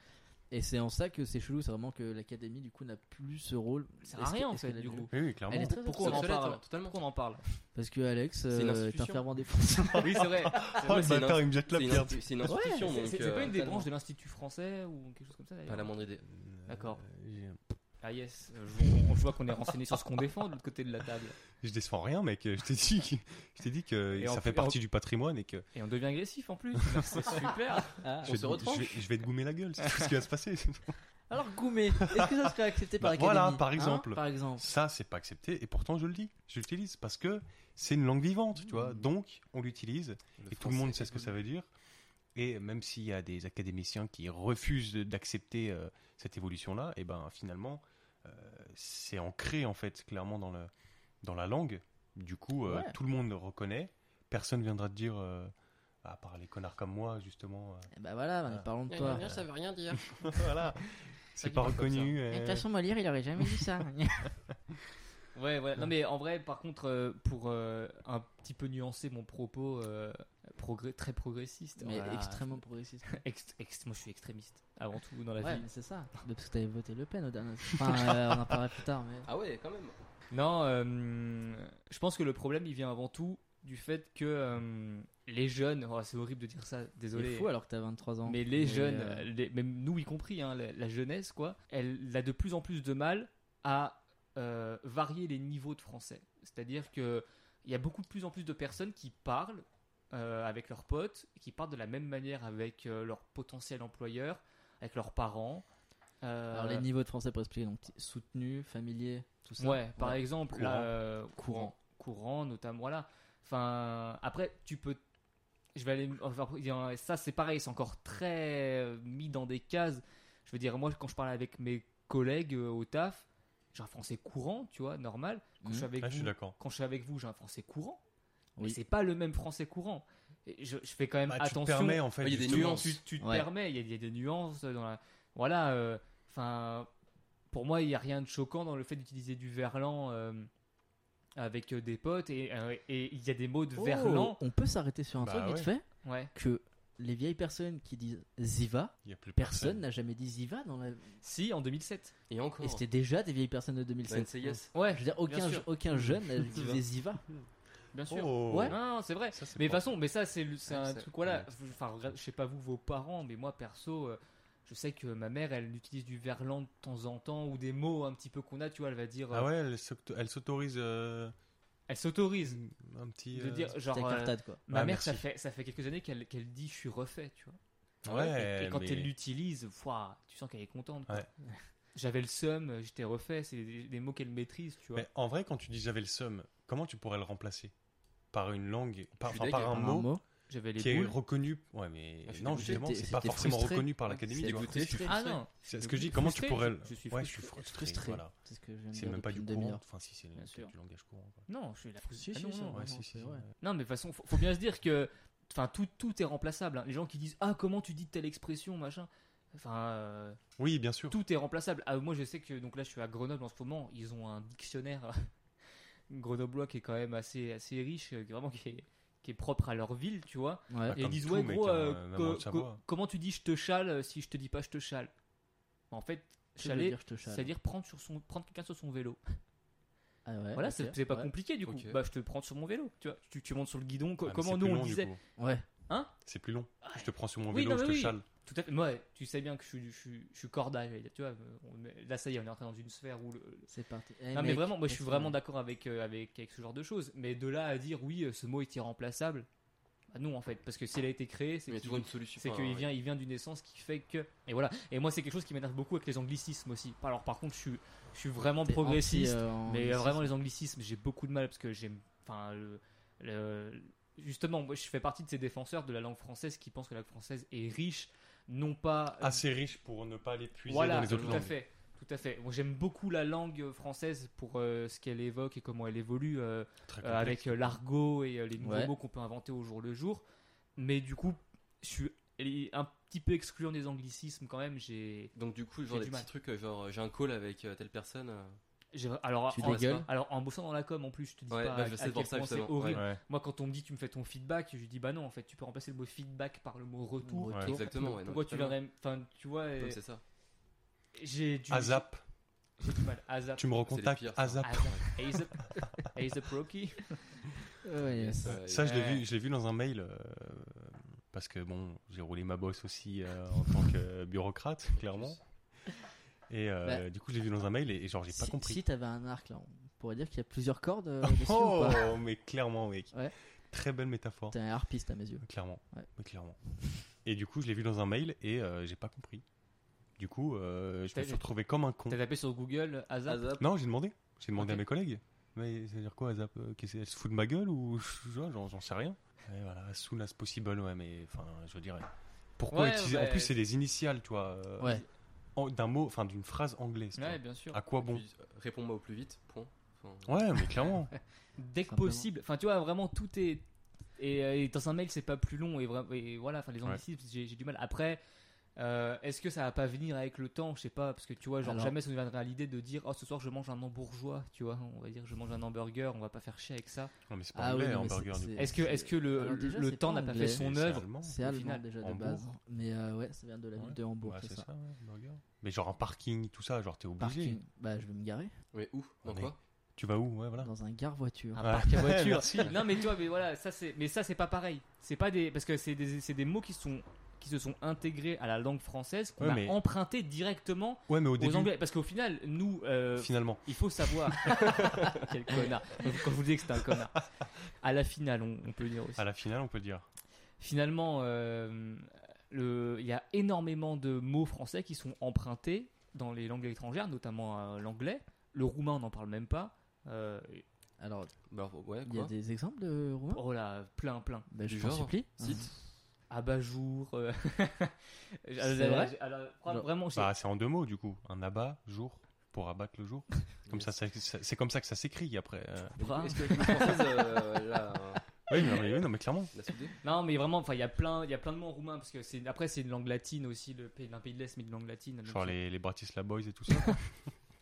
Speaker 3: Et c'est en ça que c'est chelou, c'est vraiment que l'académie, du coup, n'a plus ce rôle.
Speaker 4: Ça sert à
Speaker 3: Est-ce
Speaker 4: rien
Speaker 3: que-
Speaker 4: en
Speaker 3: est-ce
Speaker 4: fait
Speaker 3: qu'elle a
Speaker 4: du
Speaker 3: du-
Speaker 4: coup.
Speaker 5: Oui, oui, clairement.
Speaker 3: Elle est très
Speaker 4: Pourquoi on en
Speaker 1: obsolète,
Speaker 4: parle
Speaker 1: hein, totalement.
Speaker 4: Pourquoi on en parle
Speaker 3: Parce que Alex
Speaker 1: C'est une
Speaker 3: euh, est un
Speaker 1: institution.
Speaker 3: fervent défenseur.
Speaker 4: Ah Oui, c'est vrai.
Speaker 5: Oh,
Speaker 1: Ouais,
Speaker 5: le
Speaker 1: c'est
Speaker 5: bâtard,
Speaker 1: une-
Speaker 5: il me jette la
Speaker 1: C'est une,
Speaker 5: pierre.
Speaker 1: insti- c'est une institution,
Speaker 4: C'est
Speaker 1: donc.
Speaker 4: c'est pas
Speaker 1: euh,
Speaker 4: une des
Speaker 1: totalement.
Speaker 4: branches de l'Institut français ou quelque chose comme ça d'ailleurs
Speaker 1: Pas la moindre idée.
Speaker 4: D'accord.
Speaker 5: Euh,
Speaker 4: Ah yes, euh, je vois- je vois qu'on est renseigné sur ce qu'on défend de l'autre côté de la table.
Speaker 5: Je défends rien, mec. Je t'ai dit que, je t'ai dit que
Speaker 4: Et en
Speaker 5: ça
Speaker 4: plus-
Speaker 5: fait partie du patrimoine et que
Speaker 4: Et on devient agressif en plus. C'est super.
Speaker 1: On
Speaker 3: Ah.
Speaker 5: je vais,
Speaker 1: se
Speaker 5: te-
Speaker 1: retranche.
Speaker 5: je, vais, je vais te goumer la gueule. C'est tout ce qui va se passer.
Speaker 3: Alors Goumet, est-ce que ça serait accepté par
Speaker 5: Bah,
Speaker 3: l'académie
Speaker 5: voilà, par
Speaker 3: Hein,
Speaker 5: exemple.
Speaker 3: par exemple.
Speaker 5: Ça, c'est pas accepté. Et pourtant, je le dis. Je l'utilise parce que c'est une langue vivante, tu vois. Donc, on l'utilise et tout le monde sait ce que ça veut dire. Et même s'il y a des académiciens qui refusent de- d'accepter euh, cette évolution-là, et ben finalement, euh, c'est ancré en fait clairement dans le dans la langue. Du coup, euh,
Speaker 3: Ouais.
Speaker 5: tout le monde le reconnaît. Personne viendra te dire, euh, à part les connards comme moi, justement. euh,
Speaker 3: Eh ben voilà,
Speaker 5: Ah.
Speaker 3: parlons de toi.
Speaker 6: ça veut rien dire.
Speaker 5: voilà, c'est pas reconnu. euh,
Speaker 3: Molière, il aurait jamais dit ça.
Speaker 4: Ouais, ouais. Non, mais en vrai, par contre, euh, pour euh, un petit peu nuancer mon propos euh, progrès, très progressiste,
Speaker 3: mais
Speaker 4: voilà.
Speaker 3: extrêmement progressiste.
Speaker 4: Ext- ext- moi je suis extrémiste avant tout dans la
Speaker 3: Ouais,
Speaker 4: vie.
Speaker 3: mais c'est ça. Mais Parce que t'avais voté Le Pen au dernier. Enfin, euh, on en parlera plus tard. Mais...
Speaker 1: Ah ouais, quand même.
Speaker 4: Non, euh, je pense que le problème il vient avant tout du fait que euh, les jeunes, oh, c'est horrible de dire ça,
Speaker 3: C'est
Speaker 4: désolé.
Speaker 3: fou alors que t'as 23 ans.
Speaker 4: Mais les jeunes,
Speaker 3: euh,
Speaker 4: les- même nous y compris, hein, la, la jeunesse, quoi, elle a de plus en plus de mal à euh, varier les niveaux de français. C'est-à-dire que il y a beaucoup de plus en plus de personnes qui parlent euh, avec leurs potes, qui parlent de la même manière avec euh, leur potentiel employeur, avec leurs parents. Euh,
Speaker 3: Alors les niveaux de français pour expliquer, donc soutenu, familier, tout ça.
Speaker 4: Ouais, par exemple, là,
Speaker 3: Courant.
Speaker 4: euh, courant, courant, notamment, voilà. Enfin, après, tu peux. Je vais aller. enfin, ça, c'est pareil, c'est encore très euh, mis dans des cases. Je veux dire, moi, quand je parle avec mes collègues euh, au taf, j'ai un français courant, tu vois, normal. Quand je suis
Speaker 3: Mhm.
Speaker 4: avec
Speaker 5: ah, je suis
Speaker 4: vous,
Speaker 5: d'accord.
Speaker 4: quand je suis avec vous, j'ai un français courant. Mais
Speaker 3: Oui.
Speaker 4: c'est pas le même français courant. Et Je, je fais quand même
Speaker 5: Bah, tu te
Speaker 4: attention.
Speaker 5: permets, en fait.
Speaker 1: Ouais, il y a des
Speaker 5: justement,
Speaker 1: nuances.
Speaker 4: Tu, tu te
Speaker 3: Ouais.
Speaker 4: permets, il y, a- il y a des nuances dans la. Voilà, euh, enfin, pour moi, il n'y a rien de choquant dans le fait d'utiliser du verlan euh, avec euh, des potes et euh, et il y a des mots de
Speaker 3: Oh,
Speaker 4: verlan.
Speaker 3: On peut s'arrêter sur un
Speaker 5: Bah
Speaker 3: truc
Speaker 5: ouais.
Speaker 3: vite fait
Speaker 4: Ouais,
Speaker 3: que les vieilles personnes qui disent Ziva,
Speaker 5: Il y a plus
Speaker 3: personne n'a jamais dit Ziva dans la.
Speaker 4: si en 2007.
Speaker 1: Et encore.
Speaker 3: Et c'était déjà des vieilles personnes de 2007.
Speaker 1: c'est yes.
Speaker 4: Ouais,
Speaker 3: Je veux dire, aucun,
Speaker 4: Bah, Bien sûr.
Speaker 3: aucun jeune n'a
Speaker 1: Ziva.
Speaker 3: disait Ziva.
Speaker 4: bien sûr.
Speaker 5: Oh.
Speaker 3: Ouais.
Speaker 4: Non, non, c'est vrai.
Speaker 5: Ça, c'est
Speaker 4: Mais de toute
Speaker 5: propre.
Speaker 4: façon, mais ça, c'est le- c'est
Speaker 1: Ouais,
Speaker 4: un
Speaker 1: c'est-
Speaker 4: truc, voilà. Enfin, regarde, je sais pas vous, vos parents, mais moi, perso, euh, je sais que ma mère, elle utilise du verlan de temps en temps ou des mots un petit peu qu'on a, tu vois, elle va dire.
Speaker 5: Ah
Speaker 4: euh,
Speaker 5: ouais, elle s'auto- elle s'autorise euh,
Speaker 4: Elle s'autorise
Speaker 5: un petit.
Speaker 4: de
Speaker 5: euh,
Speaker 4: dire, genre.
Speaker 3: T'as
Speaker 4: euh,
Speaker 3: cartade quoi.
Speaker 4: Ma
Speaker 5: Ouais,
Speaker 4: mère,
Speaker 5: Ah, merci.
Speaker 4: ça fait, ça fait quelques années qu'elle qu'elle dit je suis refait, tu vois.
Speaker 5: Ouais,
Speaker 4: et, et quand
Speaker 5: mais-
Speaker 4: elle l'utilise, ouah, tu sens qu'elle est contente. quoi.
Speaker 5: Ouais.
Speaker 4: J'avais le seum, j'étais refait, c'est des, des mots qu'elle maîtrise, tu vois.
Speaker 5: Mais en vrai, quand tu dis j'avais le seum, comment tu pourrais le remplacer Par une langue, par,
Speaker 1: suis
Speaker 5: enfin,
Speaker 1: deg,
Speaker 5: par un
Speaker 3: Par
Speaker 5: mot,
Speaker 4: J'avais
Speaker 5: qui
Speaker 4: les
Speaker 5: est
Speaker 4: boules.
Speaker 5: reconnu. Ouais, mais
Speaker 1: Ah, je suis
Speaker 5: non,
Speaker 1: dégoûté,
Speaker 5: justement,
Speaker 3: t'es-
Speaker 5: c'est pas
Speaker 3: t'es
Speaker 5: forcément
Speaker 3: frustré.
Speaker 5: reconnu par
Speaker 3: Ouais,
Speaker 5: l'académie.
Speaker 3: c'est
Speaker 5: tu vois.
Speaker 1: dégoûté, je suis
Speaker 3: frustré.
Speaker 4: Ah non,
Speaker 5: C'est ce que je dis. Comment tu
Speaker 4: Frustré,
Speaker 5: pourrais le-
Speaker 4: je- je suis
Speaker 5: Ouais, je suis
Speaker 4: frustré.
Speaker 5: frustré.
Speaker 3: Frustré.
Speaker 5: voilà.
Speaker 3: C'est ce que je viens de
Speaker 5: C'est
Speaker 3: dire
Speaker 5: même pas
Speaker 3: depuis
Speaker 5: du
Speaker 3: une demi-heure.
Speaker 5: courant. Enfin, si, c'est le-
Speaker 4: Bien
Speaker 5: peut-être
Speaker 4: sûr.
Speaker 5: du langage courant. quoi.
Speaker 4: non, je suis la
Speaker 3: Si,
Speaker 4: Ah
Speaker 3: si, si,
Speaker 4: non, non.
Speaker 3: ouais.
Speaker 5: Ouais,
Speaker 3: Vraiment,
Speaker 5: si,
Speaker 3: c'est
Speaker 5: si.
Speaker 3: vrai.
Speaker 4: Non, mais de toute façon, faut, faut bien se dire que enfin, tout, tout est remplaçable. hein. Les gens qui disent Ah, comment tu dis telle expression, machin. Enfin, euh,
Speaker 5: Oui, bien sûr.
Speaker 4: tout est remplaçable. Ah, moi, je sais que donc là, je suis à Grenoble en ce moment. Ils ont un dictionnaire grenoblois qui est quand même assez, assez riche, euh, vraiment qui est, qui est propre à leur ville, tu vois.
Speaker 3: Ouais.
Speaker 5: Ah,
Speaker 4: Et ils
Speaker 5: comme
Speaker 4: disent
Speaker 5: tout,
Speaker 4: ouais
Speaker 5: mais
Speaker 4: gros,
Speaker 5: comme,
Speaker 4: euh,
Speaker 5: euh, même
Speaker 4: co-
Speaker 5: en Haute-Savoie.
Speaker 4: co- comment tu dis je te chale euh, si je te dis pas je te chale En fait,
Speaker 3: Je veux
Speaker 4: chaler,
Speaker 3: dire, je te chale.
Speaker 4: c'est-à-dire prendre sur son prendre quelqu'un sur son vélo.
Speaker 3: Ah ouais,
Speaker 4: voilà,
Speaker 3: ok,
Speaker 4: c'est c'est pas
Speaker 3: ouais.
Speaker 4: compliqué du coup.
Speaker 1: Ok.
Speaker 4: Bah je te prends sur mon vélo, tu vois. Tu, tu montes sur le guidon, co-
Speaker 5: Ah, mais
Speaker 4: comment
Speaker 5: c'est
Speaker 4: nous
Speaker 5: plus
Speaker 4: on
Speaker 5: long, du
Speaker 4: disait
Speaker 5: coup.
Speaker 3: Ouais.
Speaker 5: C'est plus long. Je te prends sur mon
Speaker 4: Oui,
Speaker 5: vélo,
Speaker 4: non,
Speaker 5: je
Speaker 4: mais
Speaker 5: te
Speaker 4: oui. Euh,
Speaker 5: chale.
Speaker 4: Tout à fait. Moi, tu sais bien que je suis je suis- je suis cordial, tu vois. on est- là ça y est, on est entré dans une sphère où le,
Speaker 3: C'est parti. Eh,
Speaker 4: Non mais
Speaker 3: mec,
Speaker 4: vraiment, moi je suis
Speaker 3: laisse
Speaker 4: vraiment
Speaker 3: tomber.
Speaker 4: d'accord avec, euh, avec, avec ce genre de choses. Mais de là à dire oui, euh, ce mot est irremplaçable, bah, à nous en fait. Parce que s'il a été créé, c'est
Speaker 1: Il y a
Speaker 4: qu'il
Speaker 1: toujours une solution.
Speaker 4: c'est
Speaker 1: enfin,
Speaker 4: qu'il
Speaker 1: ouais.
Speaker 4: vient, il vient d'une essence qui fait que. Et voilà. Et moi, c'est quelque chose qui m'énerve beaucoup avec les anglicismes aussi. Alors, par contre, je suis, je suis vraiment
Speaker 3: T'es
Speaker 4: progressiste.
Speaker 3: anti, euh, en-
Speaker 4: Mais euh, vraiment, les anglicismes, j'ai beaucoup de mal parce que j'aime. Enfin, le- le- justement, moi, je fais partie de ces défenseurs de la langue française qui pensent que la langue française est riche, non pas.
Speaker 5: Assez Ah, riche pour ne pas les puiser
Speaker 4: voilà,
Speaker 5: dans les autres
Speaker 4: tout à
Speaker 5: langues.
Speaker 4: fait. Tout à fait. Moi, j'aime beaucoup la langue française pour euh, ce qu'elle évoque et comment elle évolue euh,
Speaker 5: Très
Speaker 4: euh,
Speaker 5: complexe.
Speaker 4: avec euh, l'argot et euh, les nouveaux
Speaker 3: Ouais.
Speaker 4: mots qu'on peut inventer au jour le jour. Mais du coup, je suis allé un petit peu excluant des anglicismes quand même. J'ai,
Speaker 1: Donc du coup,
Speaker 4: J'ai
Speaker 1: genre des
Speaker 4: du
Speaker 1: petits
Speaker 4: mal.
Speaker 1: trucs, euh, genre euh, j'ai un call avec euh, telle personne. euh,
Speaker 4: j'ai- alors,
Speaker 3: Tu
Speaker 4: en,
Speaker 3: dégueules
Speaker 4: alors en bossant dans la com en plus, je te dis
Speaker 1: Ouais,
Speaker 4: pas
Speaker 1: bah,
Speaker 4: à,
Speaker 1: je sais,
Speaker 4: à
Speaker 1: c'est pour
Speaker 4: quel
Speaker 1: ça,
Speaker 4: point c'est
Speaker 1: justement.
Speaker 4: horrible.
Speaker 5: Ouais.
Speaker 4: Moi, quand on me dit tu me fais ton feedback, je lui dis bah non, en fait, tu peux remplacer le mot feedback par le mot retour.
Speaker 3: Ouais,
Speaker 4: Donc,
Speaker 1: exactement, ouais, non,
Speaker 4: pourquoi tu
Speaker 1: totalement.
Speaker 4: l'aurais. Enfin, tu vois, et-
Speaker 1: donc c'est ça.
Speaker 4: j'ai du,
Speaker 5: Azap,
Speaker 4: j'ai du mal. Azap.
Speaker 5: tu me recontactes.
Speaker 1: pires, ça.
Speaker 5: Azap.
Speaker 4: Azap. Azap. Azap Rocky.
Speaker 3: Ouais, yes.
Speaker 1: Euh,
Speaker 5: Ça, je l'ai
Speaker 4: Ouais.
Speaker 5: vu, je l'ai vu dans un mail euh, parce que bon, j'ai roulé ma bosse aussi euh, en tant que bureaucrate, clairement. Et euh,
Speaker 3: Bah.
Speaker 5: du coup, je l'ai vu dans un mail et, et genre, j'ai pas
Speaker 3: si,
Speaker 5: compris.
Speaker 3: Si t'avais un arc là, on pourrait dire qu'il y a plusieurs cordes euh, dessus ou
Speaker 5: oh,
Speaker 3: pas
Speaker 5: mais clairement, mec.
Speaker 3: Ouais.
Speaker 5: Très belle métaphore.
Speaker 3: T'es un harpiste à mes yeux.
Speaker 5: Clairement.
Speaker 3: Ouais.
Speaker 5: Mais clairement. Et du coup, je l'ai vu dans un mail et euh, j'ai pas compris. Du coup, euh, je
Speaker 4: T'as-
Speaker 5: me suis retrouvé comme un con.
Speaker 4: T'as tapé sur Google Azap.
Speaker 1: Azap.
Speaker 5: Non, j'ai demandé. J'ai demandé
Speaker 4: Ok.
Speaker 5: à mes collègues. Mais ça veut dire quoi, Azap euh, qu'est-ce que- Elle se fout de ma gueule ou je- je- j'en j'en sais rien Et voilà, as soon as possible, ouais, mais enfin, je dirais. Pourquoi
Speaker 4: Ouais,
Speaker 5: utiliser
Speaker 4: ouais.
Speaker 5: En plus, c'est des initiales, tu vois. euh,
Speaker 3: Ouais.
Speaker 5: en- D'un mot, enfin, d'une phrase anglaise. tu
Speaker 4: Ouais,
Speaker 5: vois.
Speaker 4: bien sûr.
Speaker 5: À quoi bon
Speaker 1: Puis, euh, Réponds-moi au plus vite. Point. Enfin,
Speaker 5: Ouais, mais clairement.
Speaker 4: Dès que
Speaker 3: Simplement.
Speaker 4: possible. Enfin, tu vois, vraiment, tout est. Et, euh, et dans un mail, c'est pas plus long. Et, vra- et voilà, enfin, les
Speaker 5: Ouais.
Speaker 4: anglicismes, j'ai- j'ai du mal. Après, euh, est-ce que ça va pas venir avec le temps Je sais pas, parce que tu vois, genre,
Speaker 3: Alors-
Speaker 4: jamais ça nous viendrait à l'idée de dire Oh, ce soir, je mange un hamburgeois, tu vois. On va dire, je mange un hamburger, on va pas faire chier avec ça.
Speaker 5: non, mais c'est pas anglais,
Speaker 3: Ah non, mais
Speaker 5: hamburger,
Speaker 3: c'est-
Speaker 5: du coup.
Speaker 3: c'est-
Speaker 4: Est-ce que, est que le,
Speaker 3: Alors, déjà,
Speaker 4: le
Speaker 3: c'est
Speaker 4: temps
Speaker 3: pas
Speaker 4: n'a pas
Speaker 3: anglais.
Speaker 4: fait son
Speaker 5: C'est
Speaker 4: œuvre
Speaker 5: allemand.
Speaker 3: C'est
Speaker 4: Au
Speaker 3: allemand
Speaker 4: final,
Speaker 3: déjà de
Speaker 5: Hambourg.
Speaker 3: base. Mais euh, ouais, ça vient de la ville
Speaker 5: Ouais.
Speaker 3: de Hambourg,
Speaker 5: Ouais,
Speaker 3: c'est ça.
Speaker 5: ouais, hamburger. Mais genre un parking, tout ça, genre t'es obligé.
Speaker 3: Parking. Bah, je vais me garer
Speaker 1: Mais où Dans
Speaker 5: Mais-
Speaker 1: quoi
Speaker 5: Tu vas où Ouais, voilà.
Speaker 3: dans un gare voiture.
Speaker 4: un
Speaker 5: Ouais.
Speaker 4: parc à voiture.
Speaker 5: Merci.
Speaker 4: non mais toi mais voilà ça c'est mais ça c'est pas pareil. C'est pas des parce que c'est des c'est des mots qui sont qui se sont intégrés à la langue française qu'on
Speaker 5: Ouais,
Speaker 4: a
Speaker 5: mais-
Speaker 4: emprunté directement
Speaker 5: Ouais, mais au
Speaker 4: aux
Speaker 5: début,
Speaker 4: anglais parce qu'au final nous euh,
Speaker 5: finalement.
Speaker 4: il faut savoir quel connard quand je vous dis que c'est un connard à la finale on, on peut le dire aussi.
Speaker 5: À la finale, on peut le dire.
Speaker 4: Finalement euh, le il y a énormément de mots français qui sont empruntés dans les langues étrangères notamment euh, l'anglais, le roumain on n'en parle même pas. Euh,
Speaker 3: Alors,
Speaker 1: Bah ouais.
Speaker 3: il y a
Speaker 1: Quoi
Speaker 3: des exemples de roumains
Speaker 4: oh là plein plein.
Speaker 3: Bah, je
Speaker 1: Du
Speaker 3: t'en
Speaker 1: genre
Speaker 3: supplie.
Speaker 1: Site.
Speaker 4: abat-jour. euh, alors,
Speaker 3: C'est vrai
Speaker 4: alors, vra-
Speaker 3: Genre-
Speaker 4: Vraiment, c'est-
Speaker 5: Bah, c'est en deux mots du coup. Un abat, jour, pour abattre le jour. Comme
Speaker 1: Yes.
Speaker 5: ça, ça- ça- c'est comme ça que ça s'écrit après. euh.
Speaker 4: bras.
Speaker 1: Est-ce que la culture française, euh, la,
Speaker 5: Oui, mais, oui, non, mais clairement.
Speaker 1: la soudée
Speaker 4: Non, mais vraiment, enfin, il y a plein, il y a plein de mots en roumain parce que c'est après c'est une langue latine aussi, le pays d'un pays de l'est mais une langue latine. donc
Speaker 5: Genre
Speaker 4: c'est-
Speaker 5: les, les Bratislava Boys et tout ça.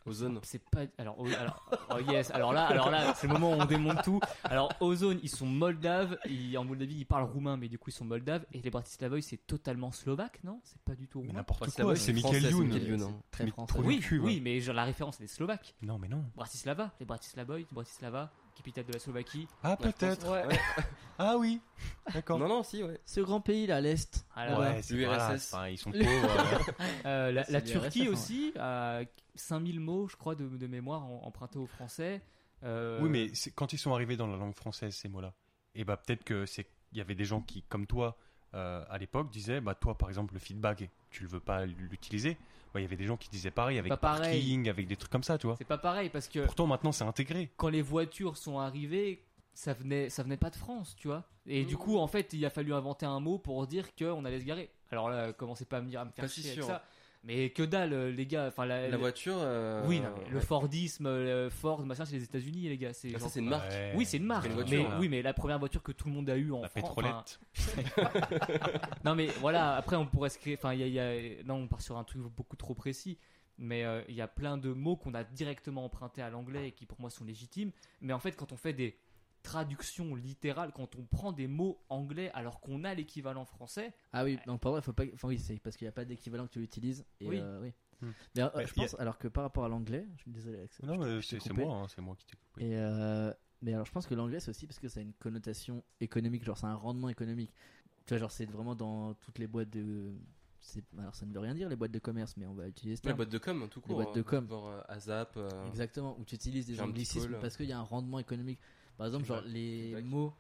Speaker 1: Ozone.
Speaker 4: C'est pas alors oh, alors oh, yes alors là alors là c'est le moment où on démonte tout. Alors Ozone ils sont moldaves, ils, en Moldavie ils parlent roumain mais du coup ils sont moldaves et les Bratislavois c'est totalement slovaque non C'est pas du tout
Speaker 5: Mais
Speaker 4: roumain.
Speaker 5: n'importe
Speaker 1: Bratislava,
Speaker 5: quoi,
Speaker 1: c'est
Speaker 5: c'est
Speaker 1: français,
Speaker 5: Michael
Speaker 1: c'est
Speaker 5: Youn.
Speaker 1: Michael Youn. hein.
Speaker 3: Très
Speaker 5: Mais
Speaker 3: français.
Speaker 5: trop
Speaker 4: Oui
Speaker 5: du cul,
Speaker 4: oui
Speaker 5: ouais.
Speaker 4: mais genre la référence c'est les Slovaques.
Speaker 5: Non, mais non.
Speaker 4: Bratislava les Bratislavois Bratislava capitale de la Slovaquie.
Speaker 5: Ah,
Speaker 1: Ouais, je
Speaker 5: peut-être.
Speaker 1: pense- ouais.
Speaker 5: Ah oui. D'accord.
Speaker 1: Non non si ouais.
Speaker 3: Ce grand pays là, à l'est.
Speaker 4: Ah là là.
Speaker 5: Ouais, c'est
Speaker 1: L'URSS.
Speaker 5: voilà, c'est- enfin, ils sont pauvres. euh.
Speaker 4: Euh, la,
Speaker 3: C'est
Speaker 4: la
Speaker 3: du
Speaker 4: Turquie
Speaker 3: RSS,
Speaker 4: aussi, à 5000 mots, je crois, de, de mémoire en- empruntés au français. Euh,
Speaker 5: Oui, mais c'est- quand ils sont arrivés dans la langue française, ces mots-là, et bah peut-être que c'est, il y avait des gens qui, comme toi, euh, à l'époque, disaient, bah toi, par exemple, le feedback, tu le veux pas l'utiliser. Bah, il y avait des gens qui disaient pareil avec
Speaker 4: Pas pareil.
Speaker 5: parking, avec des trucs comme ça, tu vois.
Speaker 4: C'est pas pareil parce que
Speaker 5: Pourtant, maintenant, c'est intégré.
Speaker 4: quand les voitures sont arrivées, ça venait, ça venait pas de France, tu vois. Et
Speaker 1: Mmh.
Speaker 4: du coup, en fait, il a fallu inventer un mot pour dire qu'on allait se garer. Alors là, commencez pas à me dire à me faire
Speaker 1: Pas si
Speaker 4: chier avec
Speaker 1: sûr.
Speaker 4: ça. Mais que dalle, euh, les gars. Enfin, la,
Speaker 1: La
Speaker 4: la-
Speaker 1: voiture. euh,
Speaker 4: Oui, non, mais le
Speaker 1: ouais.
Speaker 4: Fordisme, euh, le Ford, machin, c'est les États-Unis, les gars. C'est
Speaker 1: Ah, ça
Speaker 4: genre-
Speaker 1: c'est une marque.
Speaker 5: Ouais.
Speaker 4: Oui, c'est une marque.
Speaker 1: C'est une
Speaker 4: mais,
Speaker 1: voiture,
Speaker 5: là.
Speaker 4: oui, mais la première voiture que tout le monde a eue en
Speaker 5: La
Speaker 4: France. enfin,
Speaker 5: pétrolette.
Speaker 4: Non mais voilà, après on pourrait se créer, enfin il y a- il y a, non on part sur un truc beaucoup trop précis, mais euh, il y a plein de mots qu'on a directement empruntés à l'anglais et qui pour moi sont légitimes, mais en fait quand on fait des traductions littérales, quand on prend des mots anglais alors qu'on a l'équivalent français,
Speaker 3: Ah oui, donc pardon, il faut pas. Enfin oui, c'est parce qu'il n'y a pas d'équivalent que tu l'utilises. Et
Speaker 4: Oui.
Speaker 3: euh, oui.
Speaker 5: Hmm.
Speaker 3: Mais, euh,
Speaker 5: Mais
Speaker 3: je
Speaker 5: il y a-
Speaker 3: pense, alors que par rapport à l'anglais, je suis désolé, Alex,
Speaker 5: Non,
Speaker 3: je t'ai-
Speaker 5: mais
Speaker 3: je t'ai
Speaker 5: c'est c'est
Speaker 3: coupé.
Speaker 5: moi, hein, c'est moi qui t'ai coupé.
Speaker 3: Et euh, mais alors, je pense que l'anglais, c'est aussi parce que ça a une connotation économique, genre, c'est un rendement économique. Tu vois, genre, c'est vraiment dans toutes les boîtes de. c'est- Alors, ça ne veut rien dire, les boîtes de commerce, mais on va utiliser ce
Speaker 1: La
Speaker 3: terme.
Speaker 1: boîte de com tout court.
Speaker 3: boîtes de
Speaker 1: euh,
Speaker 3: com.
Speaker 1: Genre euh, ASAP. euh,
Speaker 3: Exactement, où tu utilises des
Speaker 1: J'ai un petit
Speaker 3: anglicismes
Speaker 1: call.
Speaker 3: parce qu'il y a un rendement économique. Par exemple, genre, les
Speaker 1: Feedback.
Speaker 3: mots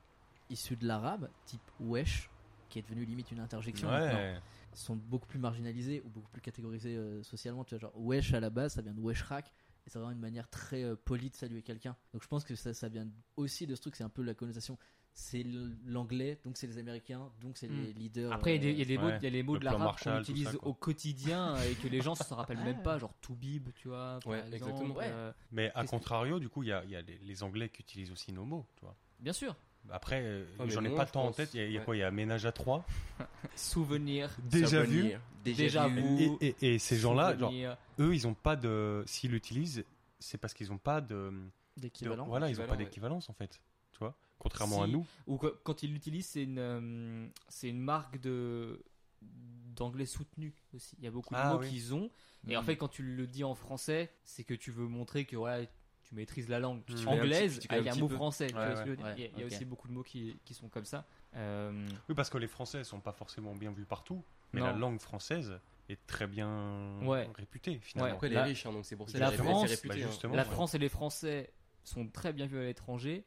Speaker 3: issus de l'arabe, type wesh, qui est devenu limite une interjection. maintenant,
Speaker 5: Ouais.
Speaker 3: sont beaucoup plus marginalisés ou beaucoup plus catégorisés euh, socialement. Tu vois, genre wesh à la base, ça vient de weshrak. Et c'est vraiment une manière très euh, polie de saluer quelqu'un. Donc je pense que ça, ça vient aussi de ce truc, c'est un peu la connotation. C'est l- l'anglais, donc c'est les américains, donc c'est les
Speaker 4: Mm.
Speaker 3: leaders. euh,
Speaker 4: Après, il y a des- il y a des mots,
Speaker 5: Euh, Ouais.
Speaker 4: il y a les mots
Speaker 5: Le
Speaker 4: de
Speaker 5: plan
Speaker 4: l'arabe qu'on
Speaker 5: Marshall, tout
Speaker 4: utilise
Speaker 5: ça, quoi.
Speaker 4: au quotidien et que les gens se rappellent même pas, genre toubib, tu vois. Par
Speaker 1: Ouais,
Speaker 4: exemple.
Speaker 1: exactement.
Speaker 3: Ouais.
Speaker 4: Euh,
Speaker 5: Mais à
Speaker 4: Qu'est-ce que-
Speaker 5: contrario, du coup, il y a, il y a les, les Anglais qui utilisent aussi nos mots, tu vois.
Speaker 4: bien sûr.
Speaker 5: Après, euh,
Speaker 1: Ouais, mais
Speaker 5: j'en ai
Speaker 1: moins,
Speaker 5: pas
Speaker 1: je
Speaker 5: tant en
Speaker 1: pense.
Speaker 5: tête. Il y a, il y a
Speaker 1: Ouais.
Speaker 5: quoi Il y a ménage à trois.
Speaker 4: Souvenir.
Speaker 5: Déjà vu.
Speaker 1: Souvenir,
Speaker 4: Déjà
Speaker 1: Déjà vu.
Speaker 4: vu.
Speaker 5: Et, et- et ces gens-là, genre,
Speaker 4: souvenir.
Speaker 5: eux, ils ont pas de. S'ils l'utilisent, c'est parce qu'ils ont pas de.
Speaker 3: d'équivalent.
Speaker 5: de- voilà, ils ont pas
Speaker 1: Équivalent, ouais.
Speaker 5: d'équivalence en fait. Tu vois Contrairement à
Speaker 4: Si.
Speaker 5: nous.
Speaker 4: Ou quoi- quand ils l'utilisent, c'est une, euh, c'est une marque de d'anglais soutenu aussi. Il y a beaucoup de
Speaker 5: Ah
Speaker 4: mots
Speaker 5: oui.
Speaker 4: qu'ils ont. Et en fait, quand tu le dis en français, c'est que tu veux montrer que ouais, tu maîtrises la langue
Speaker 5: Tu t'y connais un
Speaker 4: anglaise
Speaker 1: petit- tu t'y connais
Speaker 4: avec
Speaker 1: un
Speaker 4: un
Speaker 1: petit
Speaker 4: mot
Speaker 1: peu.
Speaker 4: français. tu
Speaker 5: Ouais,
Speaker 4: vois ce que
Speaker 5: ouais. Ah
Speaker 4: je veux dire
Speaker 3: Ouais,
Speaker 4: il y a, il y a
Speaker 3: ok.
Speaker 4: aussi beaucoup de mots qui, qui sont comme ça. Euh,
Speaker 5: Oui, parce que les Français sont pas forcément bien vus partout, mais
Speaker 4: Non.
Speaker 5: la langue française est très bien
Speaker 4: Ouais.
Speaker 5: réputée finalement.
Speaker 1: Après, elle
Speaker 4: La-
Speaker 1: est riche, hein, donc c'est pour ça
Speaker 4: la
Speaker 1: qu'elle est- elle est
Speaker 4: France,
Speaker 1: réputée,
Speaker 5: bah,
Speaker 1: hein.
Speaker 5: justement,
Speaker 4: la
Speaker 5: ouais.
Speaker 4: France et les Français sont très bien vus à l'étranger.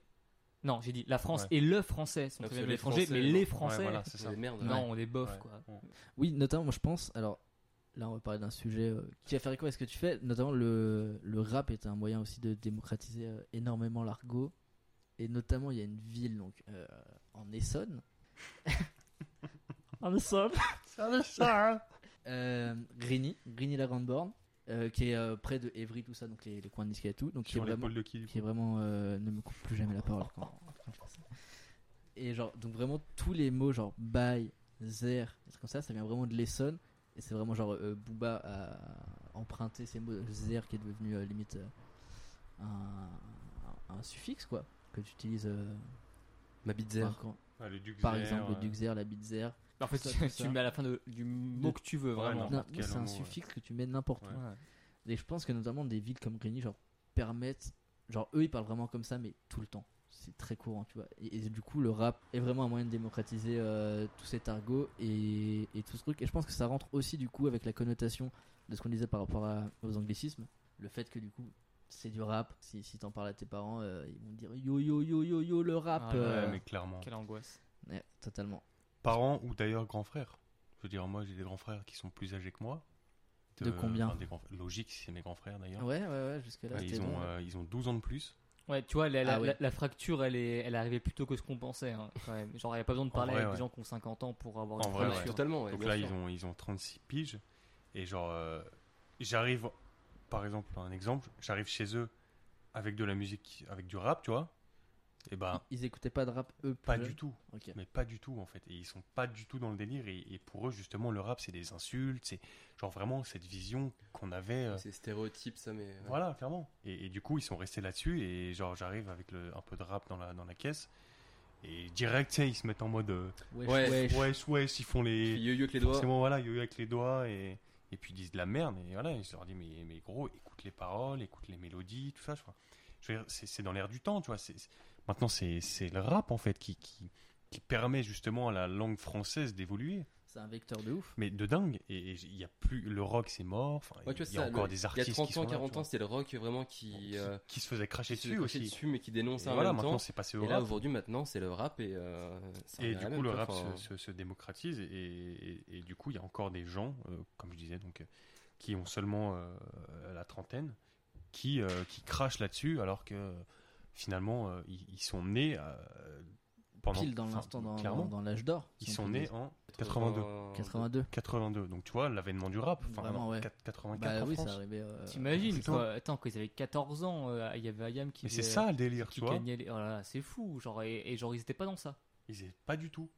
Speaker 4: Non, j'ai dit la France
Speaker 5: Ouais.
Speaker 4: et le français sont
Speaker 1: Parce
Speaker 4: très bien
Speaker 1: que
Speaker 4: vus à
Speaker 1: les
Speaker 4: l'étranger, mais
Speaker 1: Français,
Speaker 4: les
Speaker 1: non.
Speaker 4: français,
Speaker 5: Ouais, voilà, c'est ça.
Speaker 1: C'est Ah, merde.
Speaker 4: non,
Speaker 1: ouais.
Speaker 4: on est bof
Speaker 5: Ouais.
Speaker 4: quoi.
Speaker 3: Oui, notamment, moi je pense. Alors là, on va parler d'un sujet euh, qui a fait quoi Est-ce que tu fais Notamment, le, le rap est un moyen aussi de démocratiser euh, énormément l'argot. Et notamment, il y a une ville donc euh, en Essonne. en Essonne euh, Grigny, Grigny la Grande Borne, euh, qui est euh, près de Évry, tout ça, donc les, les coins de Nice et tout. Donc qui est
Speaker 5: Sur
Speaker 3: vraiment
Speaker 5: l'épaule de qui du
Speaker 3: qui est
Speaker 5: coup
Speaker 3: vraiment euh, ne me coupe plus jamais la parole quand- quand je fais ça. et genre donc vraiment tous les mots genre bail zer des trucs comme ça ça vient vraiment de l'Essonne et c'est vraiment genre euh, Booba a emprunté ces mots zer qui est devenu euh, limite euh, un, un suffixe quoi que tu utilises euh,
Speaker 1: Ma bite zère.
Speaker 3: par, quand-
Speaker 5: Ah, le Duc
Speaker 3: par
Speaker 5: Zer,
Speaker 3: exemple le
Speaker 5: euh,
Speaker 3: duc zer la bite zer
Speaker 4: En fait,
Speaker 3: Ça,
Speaker 4: tu,
Speaker 3: tout
Speaker 4: tu
Speaker 3: ça.
Speaker 4: mets à la fin de- du mot
Speaker 3: De-
Speaker 4: que tu veux vraiment.
Speaker 5: non.
Speaker 3: Non,
Speaker 5: N'importe quel
Speaker 3: c'est un
Speaker 5: mot, ouais.
Speaker 3: suffixe que tu mets n'importe où
Speaker 5: Ouais.
Speaker 4: Ouais.
Speaker 3: Et je pense que notamment des villes comme Grigny, genre, permettent. Genre, eux, ils parlent vraiment comme ça, mais tout le temps. C'est très courant, tu vois. Et, et du coup, le rap est vraiment un moyen de démocratiser euh, tout cet argot et, et tout ce truc. Et je pense que ça rentre aussi, du coup, avec la connotation de ce qu'on disait par rapport à- aux anglicismes. Le fait que, du coup, c'est du rap. Si, si t'en parles à tes parents, euh, ils vont te dire yo yo yo yo yo le rap.
Speaker 4: Ah ouais,
Speaker 5: Ouais,
Speaker 3: euh.
Speaker 5: mais clairement.
Speaker 4: Quelle angoisse.
Speaker 3: Ouais, totalement.
Speaker 5: Parents ou d'ailleurs grands frères. Je veux dire, moi j'ai des grands frères qui sont plus âgés que moi. Euh,
Speaker 3: De combien
Speaker 5: enfin, des grands- Logique, c'est mes grands frères d'ailleurs.
Speaker 3: Ouais, ouais, ouais, jusque-là.
Speaker 5: Et
Speaker 3: c'était
Speaker 5: ils, ont,
Speaker 3: bon.
Speaker 5: euh, ils ont 12 ans de plus.
Speaker 4: Ouais, tu vois, la, la-
Speaker 3: Ah ouais.
Speaker 4: la- la fracture, elle est, elle est arrivée plus tôt que ce qu'on pensait. hein, quand même. Genre, il n'y a pas besoin de
Speaker 5: En
Speaker 4: parler
Speaker 5: vrai,
Speaker 4: avec
Speaker 5: ouais.
Speaker 4: des gens qui ont 50 ans pour avoir
Speaker 5: En
Speaker 4: une
Speaker 5: vrai,
Speaker 1: Ouais,
Speaker 5: ouais.
Speaker 4: fracture.
Speaker 1: Totalement, ouais,
Speaker 5: Donc
Speaker 1: bien
Speaker 5: là,
Speaker 1: sûr.
Speaker 5: ils ont, ils ont 36 piges. Et genre, euh, j'arrive, par exemple, un exemple, j'arrive chez eux avec de la musique, avec du rap, tu vois. Et ben,
Speaker 3: Ils écoutaient pas de rap, eux, plus
Speaker 5: pas
Speaker 3: jeunes
Speaker 5: du tout.
Speaker 3: Ok.
Speaker 5: Mais pas du tout en fait. Et ils sont pas du tout dans le délire. Et, et pour eux, justement, le rap, c'est des insultes. C'est genre vraiment cette vision qu'on avait. euh,
Speaker 1: C'est stéréotype, ça, mais. euh, ouais.
Speaker 5: Voilà, clairement. Et, et du coup, ils sont restés là-dessus. Et genre, j'arrive avec le, un peu de rap dans la, dans la caisse. Et direct, tu sais, ils se mettent en mode euh,
Speaker 3: Wesh,
Speaker 1: Ouais.
Speaker 3: wesh.
Speaker 5: wesh, wesh, ils font
Speaker 1: Puis
Speaker 5: les.
Speaker 1: yo-yo avec les doigts.
Speaker 5: Forcément, voilà, yo avec les doigts. Et, et puis ils disent de la merde. Et voilà, et je leur dis, mais, mais gros, écoute les paroles, écoute les mélodies, tout ça. Je, crois. Je veux dire, c'est, c'est dans l'air du temps, tu vois. C'est, c'est- Maintenant, c'est, c'est le rap en fait qui, qui, qui permet justement à la langue française d'évoluer.
Speaker 3: C'est un vecteur de ouf.
Speaker 5: Mais de dingue. Et et il y a plus. Le rock, c'est mort. Enfin,
Speaker 1: Ouais, tu vois,
Speaker 5: il y a
Speaker 1: ça,
Speaker 5: encore
Speaker 1: le-
Speaker 5: des
Speaker 1: Il y a
Speaker 5: artistes.
Speaker 1: 30
Speaker 5: qui sont
Speaker 1: ans,
Speaker 5: là, tu
Speaker 1: 40
Speaker 5: vois
Speaker 1: ans, c'était le rock vraiment qui. euh,
Speaker 5: qui se faisait cracher
Speaker 1: qui se
Speaker 5: dessus
Speaker 1: crachait
Speaker 5: aussi.
Speaker 1: dessus, mais qui
Speaker 5: Et
Speaker 1: dénonce ça en
Speaker 5: voilà,
Speaker 1: même
Speaker 5: maintenant
Speaker 1: temps.
Speaker 5: c'est passé au
Speaker 1: Et là,
Speaker 5: rap.
Speaker 1: aujourd'hui, maintenant, c'est le rap et. euh, ça
Speaker 5: et
Speaker 1: revient à la
Speaker 5: du coup,
Speaker 1: même,
Speaker 5: le
Speaker 1: quoi,
Speaker 5: rap
Speaker 1: enfin,
Speaker 5: se, se- se démocratise et, et- et du coup, il y a encore des gens, euh, comme je disais, donc, euh, qui ont seulement euh, la trentaine, qui, euh, qui crachent là-dessus, alors que finalement, euh, ils, ils sont nés euh, pendant
Speaker 3: Pile dans
Speaker 5: enfin,
Speaker 3: l'instant, dans,
Speaker 5: clairement,
Speaker 3: dans- dans l'âge d'or.
Speaker 5: ils
Speaker 3: si on
Speaker 5: sont
Speaker 3: peut
Speaker 5: nés
Speaker 3: dire.
Speaker 5: en
Speaker 1: euh,
Speaker 5: 82.
Speaker 3: 82.
Speaker 5: 82. Donc tu vois, l'avènement du rap, enfin,
Speaker 3: Vraiment,
Speaker 5: non,
Speaker 3: ouais.
Speaker 5: 4- 84
Speaker 3: Bah
Speaker 5: en
Speaker 3: oui,
Speaker 5: France.
Speaker 3: ça arrivait. euh,
Speaker 4: T'imagines
Speaker 5: putain.
Speaker 4: quoi. Attends, quand ils avaient 14 ans, euh, il y avait Ayam qui.
Speaker 5: Mais c'est
Speaker 4: faisait-
Speaker 5: ça le délire,
Speaker 4: Qui
Speaker 5: tu vois.
Speaker 4: gagnait les- Oh là là, c'est fou. Genre, et, et genre, ils étaient pas dans ça.
Speaker 5: Ils n'aient pas du tout.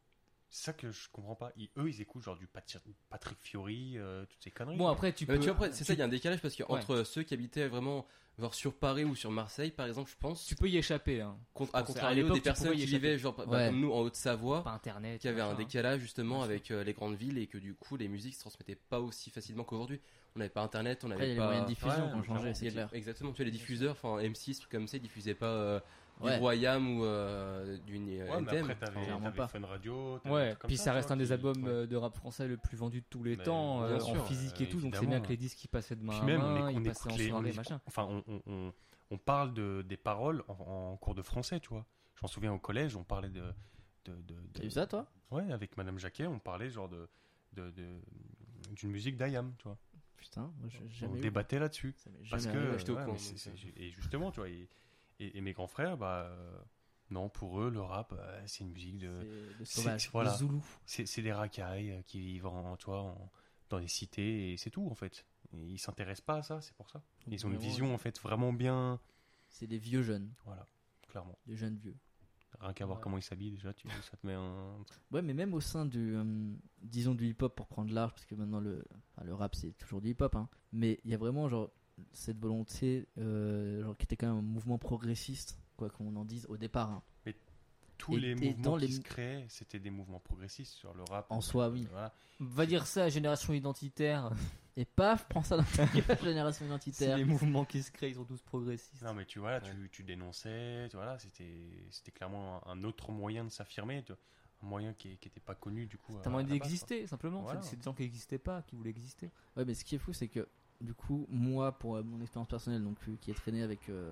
Speaker 5: C'est ça que je comprends pas. Ils- eux, ils écoutent genre du Pati- Patrick Fiori, euh, toutes ces conneries.
Speaker 4: Bon, après, tu
Speaker 1: Non, mais
Speaker 4: peux.
Speaker 1: tu vois, après, c'est ça, il y a un décalage parce que
Speaker 4: Ouais.
Speaker 1: entre ceux qui habitaient vraiment genre sur Paris ou sur Marseille, par exemple, je pense,
Speaker 4: tu peux y échapper. hein.
Speaker 1: con-
Speaker 4: à
Speaker 1: à contrario
Speaker 4: l'époque,
Speaker 1: des
Speaker 4: tu
Speaker 1: personnes
Speaker 4: pouvais y
Speaker 1: qui
Speaker 4: échapper.
Speaker 1: vivaient genre bah,
Speaker 3: Ouais.
Speaker 1: comme nous en Haute-Savoie,
Speaker 4: Pas internet.
Speaker 1: qui avait un
Speaker 4: machin.
Speaker 1: décalage justement
Speaker 4: Bien
Speaker 1: avec euh, les grandes villes et que du coup les musiques se transmettaient pas aussi facilement qu'aujourd'hui. On n'avait pas internet, on
Speaker 3: Après, il y a
Speaker 1: n'avait
Speaker 3: les
Speaker 1: pas.
Speaker 3: moyens de diffusion
Speaker 5: ouais,
Speaker 3: qui ont changé,
Speaker 1: Il
Speaker 5: clairement.
Speaker 1: y
Speaker 3: c'est
Speaker 1: a-
Speaker 3: clair.
Speaker 1: Exactement, tu vois, les diffuseurs, enfin M6, trucs comme ça, ils diffusaient pas euh, du
Speaker 3: Ouais.
Speaker 1: Royam ou euh, du Ni-
Speaker 5: Ouais, mais
Speaker 1: NTM.
Speaker 5: après, t'avais,
Speaker 1: Enfin,
Speaker 3: clairement
Speaker 5: t'avais
Speaker 3: pas.
Speaker 5: Fun Radio. t'avais des
Speaker 4: Ouais,
Speaker 5: trucs comme
Speaker 4: puis ça, reste
Speaker 5: tu vois,
Speaker 4: un des
Speaker 5: qui-
Speaker 4: albums
Speaker 5: ouais.
Speaker 4: euh, de rap français le plus vendu de tous les
Speaker 5: Mais
Speaker 4: temps,
Speaker 5: bien
Speaker 4: euh,
Speaker 1: sûr,
Speaker 4: en physique
Speaker 5: euh,
Speaker 4: et tout, donc c'est
Speaker 5: évidemment,
Speaker 4: bien que
Speaker 5: euh.
Speaker 4: les disques ils passaient de main
Speaker 5: Puis
Speaker 4: à
Speaker 5: même, on,
Speaker 4: main,
Speaker 5: éc- on
Speaker 4: ils passaient
Speaker 5: écoute
Speaker 4: en
Speaker 5: les. on
Speaker 4: soirée,
Speaker 5: écoute-
Speaker 4: machin.
Speaker 5: enfin, on, on- on- on parle de, des paroles en, en cours de français, tu vois. Je m'en souviens au collège, on parlait de, de. de,
Speaker 3: T'as
Speaker 5: de-
Speaker 3: vu ça, toi
Speaker 5: Ouais, avec Madame Jacquet, on parlait genre de. de- de- d'une musique d'IAM, tu vois.
Speaker 3: Putain, moi, j'ai
Speaker 5: On
Speaker 3: jamais. eu.
Speaker 5: débattait là-dessus.
Speaker 3: Ça m'est
Speaker 5: Parce
Speaker 3: jamais
Speaker 5: que.
Speaker 3: arrivé.
Speaker 1: j'étais au
Speaker 5: ouais,
Speaker 1: courant,
Speaker 5: mais c'est-
Speaker 1: donc,
Speaker 5: c'est-
Speaker 1: euh.
Speaker 5: j'ai- et justement, tu vois, et, et- et mes grands frères, bah. euh, non, pour eux, le rap, euh, c'est une musique de.
Speaker 3: C'est euh, de
Speaker 5: c'est-
Speaker 3: sauvage,
Speaker 5: voilà.
Speaker 3: de zoulou.
Speaker 5: C'est c'est des racailles euh, qui vivent en, tu vois, en- dans les cités et c'est tout en fait. Et Ils s'intéressent pas à ça, c'est pour ça. Ils ont une
Speaker 3: Vraiment,
Speaker 5: vision en fait vraiment bien,
Speaker 3: C'est des vieux jeunes,
Speaker 5: voilà, clairement.
Speaker 3: des jeunes vieux.
Speaker 5: Rien qu'à voir
Speaker 4: Ouais.
Speaker 5: comment ils s'habillent déjà, tu ça te met un.
Speaker 3: Ouais, mais même au sein du, euh, disons du hip-hop pour prendre large, parce que maintenant le, enfin, le rap c'est toujours du hip-hop, hein. Mais il y a vraiment genre cette volonté, euh, genre qui était quand même un mouvement progressiste, quoi qu'on en dise au départ. hein.
Speaker 5: Tous
Speaker 3: Et-
Speaker 5: les
Speaker 3: et
Speaker 5: mouvements
Speaker 3: dans
Speaker 5: qui
Speaker 3: les-
Speaker 5: se créaient, c'était des mouvements progressistes sur le rap.
Speaker 3: En soi, oui.
Speaker 5: Voilà.
Speaker 4: Va dire ça à Génération Identitaire.
Speaker 3: Et paf, prends ça dans ta gueule, génération
Speaker 4: Si
Speaker 3: identitaire.
Speaker 4: les mouvements qui se créent, ils sont tous progressistes.
Speaker 5: Non mais tu vois, tu, tu dénonçais, tu voilà, c'était c'était clairement un, un autre moyen de s'affirmer, tu vois. un moyen qui n'était pas connu du coup. euh,
Speaker 4: T'as
Speaker 5: à-
Speaker 4: moyen
Speaker 5: à la base,
Speaker 4: d'exister, simplement.
Speaker 5: Voilà.
Speaker 4: C'est c'est des gens qui n'existaient pas, qui voulaient exister.
Speaker 3: Ouais, mais ce qui est fou, c'est que du coup, moi, pour euh, mon expérience personnelle, donc euh, qui est traîné avec euh,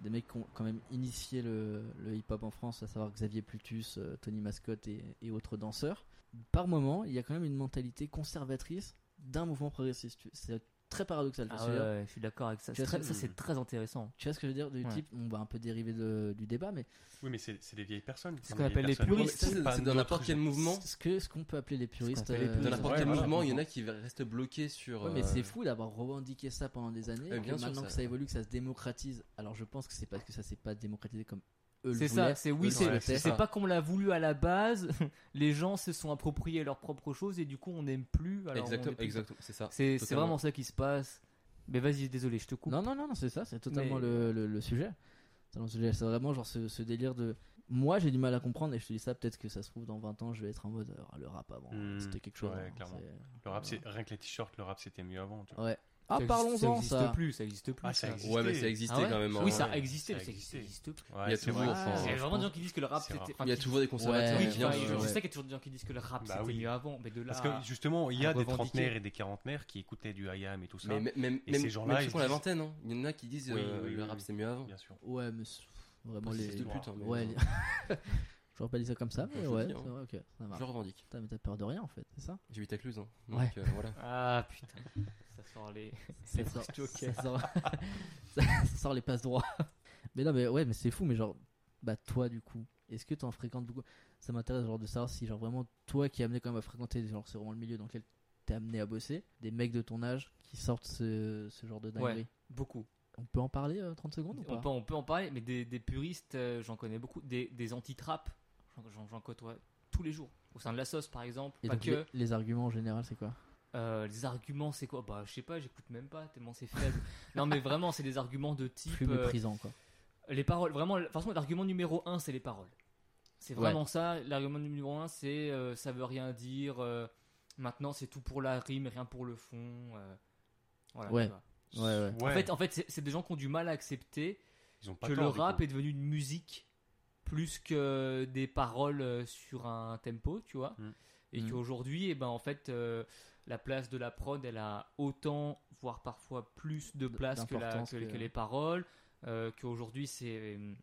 Speaker 3: des mecs qui ont quand même initié le, le hip-hop en France, à savoir Xavier Plutus, euh, Tony Mascotte et, et autres danseurs, par moment, il y a quand même une mentalité conservatrice d'un mouvement progressiste. Tu- C'est très paradoxal. parce que,
Speaker 4: Ah je suis d'accord avec ça.
Speaker 3: C'est très-
Speaker 4: ça, c'est très intéressant.
Speaker 3: Tu vois ce que je veux dire Du
Speaker 4: Ouais.
Speaker 3: type, on va un peu dériver de- du débat, mais
Speaker 5: quoi. Oui mais c'est c'est des vieilles personnes.
Speaker 4: C'est ce
Speaker 5: Enfin,
Speaker 4: qu'on
Speaker 5: des vieilles
Speaker 4: appelle les
Speaker 5: personnes.
Speaker 4: puristes.
Speaker 5: C'est
Speaker 1: C'est
Speaker 5: pas
Speaker 1: dans n'importe
Speaker 5: notre
Speaker 1: quel mouvement.
Speaker 3: ce que ce qu'on peut appeler les puristes.
Speaker 4: appelle les
Speaker 3: euh,
Speaker 4: puristes.
Speaker 1: Dans n'importe
Speaker 5: Ouais,
Speaker 1: quel
Speaker 5: voilà.
Speaker 1: mouvement, il y en a qui restent bloqués sur.
Speaker 3: Ouais, mais
Speaker 1: euh,
Speaker 3: c'est fou d'avoir revendiqué ça pendant des années.
Speaker 1: Euh,
Speaker 3: et
Speaker 1: bien
Speaker 3: que
Speaker 1: sûr,
Speaker 3: maintenant
Speaker 1: ça-
Speaker 3: que ça évolue, que ça se démocratise. Alors je pense que c'est parce que ça s'est pas démocratisé comme eux le
Speaker 4: C'est ça,
Speaker 3: voulaient.
Speaker 4: c'est
Speaker 3: Eux,
Speaker 4: oui, c'est
Speaker 5: ouais,
Speaker 3: le
Speaker 4: c'est
Speaker 1: ça.
Speaker 4: pas qu'on l'a voulu à la base. Les gens se sont appropriés leurs propres choses et du coup on n'aime plus. Alors on
Speaker 1: Exactement,
Speaker 4: est plus-
Speaker 1: exactement, c'est ça.
Speaker 4: C'est c'est
Speaker 1: Totalement.
Speaker 4: vraiment ça qui se passe. Mais vas-y, désolé, je te coupe.
Speaker 3: Non, non, non, non, c'est ça, c'est totalement
Speaker 4: Mais-
Speaker 3: le, le- le sujet. C'est totalement le sujet, C'est vraiment genre ce, ce délire de. Moi j'ai du mal à comprendre et je te dis ça, peut-être que ça se trouve dans 20 ans je vais être en mode ah, le rap avant,
Speaker 5: Hmm,
Speaker 3: c'était quelque chose.
Speaker 5: ouais,
Speaker 3: hein,
Speaker 5: clairement.
Speaker 3: c'est-
Speaker 5: Le rap, c'est rien que les t-shirts, le rap c'était mieux avant. Tu vois.
Speaker 3: Ouais. Ah,
Speaker 4: Ça existe-
Speaker 3: parlons-en
Speaker 4: Ça
Speaker 3: ça.
Speaker 4: existe plus, ça existe plus.
Speaker 5: Ah, ça existe.
Speaker 1: Ouais, mais ça
Speaker 5: existait.
Speaker 4: Ah
Speaker 1: existait
Speaker 4: ouais
Speaker 1: quand même.
Speaker 4: Oui,
Speaker 1: hein.
Speaker 4: ça
Speaker 5: ouais.
Speaker 4: existait,
Speaker 5: Ça
Speaker 4: mais ça
Speaker 5: existait.
Speaker 4: existe plus.
Speaker 5: Ouais,
Speaker 1: Il y a
Speaker 5: c'est
Speaker 1: toujours-
Speaker 5: vrai.
Speaker 1: enfin,
Speaker 4: Il y a
Speaker 3: je
Speaker 4: vraiment
Speaker 3: pense.
Speaker 4: des gens qui disent que le rap
Speaker 5: C'est
Speaker 4: c'était.
Speaker 5: rare.
Speaker 1: Il y a toujours des
Speaker 3: Ouais,
Speaker 4: Oui,
Speaker 1: conservateurs. qui
Speaker 3: Euh, ouais,
Speaker 1: viennent
Speaker 4: enfin,
Speaker 3: ouais,
Speaker 1: sur-
Speaker 4: je
Speaker 3: ouais.
Speaker 4: sais qu'il y a toujours des gens qui disent que le rap
Speaker 5: Bah
Speaker 4: c'était
Speaker 5: oui.
Speaker 4: mieux avant, mais de là.
Speaker 5: Parce que justement, il y a
Speaker 4: à
Speaker 5: des
Speaker 4: revendiquer.
Speaker 5: trentenaires et des quarantenaires qui écoutaient du IAM et tout ça.
Speaker 1: Mais même, même,
Speaker 5: Et
Speaker 1: même-
Speaker 5: ces gens-là,
Speaker 1: même
Speaker 5: ils
Speaker 1: ceux qui ont la
Speaker 5: disent-
Speaker 1: vingtaine, hein. il y en a qui disent
Speaker 5: Oui,
Speaker 1: euh,
Speaker 5: oui,
Speaker 1: le
Speaker 5: oui,
Speaker 1: rap
Speaker 5: oui.
Speaker 1: c'est mieux avant.
Speaker 5: Bien sûr.
Speaker 3: Ouais, mais c'est- vraiment
Speaker 1: Bon,
Speaker 3: les.
Speaker 1: de pute, hein, mais-
Speaker 3: Ouais, les- j'aurais pas dit ça comme ça, mais
Speaker 1: Je le
Speaker 3: ouais,
Speaker 1: dis,
Speaker 3: c'est
Speaker 1: hein.
Speaker 3: vrai, ok, ça marche.
Speaker 1: je revendique.
Speaker 3: Putain, mais t'as peur de rien en fait, c'est ça
Speaker 1: J'habite à Cluse. Hein. Donc,
Speaker 3: Ouais.
Speaker 1: euh, voilà.
Speaker 4: Ah putain, ça sort les.
Speaker 3: ça sort, ça, sort, ça sort les passes droits. Mais non, mais ouais, mais c'est fou, mais genre, bah toi du coup, est-ce que t'en fréquentes beaucoup Ça m'intéresse genre de savoir si genre vraiment toi qui es amené quand même à fréquenter, genre c'est vraiment le milieu dans lequel t'es amené à bosser, des mecs de ton âge qui sortent ce, ce genre de dinguerie.
Speaker 4: Ouais, beaucoup.
Speaker 3: On peut en parler euh, 30 secondes ou
Speaker 4: On
Speaker 3: pas
Speaker 4: peut, on peut en parler, mais des, des puristes, euh, j'en connais beaucoup. Des, des anti-trap, j'en- j'en j'en côtoie tous les jours. Au sein de la sauce, par exemple.
Speaker 3: Et
Speaker 4: pas
Speaker 3: donc
Speaker 4: que.
Speaker 3: les, les arguments en général, c'est quoi
Speaker 4: Euh, les arguments, c'est quoi Bah, je sais pas, j'écoute même pas, tellement c'est faible. non, mais vraiment, c'est des arguments de type.
Speaker 3: Plus
Speaker 4: euh,
Speaker 3: méprisant quoi.
Speaker 4: les paroles, vraiment, de toute façon, l'argument numéro un, c'est les paroles. C'est vraiment ça. L'argument numéro un, c'est euh, ça veut rien dire. euh, maintenant, c'est tout pour la rime, rien pour le fond. euh, voilà.
Speaker 3: Ouais.
Speaker 4: tu vois.
Speaker 3: Ouais, ouais.
Speaker 5: Ouais,
Speaker 4: En fait, en fait c'est- c'est des gens qui ont du mal à accepter
Speaker 5: ils ont pas
Speaker 4: que
Speaker 5: tort,
Speaker 4: le
Speaker 5: du
Speaker 4: rap
Speaker 5: coup.
Speaker 4: est devenu une musique plus que des paroles euh, sur un tempo, tu vois.
Speaker 5: Mm.
Speaker 4: Et
Speaker 3: Mm.
Speaker 4: qu'aujourd'hui, eh ben, en fait, euh, la place de la prod, elle a autant, voire parfois plus de
Speaker 3: D-
Speaker 4: place que, la-
Speaker 3: d'importance
Speaker 4: que-
Speaker 3: que-
Speaker 4: que les paroles. euh, Qu'aujourd'hui, c'est. euh,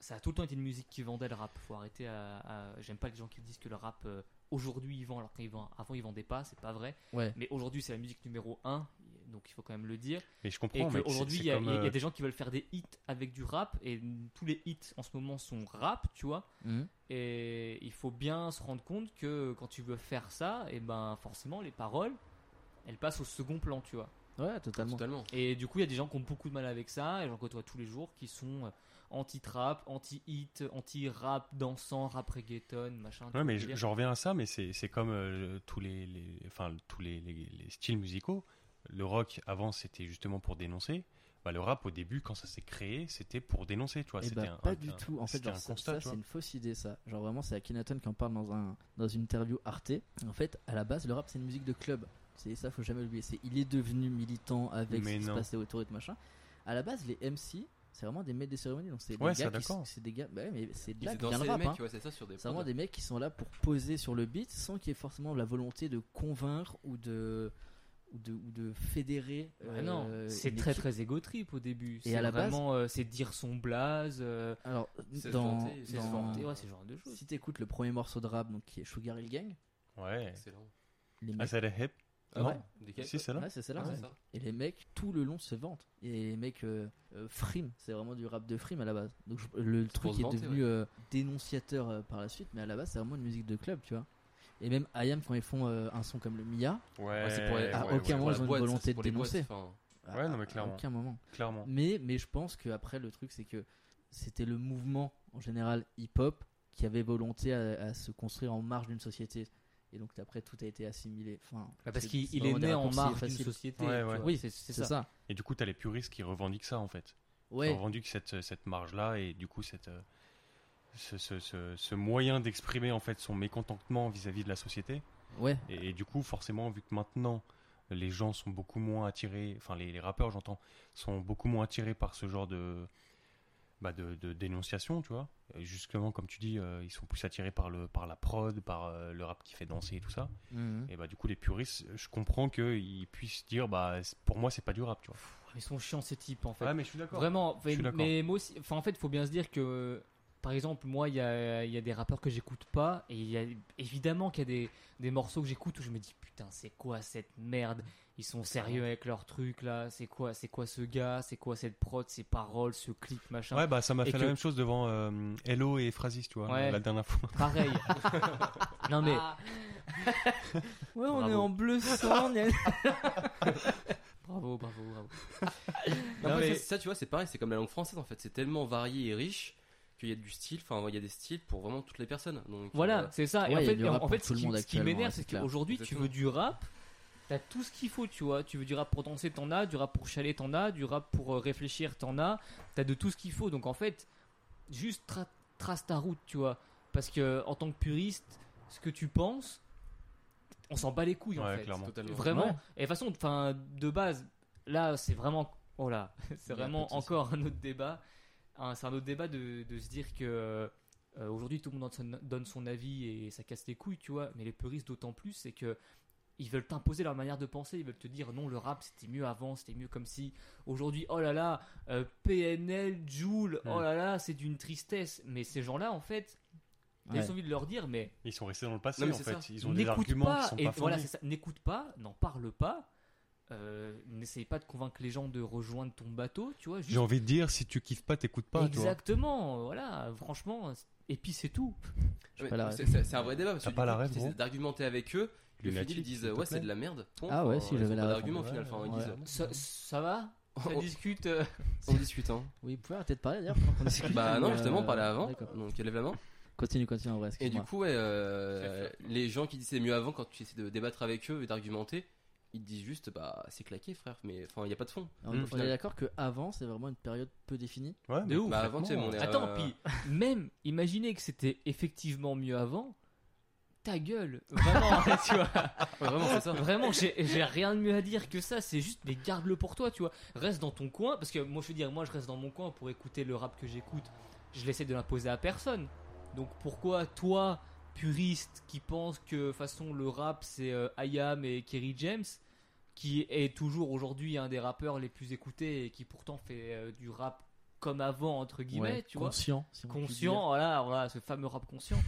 Speaker 4: Ça a tout le temps été une musique qui vendait le rap. Faut arrêter à. à- J'aime pas les gens qui disent que le rap. euh, Aujourd'hui, il vend alors qu'avant, avant, il vendait pas, c'est pas vrai.
Speaker 3: Ouais.
Speaker 4: Mais aujourd'hui, c'est la musique numéro 1, donc il faut quand même le dire.
Speaker 5: Mais je
Speaker 4: Et
Speaker 5: comprends, Oh, mais c'est-
Speaker 4: qu'aujourd'hui,
Speaker 5: c'est
Speaker 4: il y, a-
Speaker 5: comme,
Speaker 4: il y a- il y
Speaker 5: euh,
Speaker 4: a des gens qui veulent faire des hits avec du rap, et tous les hits en ce moment sont rap, tu vois.
Speaker 3: Mhm.
Speaker 4: Et il faut bien se rendre compte que quand tu veux faire ça, et ben forcément, les paroles, elles passent au second plan, tu vois.
Speaker 3: Ouais, totalement.
Speaker 1: Totalement.
Speaker 4: Et du coup, il y a des gens qui ont beaucoup de mal avec ça, et j'en côtoie tous les jours, qui sont euh, anti-trap, anti-hit, anti-rap, dansant, rap reggaeton, machin. tout
Speaker 5: Ouais, mais
Speaker 4: le
Speaker 5: je-
Speaker 4: délire.
Speaker 5: j'en reviens à ça, mais c'est c'est comme euh, tous les, les- enfin tous les, les- les styles musicaux. Le rock avant c'était justement pour dénoncer. Bah, le rap au début quand ça s'est créé c'était pour dénoncer, tu vois.
Speaker 3: Eh
Speaker 5: c'était
Speaker 3: ben,
Speaker 5: un-
Speaker 3: pas
Speaker 5: un-
Speaker 3: du
Speaker 5: un-
Speaker 3: tout. En fait,
Speaker 5: c'était
Speaker 3: genre,
Speaker 5: un
Speaker 3: ça,
Speaker 5: constat,
Speaker 3: ça,
Speaker 5: tu vois.
Speaker 3: c'est une fausse idée, ça. Genre, vraiment, c'est Akhenaton qui en parle dans, un, dans une interview Arte. En fait, à la base, le rap, c'est une musique de club. C'est ça, faut jamais l'oublier. C'est il est devenu militant avec
Speaker 5: Mais
Speaker 3: ce qui se
Speaker 5: non.
Speaker 3: passait autour et tout machin. À la base, les MC, c'est vraiment des maîtres des cérémonies. Donc, c'est des
Speaker 5: Ouais, ça,
Speaker 3: gars qui,
Speaker 5: d'accord.
Speaker 3: c'est des gars, bah ouais, mais c'est de
Speaker 1: Ils
Speaker 3: là
Speaker 1: faisaient
Speaker 3: que vient
Speaker 1: danser
Speaker 3: le
Speaker 1: les
Speaker 3: rap.
Speaker 1: mecs,
Speaker 3: hein.
Speaker 1: ouais, c'est ça sur des.
Speaker 3: C'est vraiment
Speaker 1: prods.
Speaker 3: des mecs qui sont là pour poser sur le beat sans qu'il y ait forcément la volonté de convaincre ou de ou de, ou de fédérer.
Speaker 4: Ah non,
Speaker 3: euh,
Speaker 4: c'est
Speaker 3: une
Speaker 4: très
Speaker 3: équipe.
Speaker 4: très égo trip au début.
Speaker 3: Et
Speaker 4: C'est
Speaker 3: à la base-
Speaker 4: vraiment, euh, c'est dire son blaze, euh,
Speaker 3: Alors,
Speaker 1: C'est
Speaker 3: dans,
Speaker 1: vanté,
Speaker 4: c'est
Speaker 1: dans-
Speaker 4: se vanter, ouais, c'est ce genre de choses.
Speaker 3: si t'écoutes le premier morceau de rap, donc qui est Sugar Hill Gang,
Speaker 5: Ouais.
Speaker 1: Excellent.
Speaker 3: les
Speaker 5: Ah,
Speaker 3: mecs.
Speaker 5: c'est la hip.
Speaker 1: Ah
Speaker 3: Non.
Speaker 1: ouais Des
Speaker 5: Si, c'est là.
Speaker 3: Ouais, c'est celle-là.
Speaker 1: Ah,
Speaker 3: ouais.
Speaker 1: c'est ça.
Speaker 3: Et les mecs, tout le long, se vantent. Et les mecs, euh, euh, frime, c'est vraiment du rap de frime à la base. Donc je- le
Speaker 1: pour
Speaker 3: truc
Speaker 1: se
Speaker 3: est
Speaker 1: vanter,
Speaker 3: devenu
Speaker 1: ouais.
Speaker 3: euh, dénonciateur euh, par la suite, mais à la base, c'est vraiment une musique de club, tu vois. Et même IAM, quand ils font euh, un son comme le Mia,
Speaker 5: Ouais,
Speaker 1: Ouais, c'est pour les-
Speaker 3: à
Speaker 1: ouais,
Speaker 3: Ah, aucun
Speaker 1: ouais,
Speaker 3: moment,
Speaker 1: ouais,
Speaker 3: ils ont
Speaker 1: boîte,
Speaker 3: une
Speaker 1: ça,
Speaker 3: volonté
Speaker 1: c'est
Speaker 3: de
Speaker 1: pour les boîtes,
Speaker 3: dénoncer.
Speaker 1: enfin,
Speaker 3: à-
Speaker 5: Ouais, non, mais
Speaker 3: à-
Speaker 5: clairement.
Speaker 3: À aucun moment.
Speaker 5: Clairement.
Speaker 3: Mais, mais je pense qu'après, le truc, c'est que c'était le mouvement, en général, hip-hop, qui avait volonté à, à se construire en marge d'une société. Et donc, après, tout a été assimilé. Enfin,
Speaker 4: Bah, parce
Speaker 3: c'est-
Speaker 4: qu'il
Speaker 3: c'est
Speaker 4: il est
Speaker 3: vraiment des
Speaker 4: né en
Speaker 3: raccourcis
Speaker 4: marge d'une
Speaker 3: faciles.
Speaker 4: société.
Speaker 5: Ouais,
Speaker 4: tu
Speaker 5: ouais.
Speaker 4: vois,
Speaker 3: Oui,
Speaker 4: c'est c'est
Speaker 3: C'est ça.
Speaker 4: ça.
Speaker 5: Et du coup, t'as les puristes qui revendiquent ça, en fait. Ils
Speaker 3: Ouais.
Speaker 5: revendiquent cette, cette marge-là et du coup, cette, euh, ce, ce- ce- ce moyen d'exprimer en fait son mécontentement vis-à-vis de la société.
Speaker 3: Ouais.
Speaker 5: Et, et du coup, forcément, vu que maintenant les gens sont beaucoup moins attirés, enfin les, les rappeurs, j'entends, sont beaucoup moins attirés par ce genre de, bah, de, de dénonciation, tu vois. Et justement, comme tu dis, euh, ils sont plus attirés par, le, par la prod, par euh, le rap qui fait danser et tout ça.
Speaker 3: Mhm.
Speaker 5: Et bah, du coup, les puristes, je comprends qu'ils puissent dire, bah, c'est- pour moi, c'est pas du rap, tu vois.
Speaker 4: Ils sont chiants ces types en fait.
Speaker 5: mais je suis d'accord.
Speaker 4: Vraiment,
Speaker 5: Je suis
Speaker 4: mais-
Speaker 5: d'accord.
Speaker 4: mais moi aussi, enfin, en fait, faut bien se dire que, par exemple, moi, il y a, il y a des rappeurs que j'écoute pas, et il y a évidemment qu'il y a des, des morceaux que j'écoute où je me dis, putain, c'est quoi cette merde Ils sont sérieux avec leur truc là, c'est quoi, c'est quoi ce gars, c'est quoi cette prod, ces paroles, ce clip, machin.
Speaker 5: Ouais, bah ça m'a
Speaker 4: hein. Et
Speaker 5: fait
Speaker 4: que-
Speaker 5: la même chose devant euh, Hello et Phrasis, tu vois,
Speaker 4: Ouais.
Speaker 5: la dernière fois.
Speaker 4: Pareil. non mais,
Speaker 6: Ah.
Speaker 3: Ah. Ouais, on
Speaker 5: Bravo.
Speaker 3: est en bleu sang. gna-
Speaker 4: bravo, bravo, bravo.
Speaker 1: Non,
Speaker 4: Non,
Speaker 1: mais
Speaker 4: mais-
Speaker 1: ça, ça, tu vois, c'est pareil, c'est comme la langue française en fait, c'est tellement varié et riche qu'il y a du style, enfin, il y a des styles pour vraiment toutes les personnes. Donc,
Speaker 4: Voilà,
Speaker 1: euh,
Speaker 4: c'est ça.
Speaker 3: Ouais,
Speaker 4: et
Speaker 3: il
Speaker 4: en
Speaker 3: y a
Speaker 4: fait,
Speaker 3: du
Speaker 4: et en-
Speaker 3: rap
Speaker 4: en
Speaker 3: pour
Speaker 4: fait,
Speaker 3: tout
Speaker 4: ce
Speaker 3: le
Speaker 4: qui,
Speaker 3: monde
Speaker 4: ce qui
Speaker 3: actuellement,
Speaker 4: m'énerve,
Speaker 3: c'est
Speaker 4: c'est
Speaker 3: clair.
Speaker 4: qu'aujourd'hui, tu
Speaker 1: Exactement.
Speaker 4: veux du rap, t'as tout ce qu'il faut, tu vois. Tu veux du rap pour danser, t'en as, du rap pour chaler, t'en as, du rap pour euh, réfléchir, t'en as, t'as de tout ce qu'il faut. Donc en fait, juste tra- trace ta route, tu vois. Parce que en tant que puriste, ce que tu penses, on s'en bat les couilles en
Speaker 5: Ouais,
Speaker 4: fait.
Speaker 5: clairement.
Speaker 1: totalement.
Speaker 4: Vraiment.
Speaker 3: Ouais.
Speaker 4: Et de toute façon, enfin, de base, là, c'est vraiment, oh là,
Speaker 1: Il y
Speaker 4: c'est
Speaker 1: a
Speaker 4: vraiment
Speaker 1: pas de souci.
Speaker 4: encore un autre débat. Un- C'est un autre débat de, de se dire que euh, aujourd'hui tout le monde donne son- donne son avis et ça casse les couilles, tu vois. Mais les puristes d'autant plus, c'est que ils veulent t'imposer leur manière de penser. Ils veulent te dire non, le rap c'était mieux avant, c'était mieux comme si. Aujourd'hui, oh là là, euh, PNL, Joule, oh
Speaker 5: Hmm.
Speaker 4: là là, c'est d'une tristesse. Mais ces gens-là, en fait,
Speaker 3: Ouais.
Speaker 4: j'ai envie de leur dire, mais
Speaker 5: Ils sont restés dans le passé
Speaker 1: Non, mais
Speaker 5: en
Speaker 1: c'est
Speaker 5: fait.
Speaker 1: ça.
Speaker 5: Ils ont des
Speaker 4: N'écoute
Speaker 5: arguments
Speaker 4: pas,
Speaker 5: qui sont
Speaker 4: et
Speaker 5: pas
Speaker 4: voilà,
Speaker 5: fondés.
Speaker 4: c'est ça. N'écoute pas, n'en parle pas. euh, N'essaye pas de convaincre les gens de rejoindre ton bateau, tu vois. juste-
Speaker 5: J'ai envie de dire, si tu kiffes pas, t'écoutes pas, tu vois.
Speaker 4: Exactement, voilà, franchement. c'est- Et puis c'est tout.
Speaker 1: Ouais,
Speaker 3: pas la
Speaker 1: c'est- c'est c'est un vrai débat parce que
Speaker 5: T'as
Speaker 1: du
Speaker 5: pas la
Speaker 1: coup,
Speaker 5: ref,
Speaker 1: tu
Speaker 5: gros
Speaker 1: essaies d'argumenter avec eux, le final
Speaker 5: Lunatique,
Speaker 1: ils disent
Speaker 5: s'il te
Speaker 1: ouais, c'est
Speaker 5: plaît.
Speaker 1: de la merde. Point.
Speaker 3: Ah ouais,
Speaker 1: Enfin,
Speaker 3: si,
Speaker 1: ils
Speaker 3: j'avais
Speaker 1: ont
Speaker 3: la
Speaker 1: pas
Speaker 3: ref,
Speaker 1: d'argument au
Speaker 5: ouais.
Speaker 1: final, enfin, ils
Speaker 3: Ouais.
Speaker 1: disent
Speaker 4: bah
Speaker 5: euh,
Speaker 4: Ça, ça va Ça
Speaker 1: On-
Speaker 4: discute euh,
Speaker 1: on discute hein.
Speaker 3: Oui, vous pouvez arrêter de parler d'ailleurs. pendant qu'on discute.
Speaker 1: Bah non,
Speaker 3: Euh,
Speaker 1: justement, par là avant.
Speaker 3: d'accord.
Speaker 1: Donc lève la main.
Speaker 3: Continue, continue en vrai.
Speaker 1: Et du
Speaker 3: excuse-moi.
Speaker 1: coup, ouais, euh, les gens qui disent c'est mieux avant, quand tu essaies de débattre avec eux et d'argumenter, ils te disent juste bah c'est claqué, frère. Mais enfin, il y a pas de fond.
Speaker 3: On-
Speaker 5: Mm.
Speaker 3: Ah on,
Speaker 1: Final.
Speaker 3: est d'accord que avant c'est vraiment une période peu définie.
Speaker 5: Ouais, mais
Speaker 4: de ouf.
Speaker 1: Bah avant, tu sais, mon
Speaker 4: Attends, puis même, imaginez que c'était effectivement mieux avant. Ta gueule, vraiment, tu vois.
Speaker 1: vraiment, c'est ça.
Speaker 4: Vraiment, j'ai j'ai rien de mieux à dire que ça. C'est juste, mais garde-le pour toi, tu vois. Reste dans ton coin, parce que moi, je veux dire, moi, je reste dans mon coin pour écouter le rap que j'écoute. Je l'essaie de l'imposer à personne. Donc pourquoi toi, puriste, qui pense que de toute façon le rap c'est euh, IAM et Kerry James, qui est toujours aujourd'hui un des rappeurs les plus écoutés et qui pourtant fait euh, du rap comme avant entre guillemets,
Speaker 3: Ouais,
Speaker 4: tu vois
Speaker 3: conscient, si on peut
Speaker 4: conscient, voilà, voilà, ce fameux rap conscient.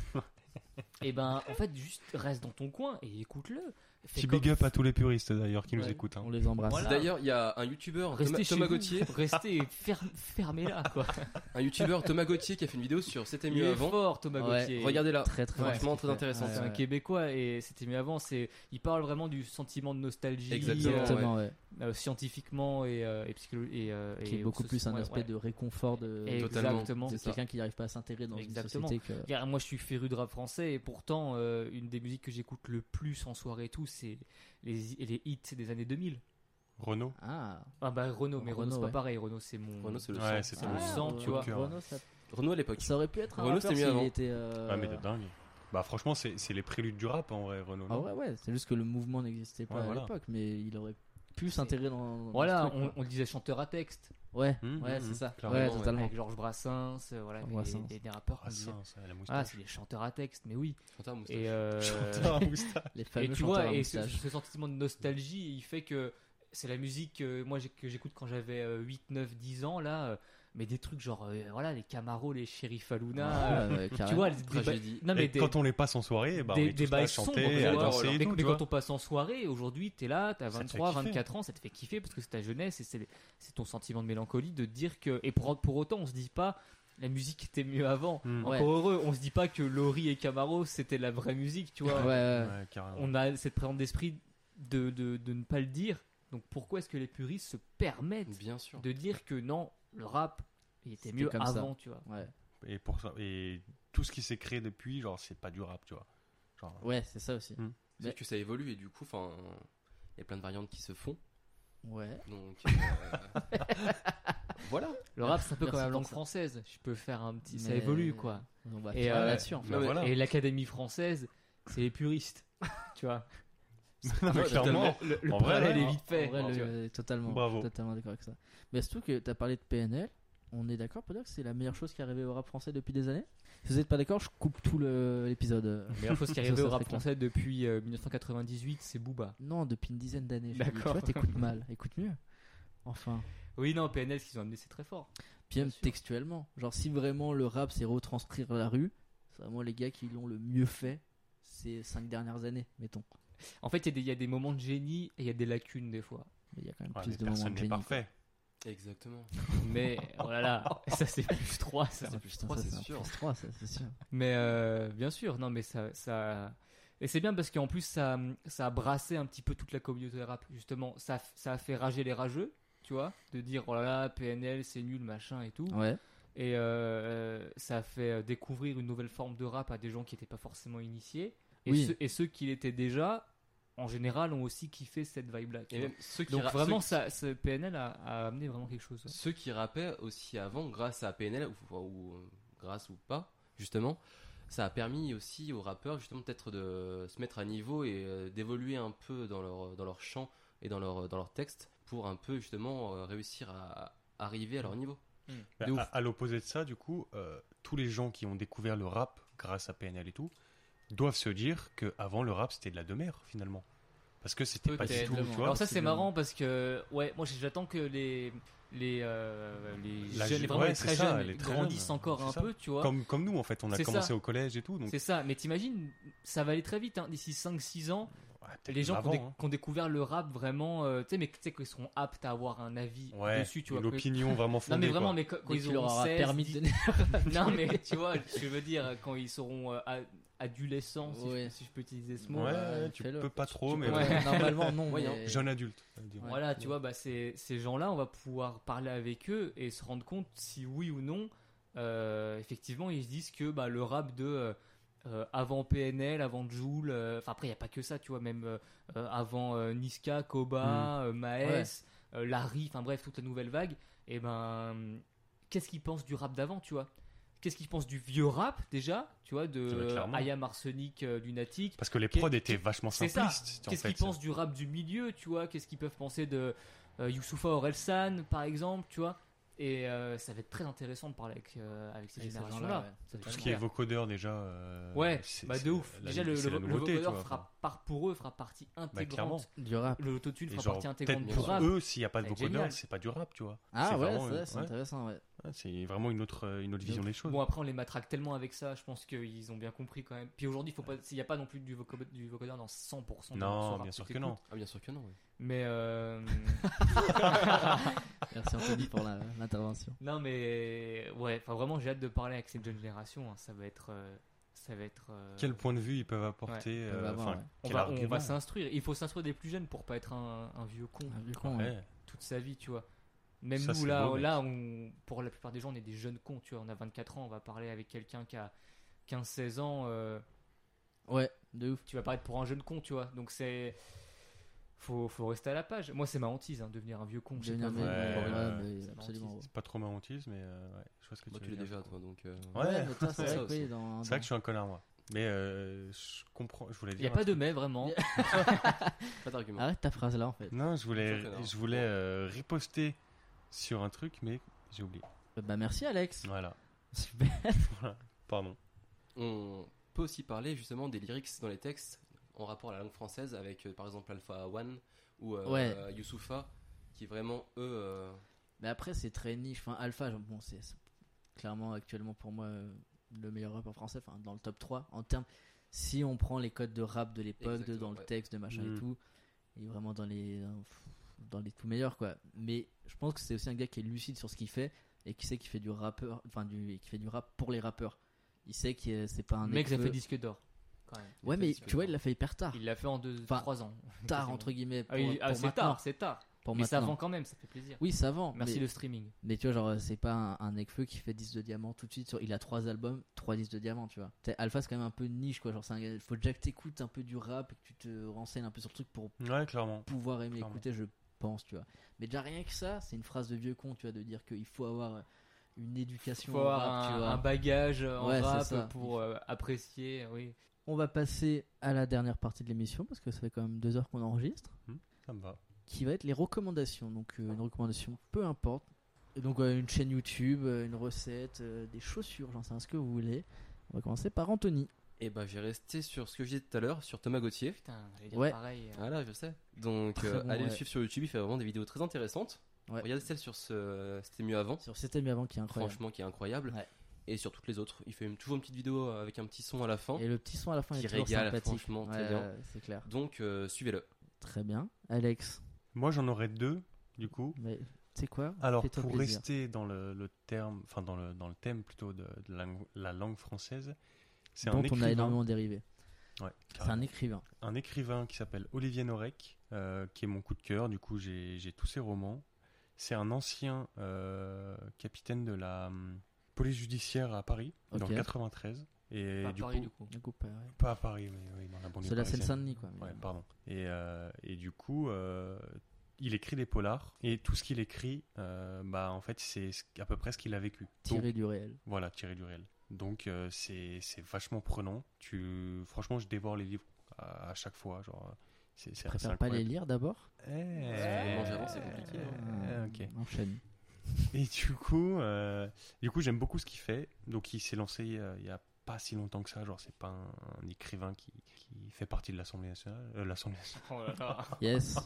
Speaker 4: et ben, en fait, juste reste dans ton coin et écoute-le. Fais
Speaker 5: Petit
Speaker 4: comme-
Speaker 5: big up à tous les puristes d'ailleurs qui nous
Speaker 3: Ouais.
Speaker 5: écoutent.
Speaker 3: dire.
Speaker 5: hein.
Speaker 3: On les embrasse.
Speaker 4: Voilà.
Speaker 1: D'ailleurs, il y a un youtubeur, Thomas,
Speaker 4: Restez chez
Speaker 1: Thomas
Speaker 4: vous.
Speaker 1: Gauthier,
Speaker 4: Restez ferm- fermez-la, quoi.
Speaker 1: un youtubeur Thomas Gauthier qui a fait une vidéo sur c'était
Speaker 4: Il
Speaker 1: mieux
Speaker 4: est
Speaker 1: avant.
Speaker 4: fort, Thomas
Speaker 3: Ouais,
Speaker 4: Gauthier.
Speaker 1: Regardez là,
Speaker 3: Très très
Speaker 1: Ouais.
Speaker 3: bien ce
Speaker 1: Franchement,
Speaker 3: qu'il
Speaker 1: très
Speaker 3: fait.
Speaker 1: intéressant,
Speaker 3: Ouais,
Speaker 4: C'est un
Speaker 3: ouais.
Speaker 4: Québécois et c'était mieux avant. C'est, il parle vraiment du sentiment de nostalgie,
Speaker 1: Exactement,
Speaker 4: euh,
Speaker 3: Exactement, ouais.
Speaker 4: euh, scientifiquement et, euh, et psycholo- et, euh,
Speaker 3: Qui
Speaker 4: et
Speaker 3: est beaucoup
Speaker 4: ce-
Speaker 3: plus un
Speaker 4: ouais,
Speaker 3: aspect
Speaker 4: ouais.
Speaker 3: de réconfort de,
Speaker 4: Et-
Speaker 1: Totalement.
Speaker 4: Exactement.
Speaker 3: de
Speaker 1: C'est ça.
Speaker 3: quelqu'un qui n'arrive pas à s'intégrer dans
Speaker 4: Exactement.
Speaker 3: une société. Que...
Speaker 4: Car moi je suis féru de rap français et pourtant euh, une des musiques que j'écoute le plus en soirée et tout c'est les, les hits des années 2000.
Speaker 5: Renault.
Speaker 3: Ah,
Speaker 4: Ah bah Renault, mais Renault,
Speaker 3: Renault,
Speaker 4: c'est
Speaker 3: ouais.
Speaker 4: pas pareil. Renault, c'est mon.
Speaker 1: Renault, c'est le
Speaker 5: Ouais,
Speaker 1: sang.
Speaker 5: c'est
Speaker 4: Ah,
Speaker 5: le
Speaker 4: sang.
Speaker 5: sang.
Speaker 4: tu vois.
Speaker 5: cœur.
Speaker 3: Renaud, ça...
Speaker 1: Renault à l'époque.
Speaker 3: ça aurait pu être un
Speaker 1: Renaud,
Speaker 3: rappeur
Speaker 1: c'était mieux
Speaker 3: s'il
Speaker 1: avant.
Speaker 3: était. euh,
Speaker 5: Ah, mais de dingue. Bah, franchement, c'est c'est les préludes du rap en vrai, Renault.
Speaker 3: Ah
Speaker 5: non
Speaker 3: ouais, ouais, c'est juste que le mouvement n'existait pas
Speaker 5: Ouais,
Speaker 3: à
Speaker 5: voilà.
Speaker 3: l'époque, mais il aurait pu s'intégrer dans. dans
Speaker 4: Voilà,
Speaker 3: ce truc,
Speaker 4: on,
Speaker 3: quoi.
Speaker 4: on le disait chanteur à texte.
Speaker 3: Ouais,
Speaker 5: Mmh,
Speaker 3: ouais,
Speaker 5: mmh,
Speaker 3: c'est
Speaker 5: mmh,
Speaker 3: ça.
Speaker 5: clairement,
Speaker 3: Ouais,
Speaker 5: ouais.
Speaker 3: totalement.
Speaker 4: Avec Georges Brassens, euh, voilà,
Speaker 3: Georges
Speaker 4: mais des-
Speaker 3: Brassens.
Speaker 4: des, des rappeurs.
Speaker 5: Ah,
Speaker 4: qui disaient-
Speaker 5: ça, ça, la
Speaker 4: Ah,
Speaker 5: moustache.
Speaker 4: c'est des chanteurs à texte, mais oui.
Speaker 1: Chanteur à moustache.
Speaker 4: Et, euh,
Speaker 5: Chanteur à moustache.
Speaker 3: Les
Speaker 4: et
Speaker 3: fameux
Speaker 4: tu
Speaker 3: chanteurs
Speaker 4: vois,
Speaker 3: à
Speaker 4: et ce,
Speaker 3: moustache.
Speaker 4: ce sentiment de nostalgie, il fait que c'est la musique euh, moi j'ai- que j'écoute quand j'avais euh, 8, 9, 10 ans là, euh, mais des trucs genre euh, voilà les Camaro, les Shérif Alouna, euh,
Speaker 3: Ouais, ouais,
Speaker 4: tu
Speaker 3: carrément.
Speaker 4: vois, des, ba-
Speaker 1: Tragédie.
Speaker 4: non mais
Speaker 5: Et
Speaker 4: des,
Speaker 5: quand on les passe en soirée, bah, on
Speaker 4: des,
Speaker 5: est
Speaker 4: des
Speaker 5: tous là à
Speaker 4: bails sombres,
Speaker 5: chanter,
Speaker 4: tu
Speaker 5: à
Speaker 4: vois,
Speaker 5: danser. et
Speaker 4: mais,
Speaker 5: tout,
Speaker 4: mais
Speaker 5: tu vois.
Speaker 4: quand on passe en soirée, aujourd'hui, t'es là, t'as
Speaker 5: Ça te fait
Speaker 4: 23,
Speaker 5: kiffer.
Speaker 4: 24 ans, ça te fait kiffer parce que c'est ta jeunesse et c'est c'est ton sentiment de mélancolie de dire que. Et pour, pour autant, on se dit pas la musique était mieux avant.
Speaker 5: Mm.
Speaker 3: Ouais.
Speaker 4: Encore heureux, on se dit pas que Laurie et Camaro c'était la vraie musique, tu vois.
Speaker 3: Ouais, ouais.
Speaker 5: Ouais, carrément.
Speaker 4: On a cette présence d'esprit de, de, de ne pas le dire. Donc pourquoi est-ce que les puristes se permettent
Speaker 1: Bien sûr.
Speaker 4: de dire que non, le rap il était
Speaker 3: C'était
Speaker 4: mieux
Speaker 3: comme ça.
Speaker 4: avant, tu vois.
Speaker 3: Ouais,
Speaker 5: Et, pour ça, et tout ce qui s'est créé depuis, genre, c'est pas du rap, tu vois. Genre,
Speaker 3: ouais c'est ça aussi.
Speaker 1: C'est
Speaker 3: Mais-
Speaker 1: que ça évolue et du coup, enfin, il y a plein de variantes qui se font.
Speaker 3: Ouais.
Speaker 1: Donc euh, voilà.
Speaker 4: Le rap c'est un peu
Speaker 3: Merci
Speaker 4: comme la
Speaker 3: pour
Speaker 4: langue
Speaker 3: ça.
Speaker 4: française. Je peux faire un petit. Ça
Speaker 3: Mais-
Speaker 4: évolue quoi.
Speaker 3: On va
Speaker 4: Et,
Speaker 3: finir
Speaker 4: euh,
Speaker 3: là-dessus en fait.
Speaker 5: bah,
Speaker 1: mais-
Speaker 5: voilà.
Speaker 4: Et l'Académie française, c'est les puristes. tu vois
Speaker 5: Non, mais
Speaker 1: Ouais,
Speaker 5: clairement,
Speaker 4: Le, le
Speaker 5: En vrai, hein.
Speaker 4: parallèle
Speaker 5: ouais.
Speaker 4: est vite fait.
Speaker 3: Ah En vrai,
Speaker 4: tu vois.
Speaker 3: le- totalement,
Speaker 5: Bravo.
Speaker 3: totalement d'accord avec ça. Mais surtout que tu as parlé de PNL, on est d'accord pour dire que c'est la meilleure chose qui est arrivée au rap français depuis des années Si vous n'êtes pas d'accord, je coupe tout le- l'épisode.
Speaker 4: La meilleure chose qui est
Speaker 3: Ça,
Speaker 4: arrivée
Speaker 3: ça
Speaker 4: au rap
Speaker 3: fait clair.
Speaker 4: français depuis euh, 1998, c'est Booba.
Speaker 3: Non, depuis une dizaine d'années. je te dis. Tu
Speaker 4: D'accord.
Speaker 3: vois, t'écoutes mal, écoute mieux. Enfin,
Speaker 4: Oui, non, PNL, ce qu'ils ont amené, c'est très fort.
Speaker 3: puis même
Speaker 4: sûr.
Speaker 3: textuellement. Genre, si vraiment le rap c'est retranscrire la rue, c'est vraiment les gars qui l'ont le mieux fait ces cinq dernières années, mettons.
Speaker 4: En fait, il y a des- il y, a des moments de génie et il y a des lacunes des fois.
Speaker 3: Mais il y a quand même
Speaker 5: ouais, mais
Speaker 3: plus de moments
Speaker 5: personne
Speaker 3: de
Speaker 5: n'est
Speaker 3: génie.
Speaker 5: parfait.
Speaker 1: Exactement.
Speaker 4: Mais oh là là, ça c'est plus 3.
Speaker 3: quoi. Ah, putain,
Speaker 1: trois,
Speaker 3: ça,
Speaker 1: c'est
Speaker 3: c'est un
Speaker 1: sûr.
Speaker 3: plus trois, ça, c'est sûr.
Speaker 4: Mais euh, bien sûr, non, mais ça. ça... Et c'est bien parce qu'en plus, ça, ça a brassé un petit peu toute la communauté rap, justement. Ça, f- ça a fait rager les rageux, tu vois, de dire oh là là, PNL, c'est nul, machin et tout.
Speaker 3: Ouais.
Speaker 4: Et euh, ça a fait découvrir une nouvelle forme de rap à des gens qui n'étaient pas forcément initiés. Et,
Speaker 3: Oui.
Speaker 4: ceux, et ceux qui l'étaient déjà, en général, ont aussi kiffé cette vibe-là. tu
Speaker 1: Et
Speaker 4: vois.
Speaker 1: même ceux qui
Speaker 4: Donc
Speaker 1: ra-
Speaker 4: vraiment,
Speaker 1: ceux,
Speaker 4: ça, ce PNL a, a amené vraiment quelque chose.
Speaker 1: ceux qui rappaient aussi avant, grâce à PNL ou, ou, euh, grâce ou pas, justement, ça a permis aussi aux rappeurs justement peut-être de se mettre à niveau et euh, d'évoluer un peu dans leur dans leur chant et dans leur dans leur texte pour un peu justement euh, réussir à arriver à leur niveau.
Speaker 5: Bah,
Speaker 1: De
Speaker 5: à,
Speaker 1: ouf.
Speaker 5: à l'opposé de ça, du coup, euh, tous les gens qui ont découvert le rap grâce à PNL et tout doivent se dire que avant le rap c'était de la demeure finalement, parce que c'était pas du
Speaker 4: Peut-être.
Speaker 5: tout. Tu vois,
Speaker 4: Alors ça, c'est
Speaker 3: Absolument.
Speaker 4: marrant parce que, ouais, moi j'attends que les, les, euh, les
Speaker 5: La
Speaker 4: jeunes,
Speaker 5: ju-
Speaker 4: vraiment
Speaker 5: ouais,
Speaker 4: les
Speaker 5: c'est
Speaker 4: très
Speaker 5: ça,
Speaker 4: jeunes,
Speaker 5: les très
Speaker 4: grandissent
Speaker 5: jeunes,
Speaker 4: encore
Speaker 5: c'est
Speaker 4: un
Speaker 5: ça.
Speaker 4: peu, tu vois.
Speaker 5: comme comme nous en fait, on a
Speaker 4: C'est
Speaker 5: commencé
Speaker 4: ça.
Speaker 5: au collège et tout, donc
Speaker 4: C'est ça, mais t'imagines, ça va aller très vite, hein. d'ici 5-6 ans,
Speaker 5: ouais, peut-être
Speaker 4: les gens
Speaker 5: avant,
Speaker 4: qui, ont dé-
Speaker 5: hein.
Speaker 4: qui ont découvert le rap vraiment, euh, tu sais, mais tu sais qu'ils seront aptes à avoir un avis
Speaker 5: Ouais,
Speaker 4: dessus, tu vois. que-
Speaker 5: l'opinion vraiment
Speaker 4: Non
Speaker 5: fondée.
Speaker 4: mais vraiment,
Speaker 5: quoi.
Speaker 4: mais quand, quand
Speaker 3: Et
Speaker 4: ils
Speaker 3: qui leur
Speaker 4: auront
Speaker 3: aura
Speaker 4: 16,
Speaker 3: permis de
Speaker 4: dix-
Speaker 3: donner.
Speaker 4: non mais tu vois, ce que je veux dire, quand ils seront euh, a- adolescents, si,
Speaker 3: Ouais.
Speaker 4: je, si je peux utiliser ce mot.
Speaker 5: Ouais,
Speaker 3: euh,
Speaker 5: tu
Speaker 3: fais-le.
Speaker 5: peux pas trop,
Speaker 3: Tu
Speaker 5: mais hein.
Speaker 3: peux-
Speaker 4: ouais.
Speaker 3: Normalement, non.
Speaker 1: Voyons.
Speaker 3: mais-
Speaker 5: jeune adulte. euh, on va dire.
Speaker 3: Ouais.
Speaker 4: Voilà, tu vois, bah, ces, ces gens-là, on va pouvoir parler avec eux et se rendre compte si oui ou non, euh, effectivement, ils se disent que bah, le rap de euh, euh, avant PNL, avant Joule, euh, enfin après, il n'y a pas que ça, tu vois, même euh, euh, avant euh, Niska, Koba, euh, Maes,
Speaker 3: Ouais.
Speaker 4: euh, Larry, enfin bref, toute la nouvelle vague, et ben, qu'est-ce qu'ils pensent du rap d'avant, tu vois Qu'est-ce qu'ils pensent du vieux rap déjà, tu vois, de
Speaker 5: Ah bah, clairement.
Speaker 4: Aya Arsenic, euh, Lunatic
Speaker 5: Parce que les
Speaker 4: Qu'est-
Speaker 5: prods étaient vachement
Speaker 4: c'est ça.
Speaker 5: simplistes. en
Speaker 4: Qu'est-ce
Speaker 5: fait.
Speaker 4: qu'ils pensent du rap du milieu, tu vois Qu'est-ce qu'ils peuvent penser de euh, Youssoufa Orelsan, par exemple, tu vois Et euh, ça va être très intéressant de parler avec, euh, avec ces
Speaker 3: Avec ces gens-là,
Speaker 4: générations-là.
Speaker 3: ouais.
Speaker 4: Ça va
Speaker 5: Tout ce
Speaker 4: être
Speaker 5: qui est
Speaker 4: super.
Speaker 5: vocodeur déjà. euh,
Speaker 4: Ouais,
Speaker 5: c'est-
Speaker 4: bah
Speaker 5: c'est
Speaker 4: de ouf.
Speaker 5: la-
Speaker 4: Déjà, le,
Speaker 5: c'est
Speaker 4: le,
Speaker 5: la
Speaker 4: le
Speaker 5: nouveauté, tu
Speaker 4: vocodeur
Speaker 5: vois.
Speaker 4: fera part pour eux, fera partie
Speaker 5: Bah, clairement.
Speaker 4: intégrante.
Speaker 3: Du rap.
Speaker 4: le l'autotune
Speaker 5: Et
Speaker 4: fera
Speaker 5: genre,
Speaker 4: partie
Speaker 5: peut-être
Speaker 4: intégrante du
Speaker 5: pour
Speaker 4: rap.
Speaker 5: eux, s'il n'y a pas de
Speaker 4: C'est
Speaker 5: vocodeur,
Speaker 4: génial.
Speaker 5: c'est pas du rap, tu vois.
Speaker 3: Ah
Speaker 5: C'est
Speaker 3: ouais,
Speaker 5: vraiment,
Speaker 3: c'est
Speaker 5: euh,
Speaker 3: vrai, c'est
Speaker 5: ouais.
Speaker 3: intéressant, ouais.
Speaker 5: Ouais, C'est vraiment une autre, euh, une autre vision des choses.
Speaker 4: Bon, après, on les matraque tellement avec ça, je pense qu'ils ont bien compris quand même. Puis aujourd'hui, faut pas- il n'y a pas non plus du, voco- du vocodeur dans 100% des morceaux
Speaker 5: non,
Speaker 4: rap
Speaker 5: bien sûr que
Speaker 4: t'écoutes.
Speaker 5: non.
Speaker 1: Ah bien sûr que non. ouais.
Speaker 4: Mais. euh,
Speaker 3: Merci Anthony pour la- l'intervention.
Speaker 4: Non mais ouais, enfin vraiment j'ai hâte de parler avec cette jeune génération. hein. Ça va être, euh, ça va être. euh,
Speaker 5: Quel point de vue ils peuvent apporter
Speaker 3: On
Speaker 5: euh,
Speaker 3: va voir, ouais.
Speaker 5: enfin,
Speaker 4: Bah, on
Speaker 5: quel
Speaker 4: va, on
Speaker 5: argument.
Speaker 4: va s'instruire. Il faut s'instruire des plus jeunes pour pas être un, un vieux
Speaker 5: Ah,
Speaker 4: con
Speaker 3: Un vieux con, ouais.
Speaker 5: Ouais.
Speaker 4: toute sa vie, tu vois. Même
Speaker 5: Ça,
Speaker 4: nous
Speaker 5: c'est
Speaker 4: là,
Speaker 5: beau, mec.
Speaker 4: là, on, pour la plupart des gens, on est des jeunes cons, tu vois. On a 24 ans, on va parler avec quelqu'un qui a 15-16 ans. euh,
Speaker 3: Ouais, de ouf.
Speaker 4: tu vas paraître pour un jeune con, tu vois. Donc c'est, faut, faut rester à la page. Moi c'est ma hantise, hein, devenir un vieux con. je sais
Speaker 3: Devenir
Speaker 4: pas,
Speaker 3: des-
Speaker 5: ouais,
Speaker 4: mais-
Speaker 5: ouais,
Speaker 3: ouais,
Speaker 4: c'est
Speaker 3: mais
Speaker 4: la
Speaker 3: absolument.
Speaker 4: hantise.
Speaker 5: C'est pas trop ma hantise, mais euh, ouais, je vois ce que
Speaker 1: Moi
Speaker 4: Bah,
Speaker 5: tu
Speaker 1: Bah, tu
Speaker 5: veux
Speaker 1: l'es
Speaker 5: dire.
Speaker 1: déjà toi donc. euh,
Speaker 5: Ouais.
Speaker 3: mais toi,
Speaker 1: Ouais,
Speaker 3: c'est vrai que
Speaker 1: aussi.
Speaker 3: oui, dans-
Speaker 5: C'est vrai
Speaker 3: dans-
Speaker 5: que je suis un connard, moi. Mais euh, je comprends. Je voulais
Speaker 4: Il n'y
Speaker 5: dire.
Speaker 4: a
Speaker 5: un
Speaker 4: pas de
Speaker 5: truc.
Speaker 4: mais vraiment.
Speaker 1: Pas d'argument. Ah.
Speaker 3: Arrête ta phrase là en fait.
Speaker 5: Non, je voulais,
Speaker 1: Je suis un connard.
Speaker 5: je voulais euh, riposter sur un truc, mais j'ai oublié.
Speaker 3: Bah merci Alex.
Speaker 5: Voilà.
Speaker 3: Super.
Speaker 5: Voilà. Pardon.
Speaker 1: On peut aussi parler justement des lyrics dans les textes en rapport à la langue française avec euh, par exemple Alpha One ou euh,
Speaker 3: Ouais.
Speaker 1: euh, Youssoupha qui vraiment eux euh,
Speaker 3: Mais après, c'est très niche. Enfin, Alpha, genre, bon, c'est c'est clairement actuellement pour moi euh, le meilleur rappeur français, enfin, dans le top 3 en termes. Si on prend les codes de rap de l'époque, de- dans
Speaker 1: Exactement,
Speaker 3: le
Speaker 1: ouais.
Speaker 3: texte, de machin
Speaker 5: Mm.
Speaker 3: et tout, il est vraiment dans les, dans- pff, dans les tout meilleurs, quoi. Mais je pense que c'est aussi un gars qui est lucide sur ce qu'il fait et qui sait qu'il fait du rappeur, enfin, du, qui fait du rap pour les rappeurs. Il sait que euh, c'est pas un
Speaker 4: Le mec, ça
Speaker 3: exceux.
Speaker 4: fait disque d'or. quand même.
Speaker 3: Ouais,
Speaker 1: fait
Speaker 3: mais
Speaker 1: disque
Speaker 3: tu vois,
Speaker 1: d'or.
Speaker 3: il l'a fait hyper tard.
Speaker 4: Il l'a fait en 2-3
Speaker 3: Ah. Enfin,
Speaker 4: ans.
Speaker 3: Tard, entre guillemets. Pour,
Speaker 4: Ah, oui, ah,
Speaker 3: pour
Speaker 4: c'est
Speaker 3: maintenant.
Speaker 4: tard, c'est tard.
Speaker 3: Pour
Speaker 4: mais ça
Speaker 3: maintenant.
Speaker 4: vend quand même, ça fait plaisir.
Speaker 3: Oui, ça vend.
Speaker 4: Merci
Speaker 3: mais-
Speaker 4: le streaming.
Speaker 3: Mais tu vois, genre, euh, c'est pas un, un Necfeu qui fait 10 de diamant tout de suite. Sur, il a 3 albums, 3 disques de diamant, tu vois. T'sais, Alpha, c'est quand même un peu niche, quoi. Genre, c'est un gars- faut déjà que t'écoutes un peu du rap et que tu te renseignes un peu sur le truc pour
Speaker 5: Ouais, clairement.
Speaker 3: pouvoir aimer
Speaker 5: Clairement.
Speaker 3: écouter, je pense, tu vois. Mais déjà, rien que ça, c'est une phrase de vieux con, tu vois, de dire qu'il faut avoir euh, une éducation
Speaker 4: faut
Speaker 3: au
Speaker 4: avoir
Speaker 3: rap,
Speaker 4: un,
Speaker 3: tu vois.
Speaker 4: un bagage en
Speaker 3: Ouais, c'est ça.
Speaker 4: rap pour euh, apprécier. Oui.
Speaker 3: On va passer à la dernière partie de l'émission parce que ça fait quand même 2 heures qu'on enregistre.
Speaker 5: Ça me va.
Speaker 3: qui va être les recommandations. Donc euh, une recommandation, peu importe. Et donc euh, une chaîne YouTube, euh, une recette, euh, des chaussures, j'en sais rien, ce que vous voulez. On va commencer par Anthony.
Speaker 1: et ben j'ai resté sur ce que je disais tout à l'heure sur Thomas Gauthier
Speaker 4: Putain, j'allais dire
Speaker 3: dire Ouais.
Speaker 4: pareil. euh,
Speaker 5: Ah,
Speaker 1: voilà je sais donc
Speaker 3: Très
Speaker 1: euh,
Speaker 3: bon,
Speaker 1: allez le
Speaker 3: ouais.
Speaker 1: suivre sur YouTube il fait vraiment des vidéos très intéressantes
Speaker 3: Ouais.
Speaker 1: regardez celle sur ce c'était mieux avant
Speaker 3: Sur C'était mieux avant qui est incroyable.
Speaker 1: franchement qui est incroyable
Speaker 3: Ouais.
Speaker 1: et sur toutes les autres il fait une- toujours une petite vidéo euh, avec un petit son à la fin
Speaker 3: Et le petit son à la fin
Speaker 1: Qui
Speaker 3: est toujours
Speaker 1: régale,
Speaker 3: sympathique.
Speaker 1: franchement, très bien.
Speaker 3: ouais, C'est clair.
Speaker 1: donc euh, suivez-le
Speaker 3: Très bien. Alex,
Speaker 5: Moi, j'en aurais deux, du coup.
Speaker 3: mais tu sais quoi
Speaker 5: Alors,
Speaker 3: Fais-toi
Speaker 5: pour
Speaker 3: plaisir.
Speaker 5: rester dans le, le terme, enfin dans le, dans le thème plutôt de, de la, langue- la langue française, c'est un
Speaker 3: dont on a
Speaker 5: écrivain.
Speaker 3: énormément dérivé.
Speaker 5: Ouais,
Speaker 3: C'est un écrivain.
Speaker 5: un écrivain qui s'appelle Olivier Norek, euh, qui est mon coup de cœur. Du coup, j'ai j'ai tous ses romans. C'est un ancien euh, capitaine de la hum, police judiciaire à Paris, dans
Speaker 3: Ok.
Speaker 5: le 93. Et
Speaker 4: Pas
Speaker 5: du
Speaker 4: pareil
Speaker 5: coup,
Speaker 4: du coup.
Speaker 3: Du coup, pas- ouais.
Speaker 5: pas à Paris, mais oui, dans la banlieue
Speaker 3: C'est la
Speaker 5: parisienne.
Speaker 3: Seine-Saint-Denis, quoi. mais-
Speaker 5: Ouais, pardon. Et, euh, et du coup, euh, il écrit des polars. Et tout ce qu'il écrit, euh, bah, en fait, c'est ce- à peu près ce qu'il a vécu. Donc,
Speaker 3: Tiré du réel.
Speaker 5: voilà, tiré du réel. Donc euh, c'est c'est vachement prenant. Tu franchement, je dévore les livres à, à chaque fois. Genre, euh, c'est c'est
Speaker 3: Je préfère
Speaker 5: assez
Speaker 3: pas les
Speaker 5: incroyable.
Speaker 3: lire d'abord.
Speaker 5: Eh.
Speaker 1: Manger avant, c'est compliqué,
Speaker 3: hein.
Speaker 5: Euh, ok.
Speaker 3: Enchaîne.
Speaker 5: Et du coup, euh, du coup, j'aime beaucoup ce qu'il fait. Donc il s'est lancé euh, il y a pas si longtemps que ça. Genre, c'est pas un, un écrivain qui, qui fait partie de l'Assemblée nationale. euh, L'Assemblée nationale.
Speaker 4: Oh là là.
Speaker 3: Yes.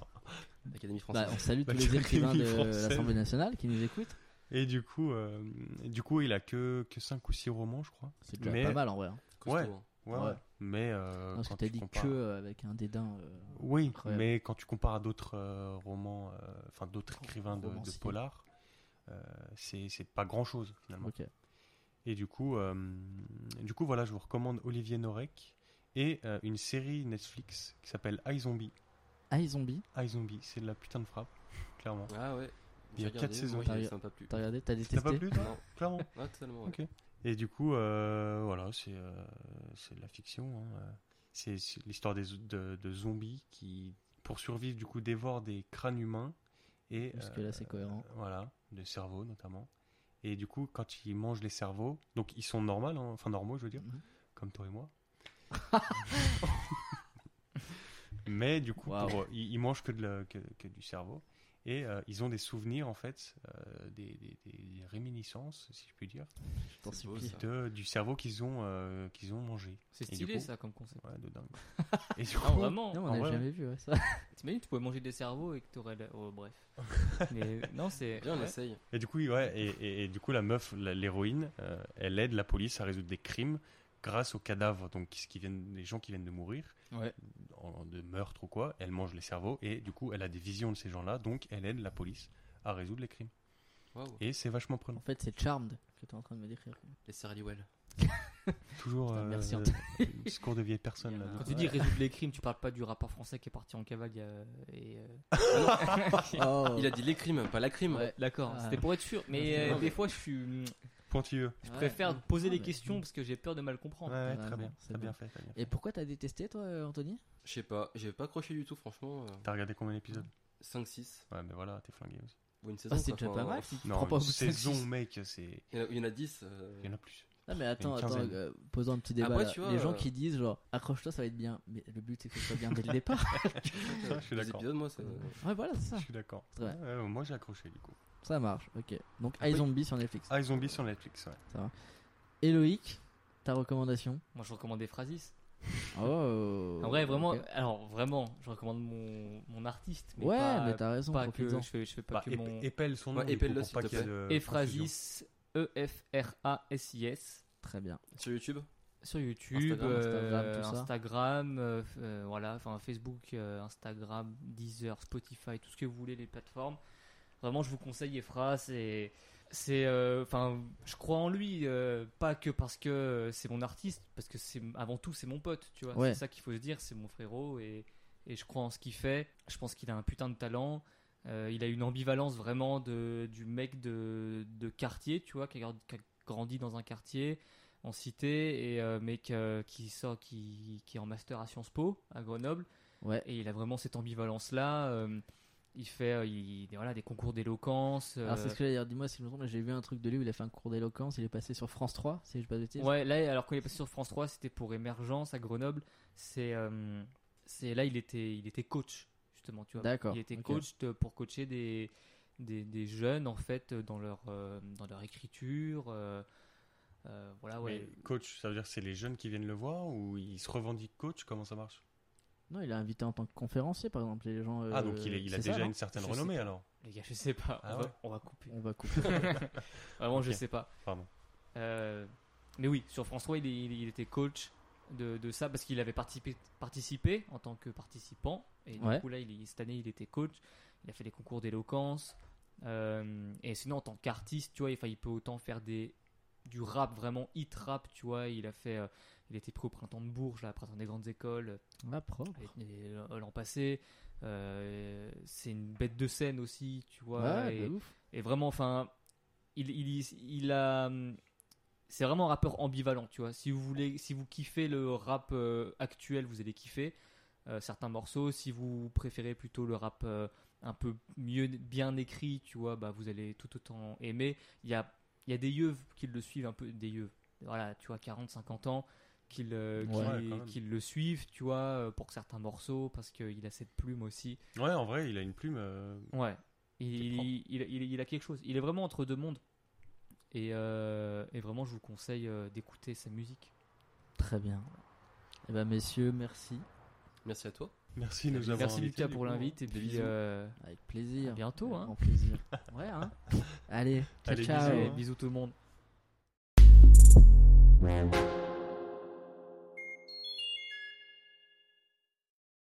Speaker 1: l'Académie française
Speaker 3: Bah, on salue tous
Speaker 5: Bah,
Speaker 3: les
Speaker 5: tu
Speaker 3: écrivains
Speaker 5: l'as mis
Speaker 3: de
Speaker 5: français.
Speaker 3: l'Assemblée nationale qui nous écoutent.
Speaker 5: Et du coup, euh, du coup, il a que que cinq ou six romans, je crois.
Speaker 3: C'est déjà
Speaker 5: Mais-
Speaker 3: pas mal en vrai. hein.
Speaker 1: costaud,
Speaker 5: ouais.
Speaker 1: hein.
Speaker 5: Ouais.
Speaker 3: Ouais.
Speaker 5: ouais. Mais euh,
Speaker 3: Non, parce que
Speaker 5: quand
Speaker 3: t'as
Speaker 5: tu
Speaker 3: dit
Speaker 5: compares-
Speaker 3: que euh, avec un dédain. euh,
Speaker 5: Oui,
Speaker 3: Incroyable.
Speaker 5: mais quand tu compares à d'autres euh, romans, euh, enfin d'autres
Speaker 3: Oh,
Speaker 5: écrivains de, de
Speaker 3: Romanciers.
Speaker 5: polar, euh, c'est c'est pas grand chose finalement.
Speaker 3: Ok.
Speaker 5: Et du coup, euh, du coup, voilà, je vous recommande Olivier Norek et euh, une série Netflix qui s'appelle iZombie.
Speaker 3: Ah, zombie.
Speaker 5: iZombie, c'est de la putain de frappe, clairement.
Speaker 1: ah ouais
Speaker 5: Il y a
Speaker 1: J'ai
Speaker 5: quatre
Speaker 1: regardé,
Speaker 5: saisons.
Speaker 1: moi, j'ai- ça m'a pas plu
Speaker 3: T'as regardé, t'as détesté.
Speaker 5: T'as pas plu, toi
Speaker 1: non
Speaker 5: Clairement.
Speaker 1: ah, totalement ouais.
Speaker 5: Ok. Et du coup, euh, voilà, c'est euh, c'est de la fiction. hein, euh. C'est c'est l'histoire des- de, de zombies qui, pour survivre, du coup, dévorent des crânes humains. Et, euh,
Speaker 3: Jusque là, c'est cohérent.
Speaker 5: Voilà, des cerveaux notamment. Et du coup, quand ils mangent les cerveaux, donc ils sont normaux, hein, enfin normaux, je veux dire,
Speaker 3: Mhm.
Speaker 5: comme toi et moi. Mais du coup,
Speaker 3: Waouh.
Speaker 5: pour eux, ils, ils mangent que, de la- que- que du cerveau. Et euh, ils ont des souvenirs, en fait, euh, des, des- des- des réminiscences, si je puis dire,
Speaker 3: Je t'en
Speaker 1: C'est
Speaker 3: supplie.
Speaker 1: beau, ça.
Speaker 5: de- du cerveau qu'ils ont, euh, qu'ils ont mangé.
Speaker 4: C'est
Speaker 5: Et du
Speaker 4: stylé
Speaker 5: coup-
Speaker 4: ça comme concept.
Speaker 5: Ouais, de dingue. Et du
Speaker 3: Ah,
Speaker 4: Non,
Speaker 5: coup-
Speaker 4: vraiment.
Speaker 3: Non,
Speaker 5: En
Speaker 3: on n'a
Speaker 5: vrai,
Speaker 3: jamais vu ouais, ça.
Speaker 4: T'imagines, tu pouvais manger des cerveaux et que t'aurais. la- Oh, bref. Mais non, c'est.
Speaker 1: Viens, on
Speaker 4: ouais.
Speaker 1: essaye.
Speaker 5: Et du coup, ouais, et, et- et du coup, la meuf, la- l'héroïne, euh, elle aide la police à résoudre des crimes grâce aux cadavres, donc qui, ce qui viennent, les gens qui viennent de mourir,
Speaker 4: Ouais.
Speaker 5: en- de meurtre ou quoi. Elle mange les cerveaux et du coup, elle a des visions de ces gens-là, donc elle aide la police à résoudre les crimes.
Speaker 1: Waouh.
Speaker 5: Et c'est vachement
Speaker 3: En
Speaker 5: prenant.
Speaker 3: fait, c'est Charmed que t'es en train de me décrire.
Speaker 1: Les Sarah Lewell.
Speaker 5: Toujours
Speaker 3: Putain,
Speaker 5: euh,
Speaker 3: merci, Antoine.
Speaker 5: euh, discours de vieille personne. Là,
Speaker 4: Quand tu dis résoudre les crimes, tu parles pas du rapport français qui est parti en cavale il y a- et. euh,
Speaker 3: Oh.
Speaker 1: Il a dit les crimes, pas la crime.
Speaker 3: Ouais.
Speaker 4: D'accord,
Speaker 3: Ah.
Speaker 4: c'était pour être sûr. Mais
Speaker 1: Non,
Speaker 4: euh,
Speaker 1: mais-
Speaker 4: des fois, je suis.
Speaker 5: pointilleux.
Speaker 4: Je
Speaker 3: Ouais.
Speaker 4: préfère poser
Speaker 3: Ah,
Speaker 4: les
Speaker 3: mais-
Speaker 4: questions parce que j'ai peur de mal comprendre.
Speaker 5: Ouais, ouais,
Speaker 3: Oh, vraiment,
Speaker 5: très bien,
Speaker 3: c'est
Speaker 5: très bien fait. très bien fait.
Speaker 3: Et pourquoi t'as détesté toi, euh, Anthony
Speaker 1: Je sais pas, j'ai pas accroché du tout, franchement. euh,
Speaker 5: T'as regardé combien d'épisodes
Speaker 1: 5-6
Speaker 5: Ouais, mais voilà, t'es flingué aussi.
Speaker 1: ou une saison.
Speaker 3: Ah, C'est
Speaker 1: quoi,
Speaker 3: déjà
Speaker 1: enfin,
Speaker 3: pas mal.
Speaker 1: euh,
Speaker 3: si tu prends
Speaker 5: Non,
Speaker 3: pas
Speaker 5: une
Speaker 3: au bout de cinq,
Speaker 5: saison,
Speaker 3: six.
Speaker 5: mec, c'est.
Speaker 1: Il y en a- il y en a 10. euh,
Speaker 5: Il y en a plus.
Speaker 3: Non mais attends,
Speaker 5: Une
Speaker 3: attends,
Speaker 5: quinzaine.
Speaker 3: euh, posons un petit débat.
Speaker 1: Après,
Speaker 3: là.
Speaker 1: tu vois,
Speaker 3: les gens
Speaker 1: euh,
Speaker 3: qui disent genre accroche-toi, ça va être bien. Mais le but c'est que ce soit bien dès le départ.
Speaker 1: euh,
Speaker 5: je suis
Speaker 1: les
Speaker 5: d'accord.
Speaker 1: épisodes, moi, ça-
Speaker 3: ouais, voilà, Ah. c'est ça.
Speaker 5: Je suis d'accord.
Speaker 3: Très bien.
Speaker 5: Ouais, ouais, moi, j'ai accroché du coup.
Speaker 3: Ça marche, ok. Donc
Speaker 5: Oui.
Speaker 3: iZombie sur Netflix.
Speaker 5: iZombie sur Netflix, ouais.
Speaker 3: Et Loïc, ta recommandation
Speaker 4: Moi, je recommande des Phrasis.
Speaker 3: Oh
Speaker 4: En vrai, vraiment,
Speaker 3: ok.
Speaker 4: alors vraiment, je recommande mon, mon artiste. Mais
Speaker 3: Ouais,
Speaker 4: pas,
Speaker 3: mais t'as raison,
Speaker 4: pas que
Speaker 3: profites-en.
Speaker 4: je fais, je fais pas
Speaker 5: Bah,
Speaker 4: que
Speaker 5: ép-
Speaker 4: mon.
Speaker 5: Épelle son nom,
Speaker 1: Ouais,
Speaker 5: du coup,
Speaker 1: épelle-le,
Speaker 5: pour
Speaker 1: s'il
Speaker 5: pas
Speaker 1: te
Speaker 5: qu'il y ait
Speaker 1: plaît.
Speaker 5: de confusion.
Speaker 4: Efrasis, E E-F-R-A-S-I-S,
Speaker 3: Très bien.
Speaker 1: Sur YouTube
Speaker 4: sur YouTube,
Speaker 3: Instagram, Instagram,
Speaker 4: euh,
Speaker 3: tout ça.
Speaker 4: Instagram, euh, f- euh, voilà, enfin Facebook, euh, Instagram, Deezer, Spotify, tout ce que vous voulez, les plateformes. Vraiment, je vous conseille Efra, c'est. C'est. euh, Enfin, je crois en lui, euh, pas que parce que c'est mon artiste, parce que c'est avant tout, c'est mon pote, tu vois.
Speaker 3: Ouais.
Speaker 4: C'est ça qu'il faut se dire, c'est mon frérot et, et je crois en ce qu'il fait. Je pense qu'il a un putain de talent. Euh, il a une ambivalence vraiment de, du mec de, de quartier, tu vois, qui a, qui a grandi dans un quartier, en cité, et, euh, mais que- qui, sort, qui, qui est en master à Sciences Po, à Grenoble.
Speaker 3: Ouais.
Speaker 4: Et il a vraiment cette ambivalence-là. euh, il fait euh, il, voilà, des concours d'éloquence.
Speaker 3: Alors
Speaker 4: euh,
Speaker 3: Ah, c'est ce que j'allais dire, dis-moi si je me trompe, là, j'ai vu un truc de lui où il a fait un cours d'éloquence, il est passé sur France 3, si je pas de bêtises.
Speaker 4: Ouais, là, alors qu'on est passé sur France 3, c'était pour Émergence à Grenoble. C'est, euh, c'est là, il était, il était coach justement, tu vois.
Speaker 3: D'accord,
Speaker 4: Il était
Speaker 3: ok.
Speaker 4: coach de- pour coacher des, des, des jeunes en fait euh, dans leur, euh, dans leur écriture. euh, euh,
Speaker 3: ah
Speaker 4: voilà, ouais.
Speaker 5: Mais coach, ça veut dire que c'est les jeunes qui viennent le voir ou ils se revendiquent coach Comment ça marche
Speaker 3: Non, il a invité en tant que conférencier par exemple les gens.
Speaker 5: Ah, donc
Speaker 3: euh,
Speaker 5: il, est- il a
Speaker 3: c'est ça,
Speaker 5: déjà
Speaker 3: non
Speaker 5: une certaine
Speaker 4: Je sais
Speaker 5: renommée
Speaker 4: pas.
Speaker 5: alors
Speaker 4: Les gars, je sais pas.
Speaker 5: Ah
Speaker 4: on, va,
Speaker 5: ouais.
Speaker 4: on va couper.
Speaker 3: On va couper.
Speaker 4: Vraiment, je
Speaker 5: Ok.
Speaker 4: sais pas.
Speaker 5: Pardon.
Speaker 4: Euh, mais oui, sur François, il, est- il- il était coach de, de ça parce qu'il avait participé, participé en tant que participant. Et
Speaker 3: Ouais.
Speaker 4: du coup, là, il, est- cette année, il était coach. Il a fait des concours d'éloquence. Euh, et sinon, en tant qu'artiste, tu vois, enfin, il peut autant faire des, du rap, vraiment hit rap, tu vois. Il a fait. euh, il était pris au printemps de Bourges, là, printemps des grandes écoles, euh,
Speaker 3: Ah, propre.
Speaker 4: et- et l'an passé. Euh, c'est une bête de scène aussi, tu vois.
Speaker 3: Ouais,
Speaker 4: et-
Speaker 3: de ouf.
Speaker 4: et vraiment, enfin, il, il, il a. C'est vraiment un rappeur ambivalent, tu vois. Si vous voulez, si vous kiffez le rap euh, actuel, vous allez kiffer euh, certains morceaux. Si vous préférez plutôt le rap euh, un peu mieux, bien écrit, tu vois, bah vous allez tout autant aimer. Il y a, il y a des yeux qui le suivent un peu, des yeux. Voilà, tu vois, 40, 50 ans, euh, qui le, qui-
Speaker 3: Ouais,
Speaker 5: quand même.
Speaker 4: qui le suivent, tu vois, euh, pour certains morceaux, parce qu'il a cette plume aussi.
Speaker 5: Ouais, en vrai, il a une plume. euh,
Speaker 4: Ouais. Il,
Speaker 5: C'est propre.
Speaker 4: il, il- il- il a quelque chose. Il est vraiment entre deux mondes. Et, euh, et vraiment, je vous conseille euh, d'écouter sa musique.
Speaker 3: Très bien. Eh ben messieurs, merci.
Speaker 1: Merci à toi.
Speaker 5: Merci de nous avoir
Speaker 4: Merci
Speaker 5: invités,
Speaker 4: Lucas
Speaker 5: du
Speaker 4: pour
Speaker 5: coup.
Speaker 4: l'invite. Et
Speaker 3: Des
Speaker 4: puis,
Speaker 3: bisous.
Speaker 4: euh,
Speaker 3: Avec plaisir.
Speaker 4: À bientôt, hein.
Speaker 3: En plaisir. Ouais, hein. Allez, ciao,
Speaker 5: Allez,
Speaker 3: ciao.
Speaker 5: bisous,
Speaker 4: ouais,
Speaker 5: hein.
Speaker 4: bisous tout le monde.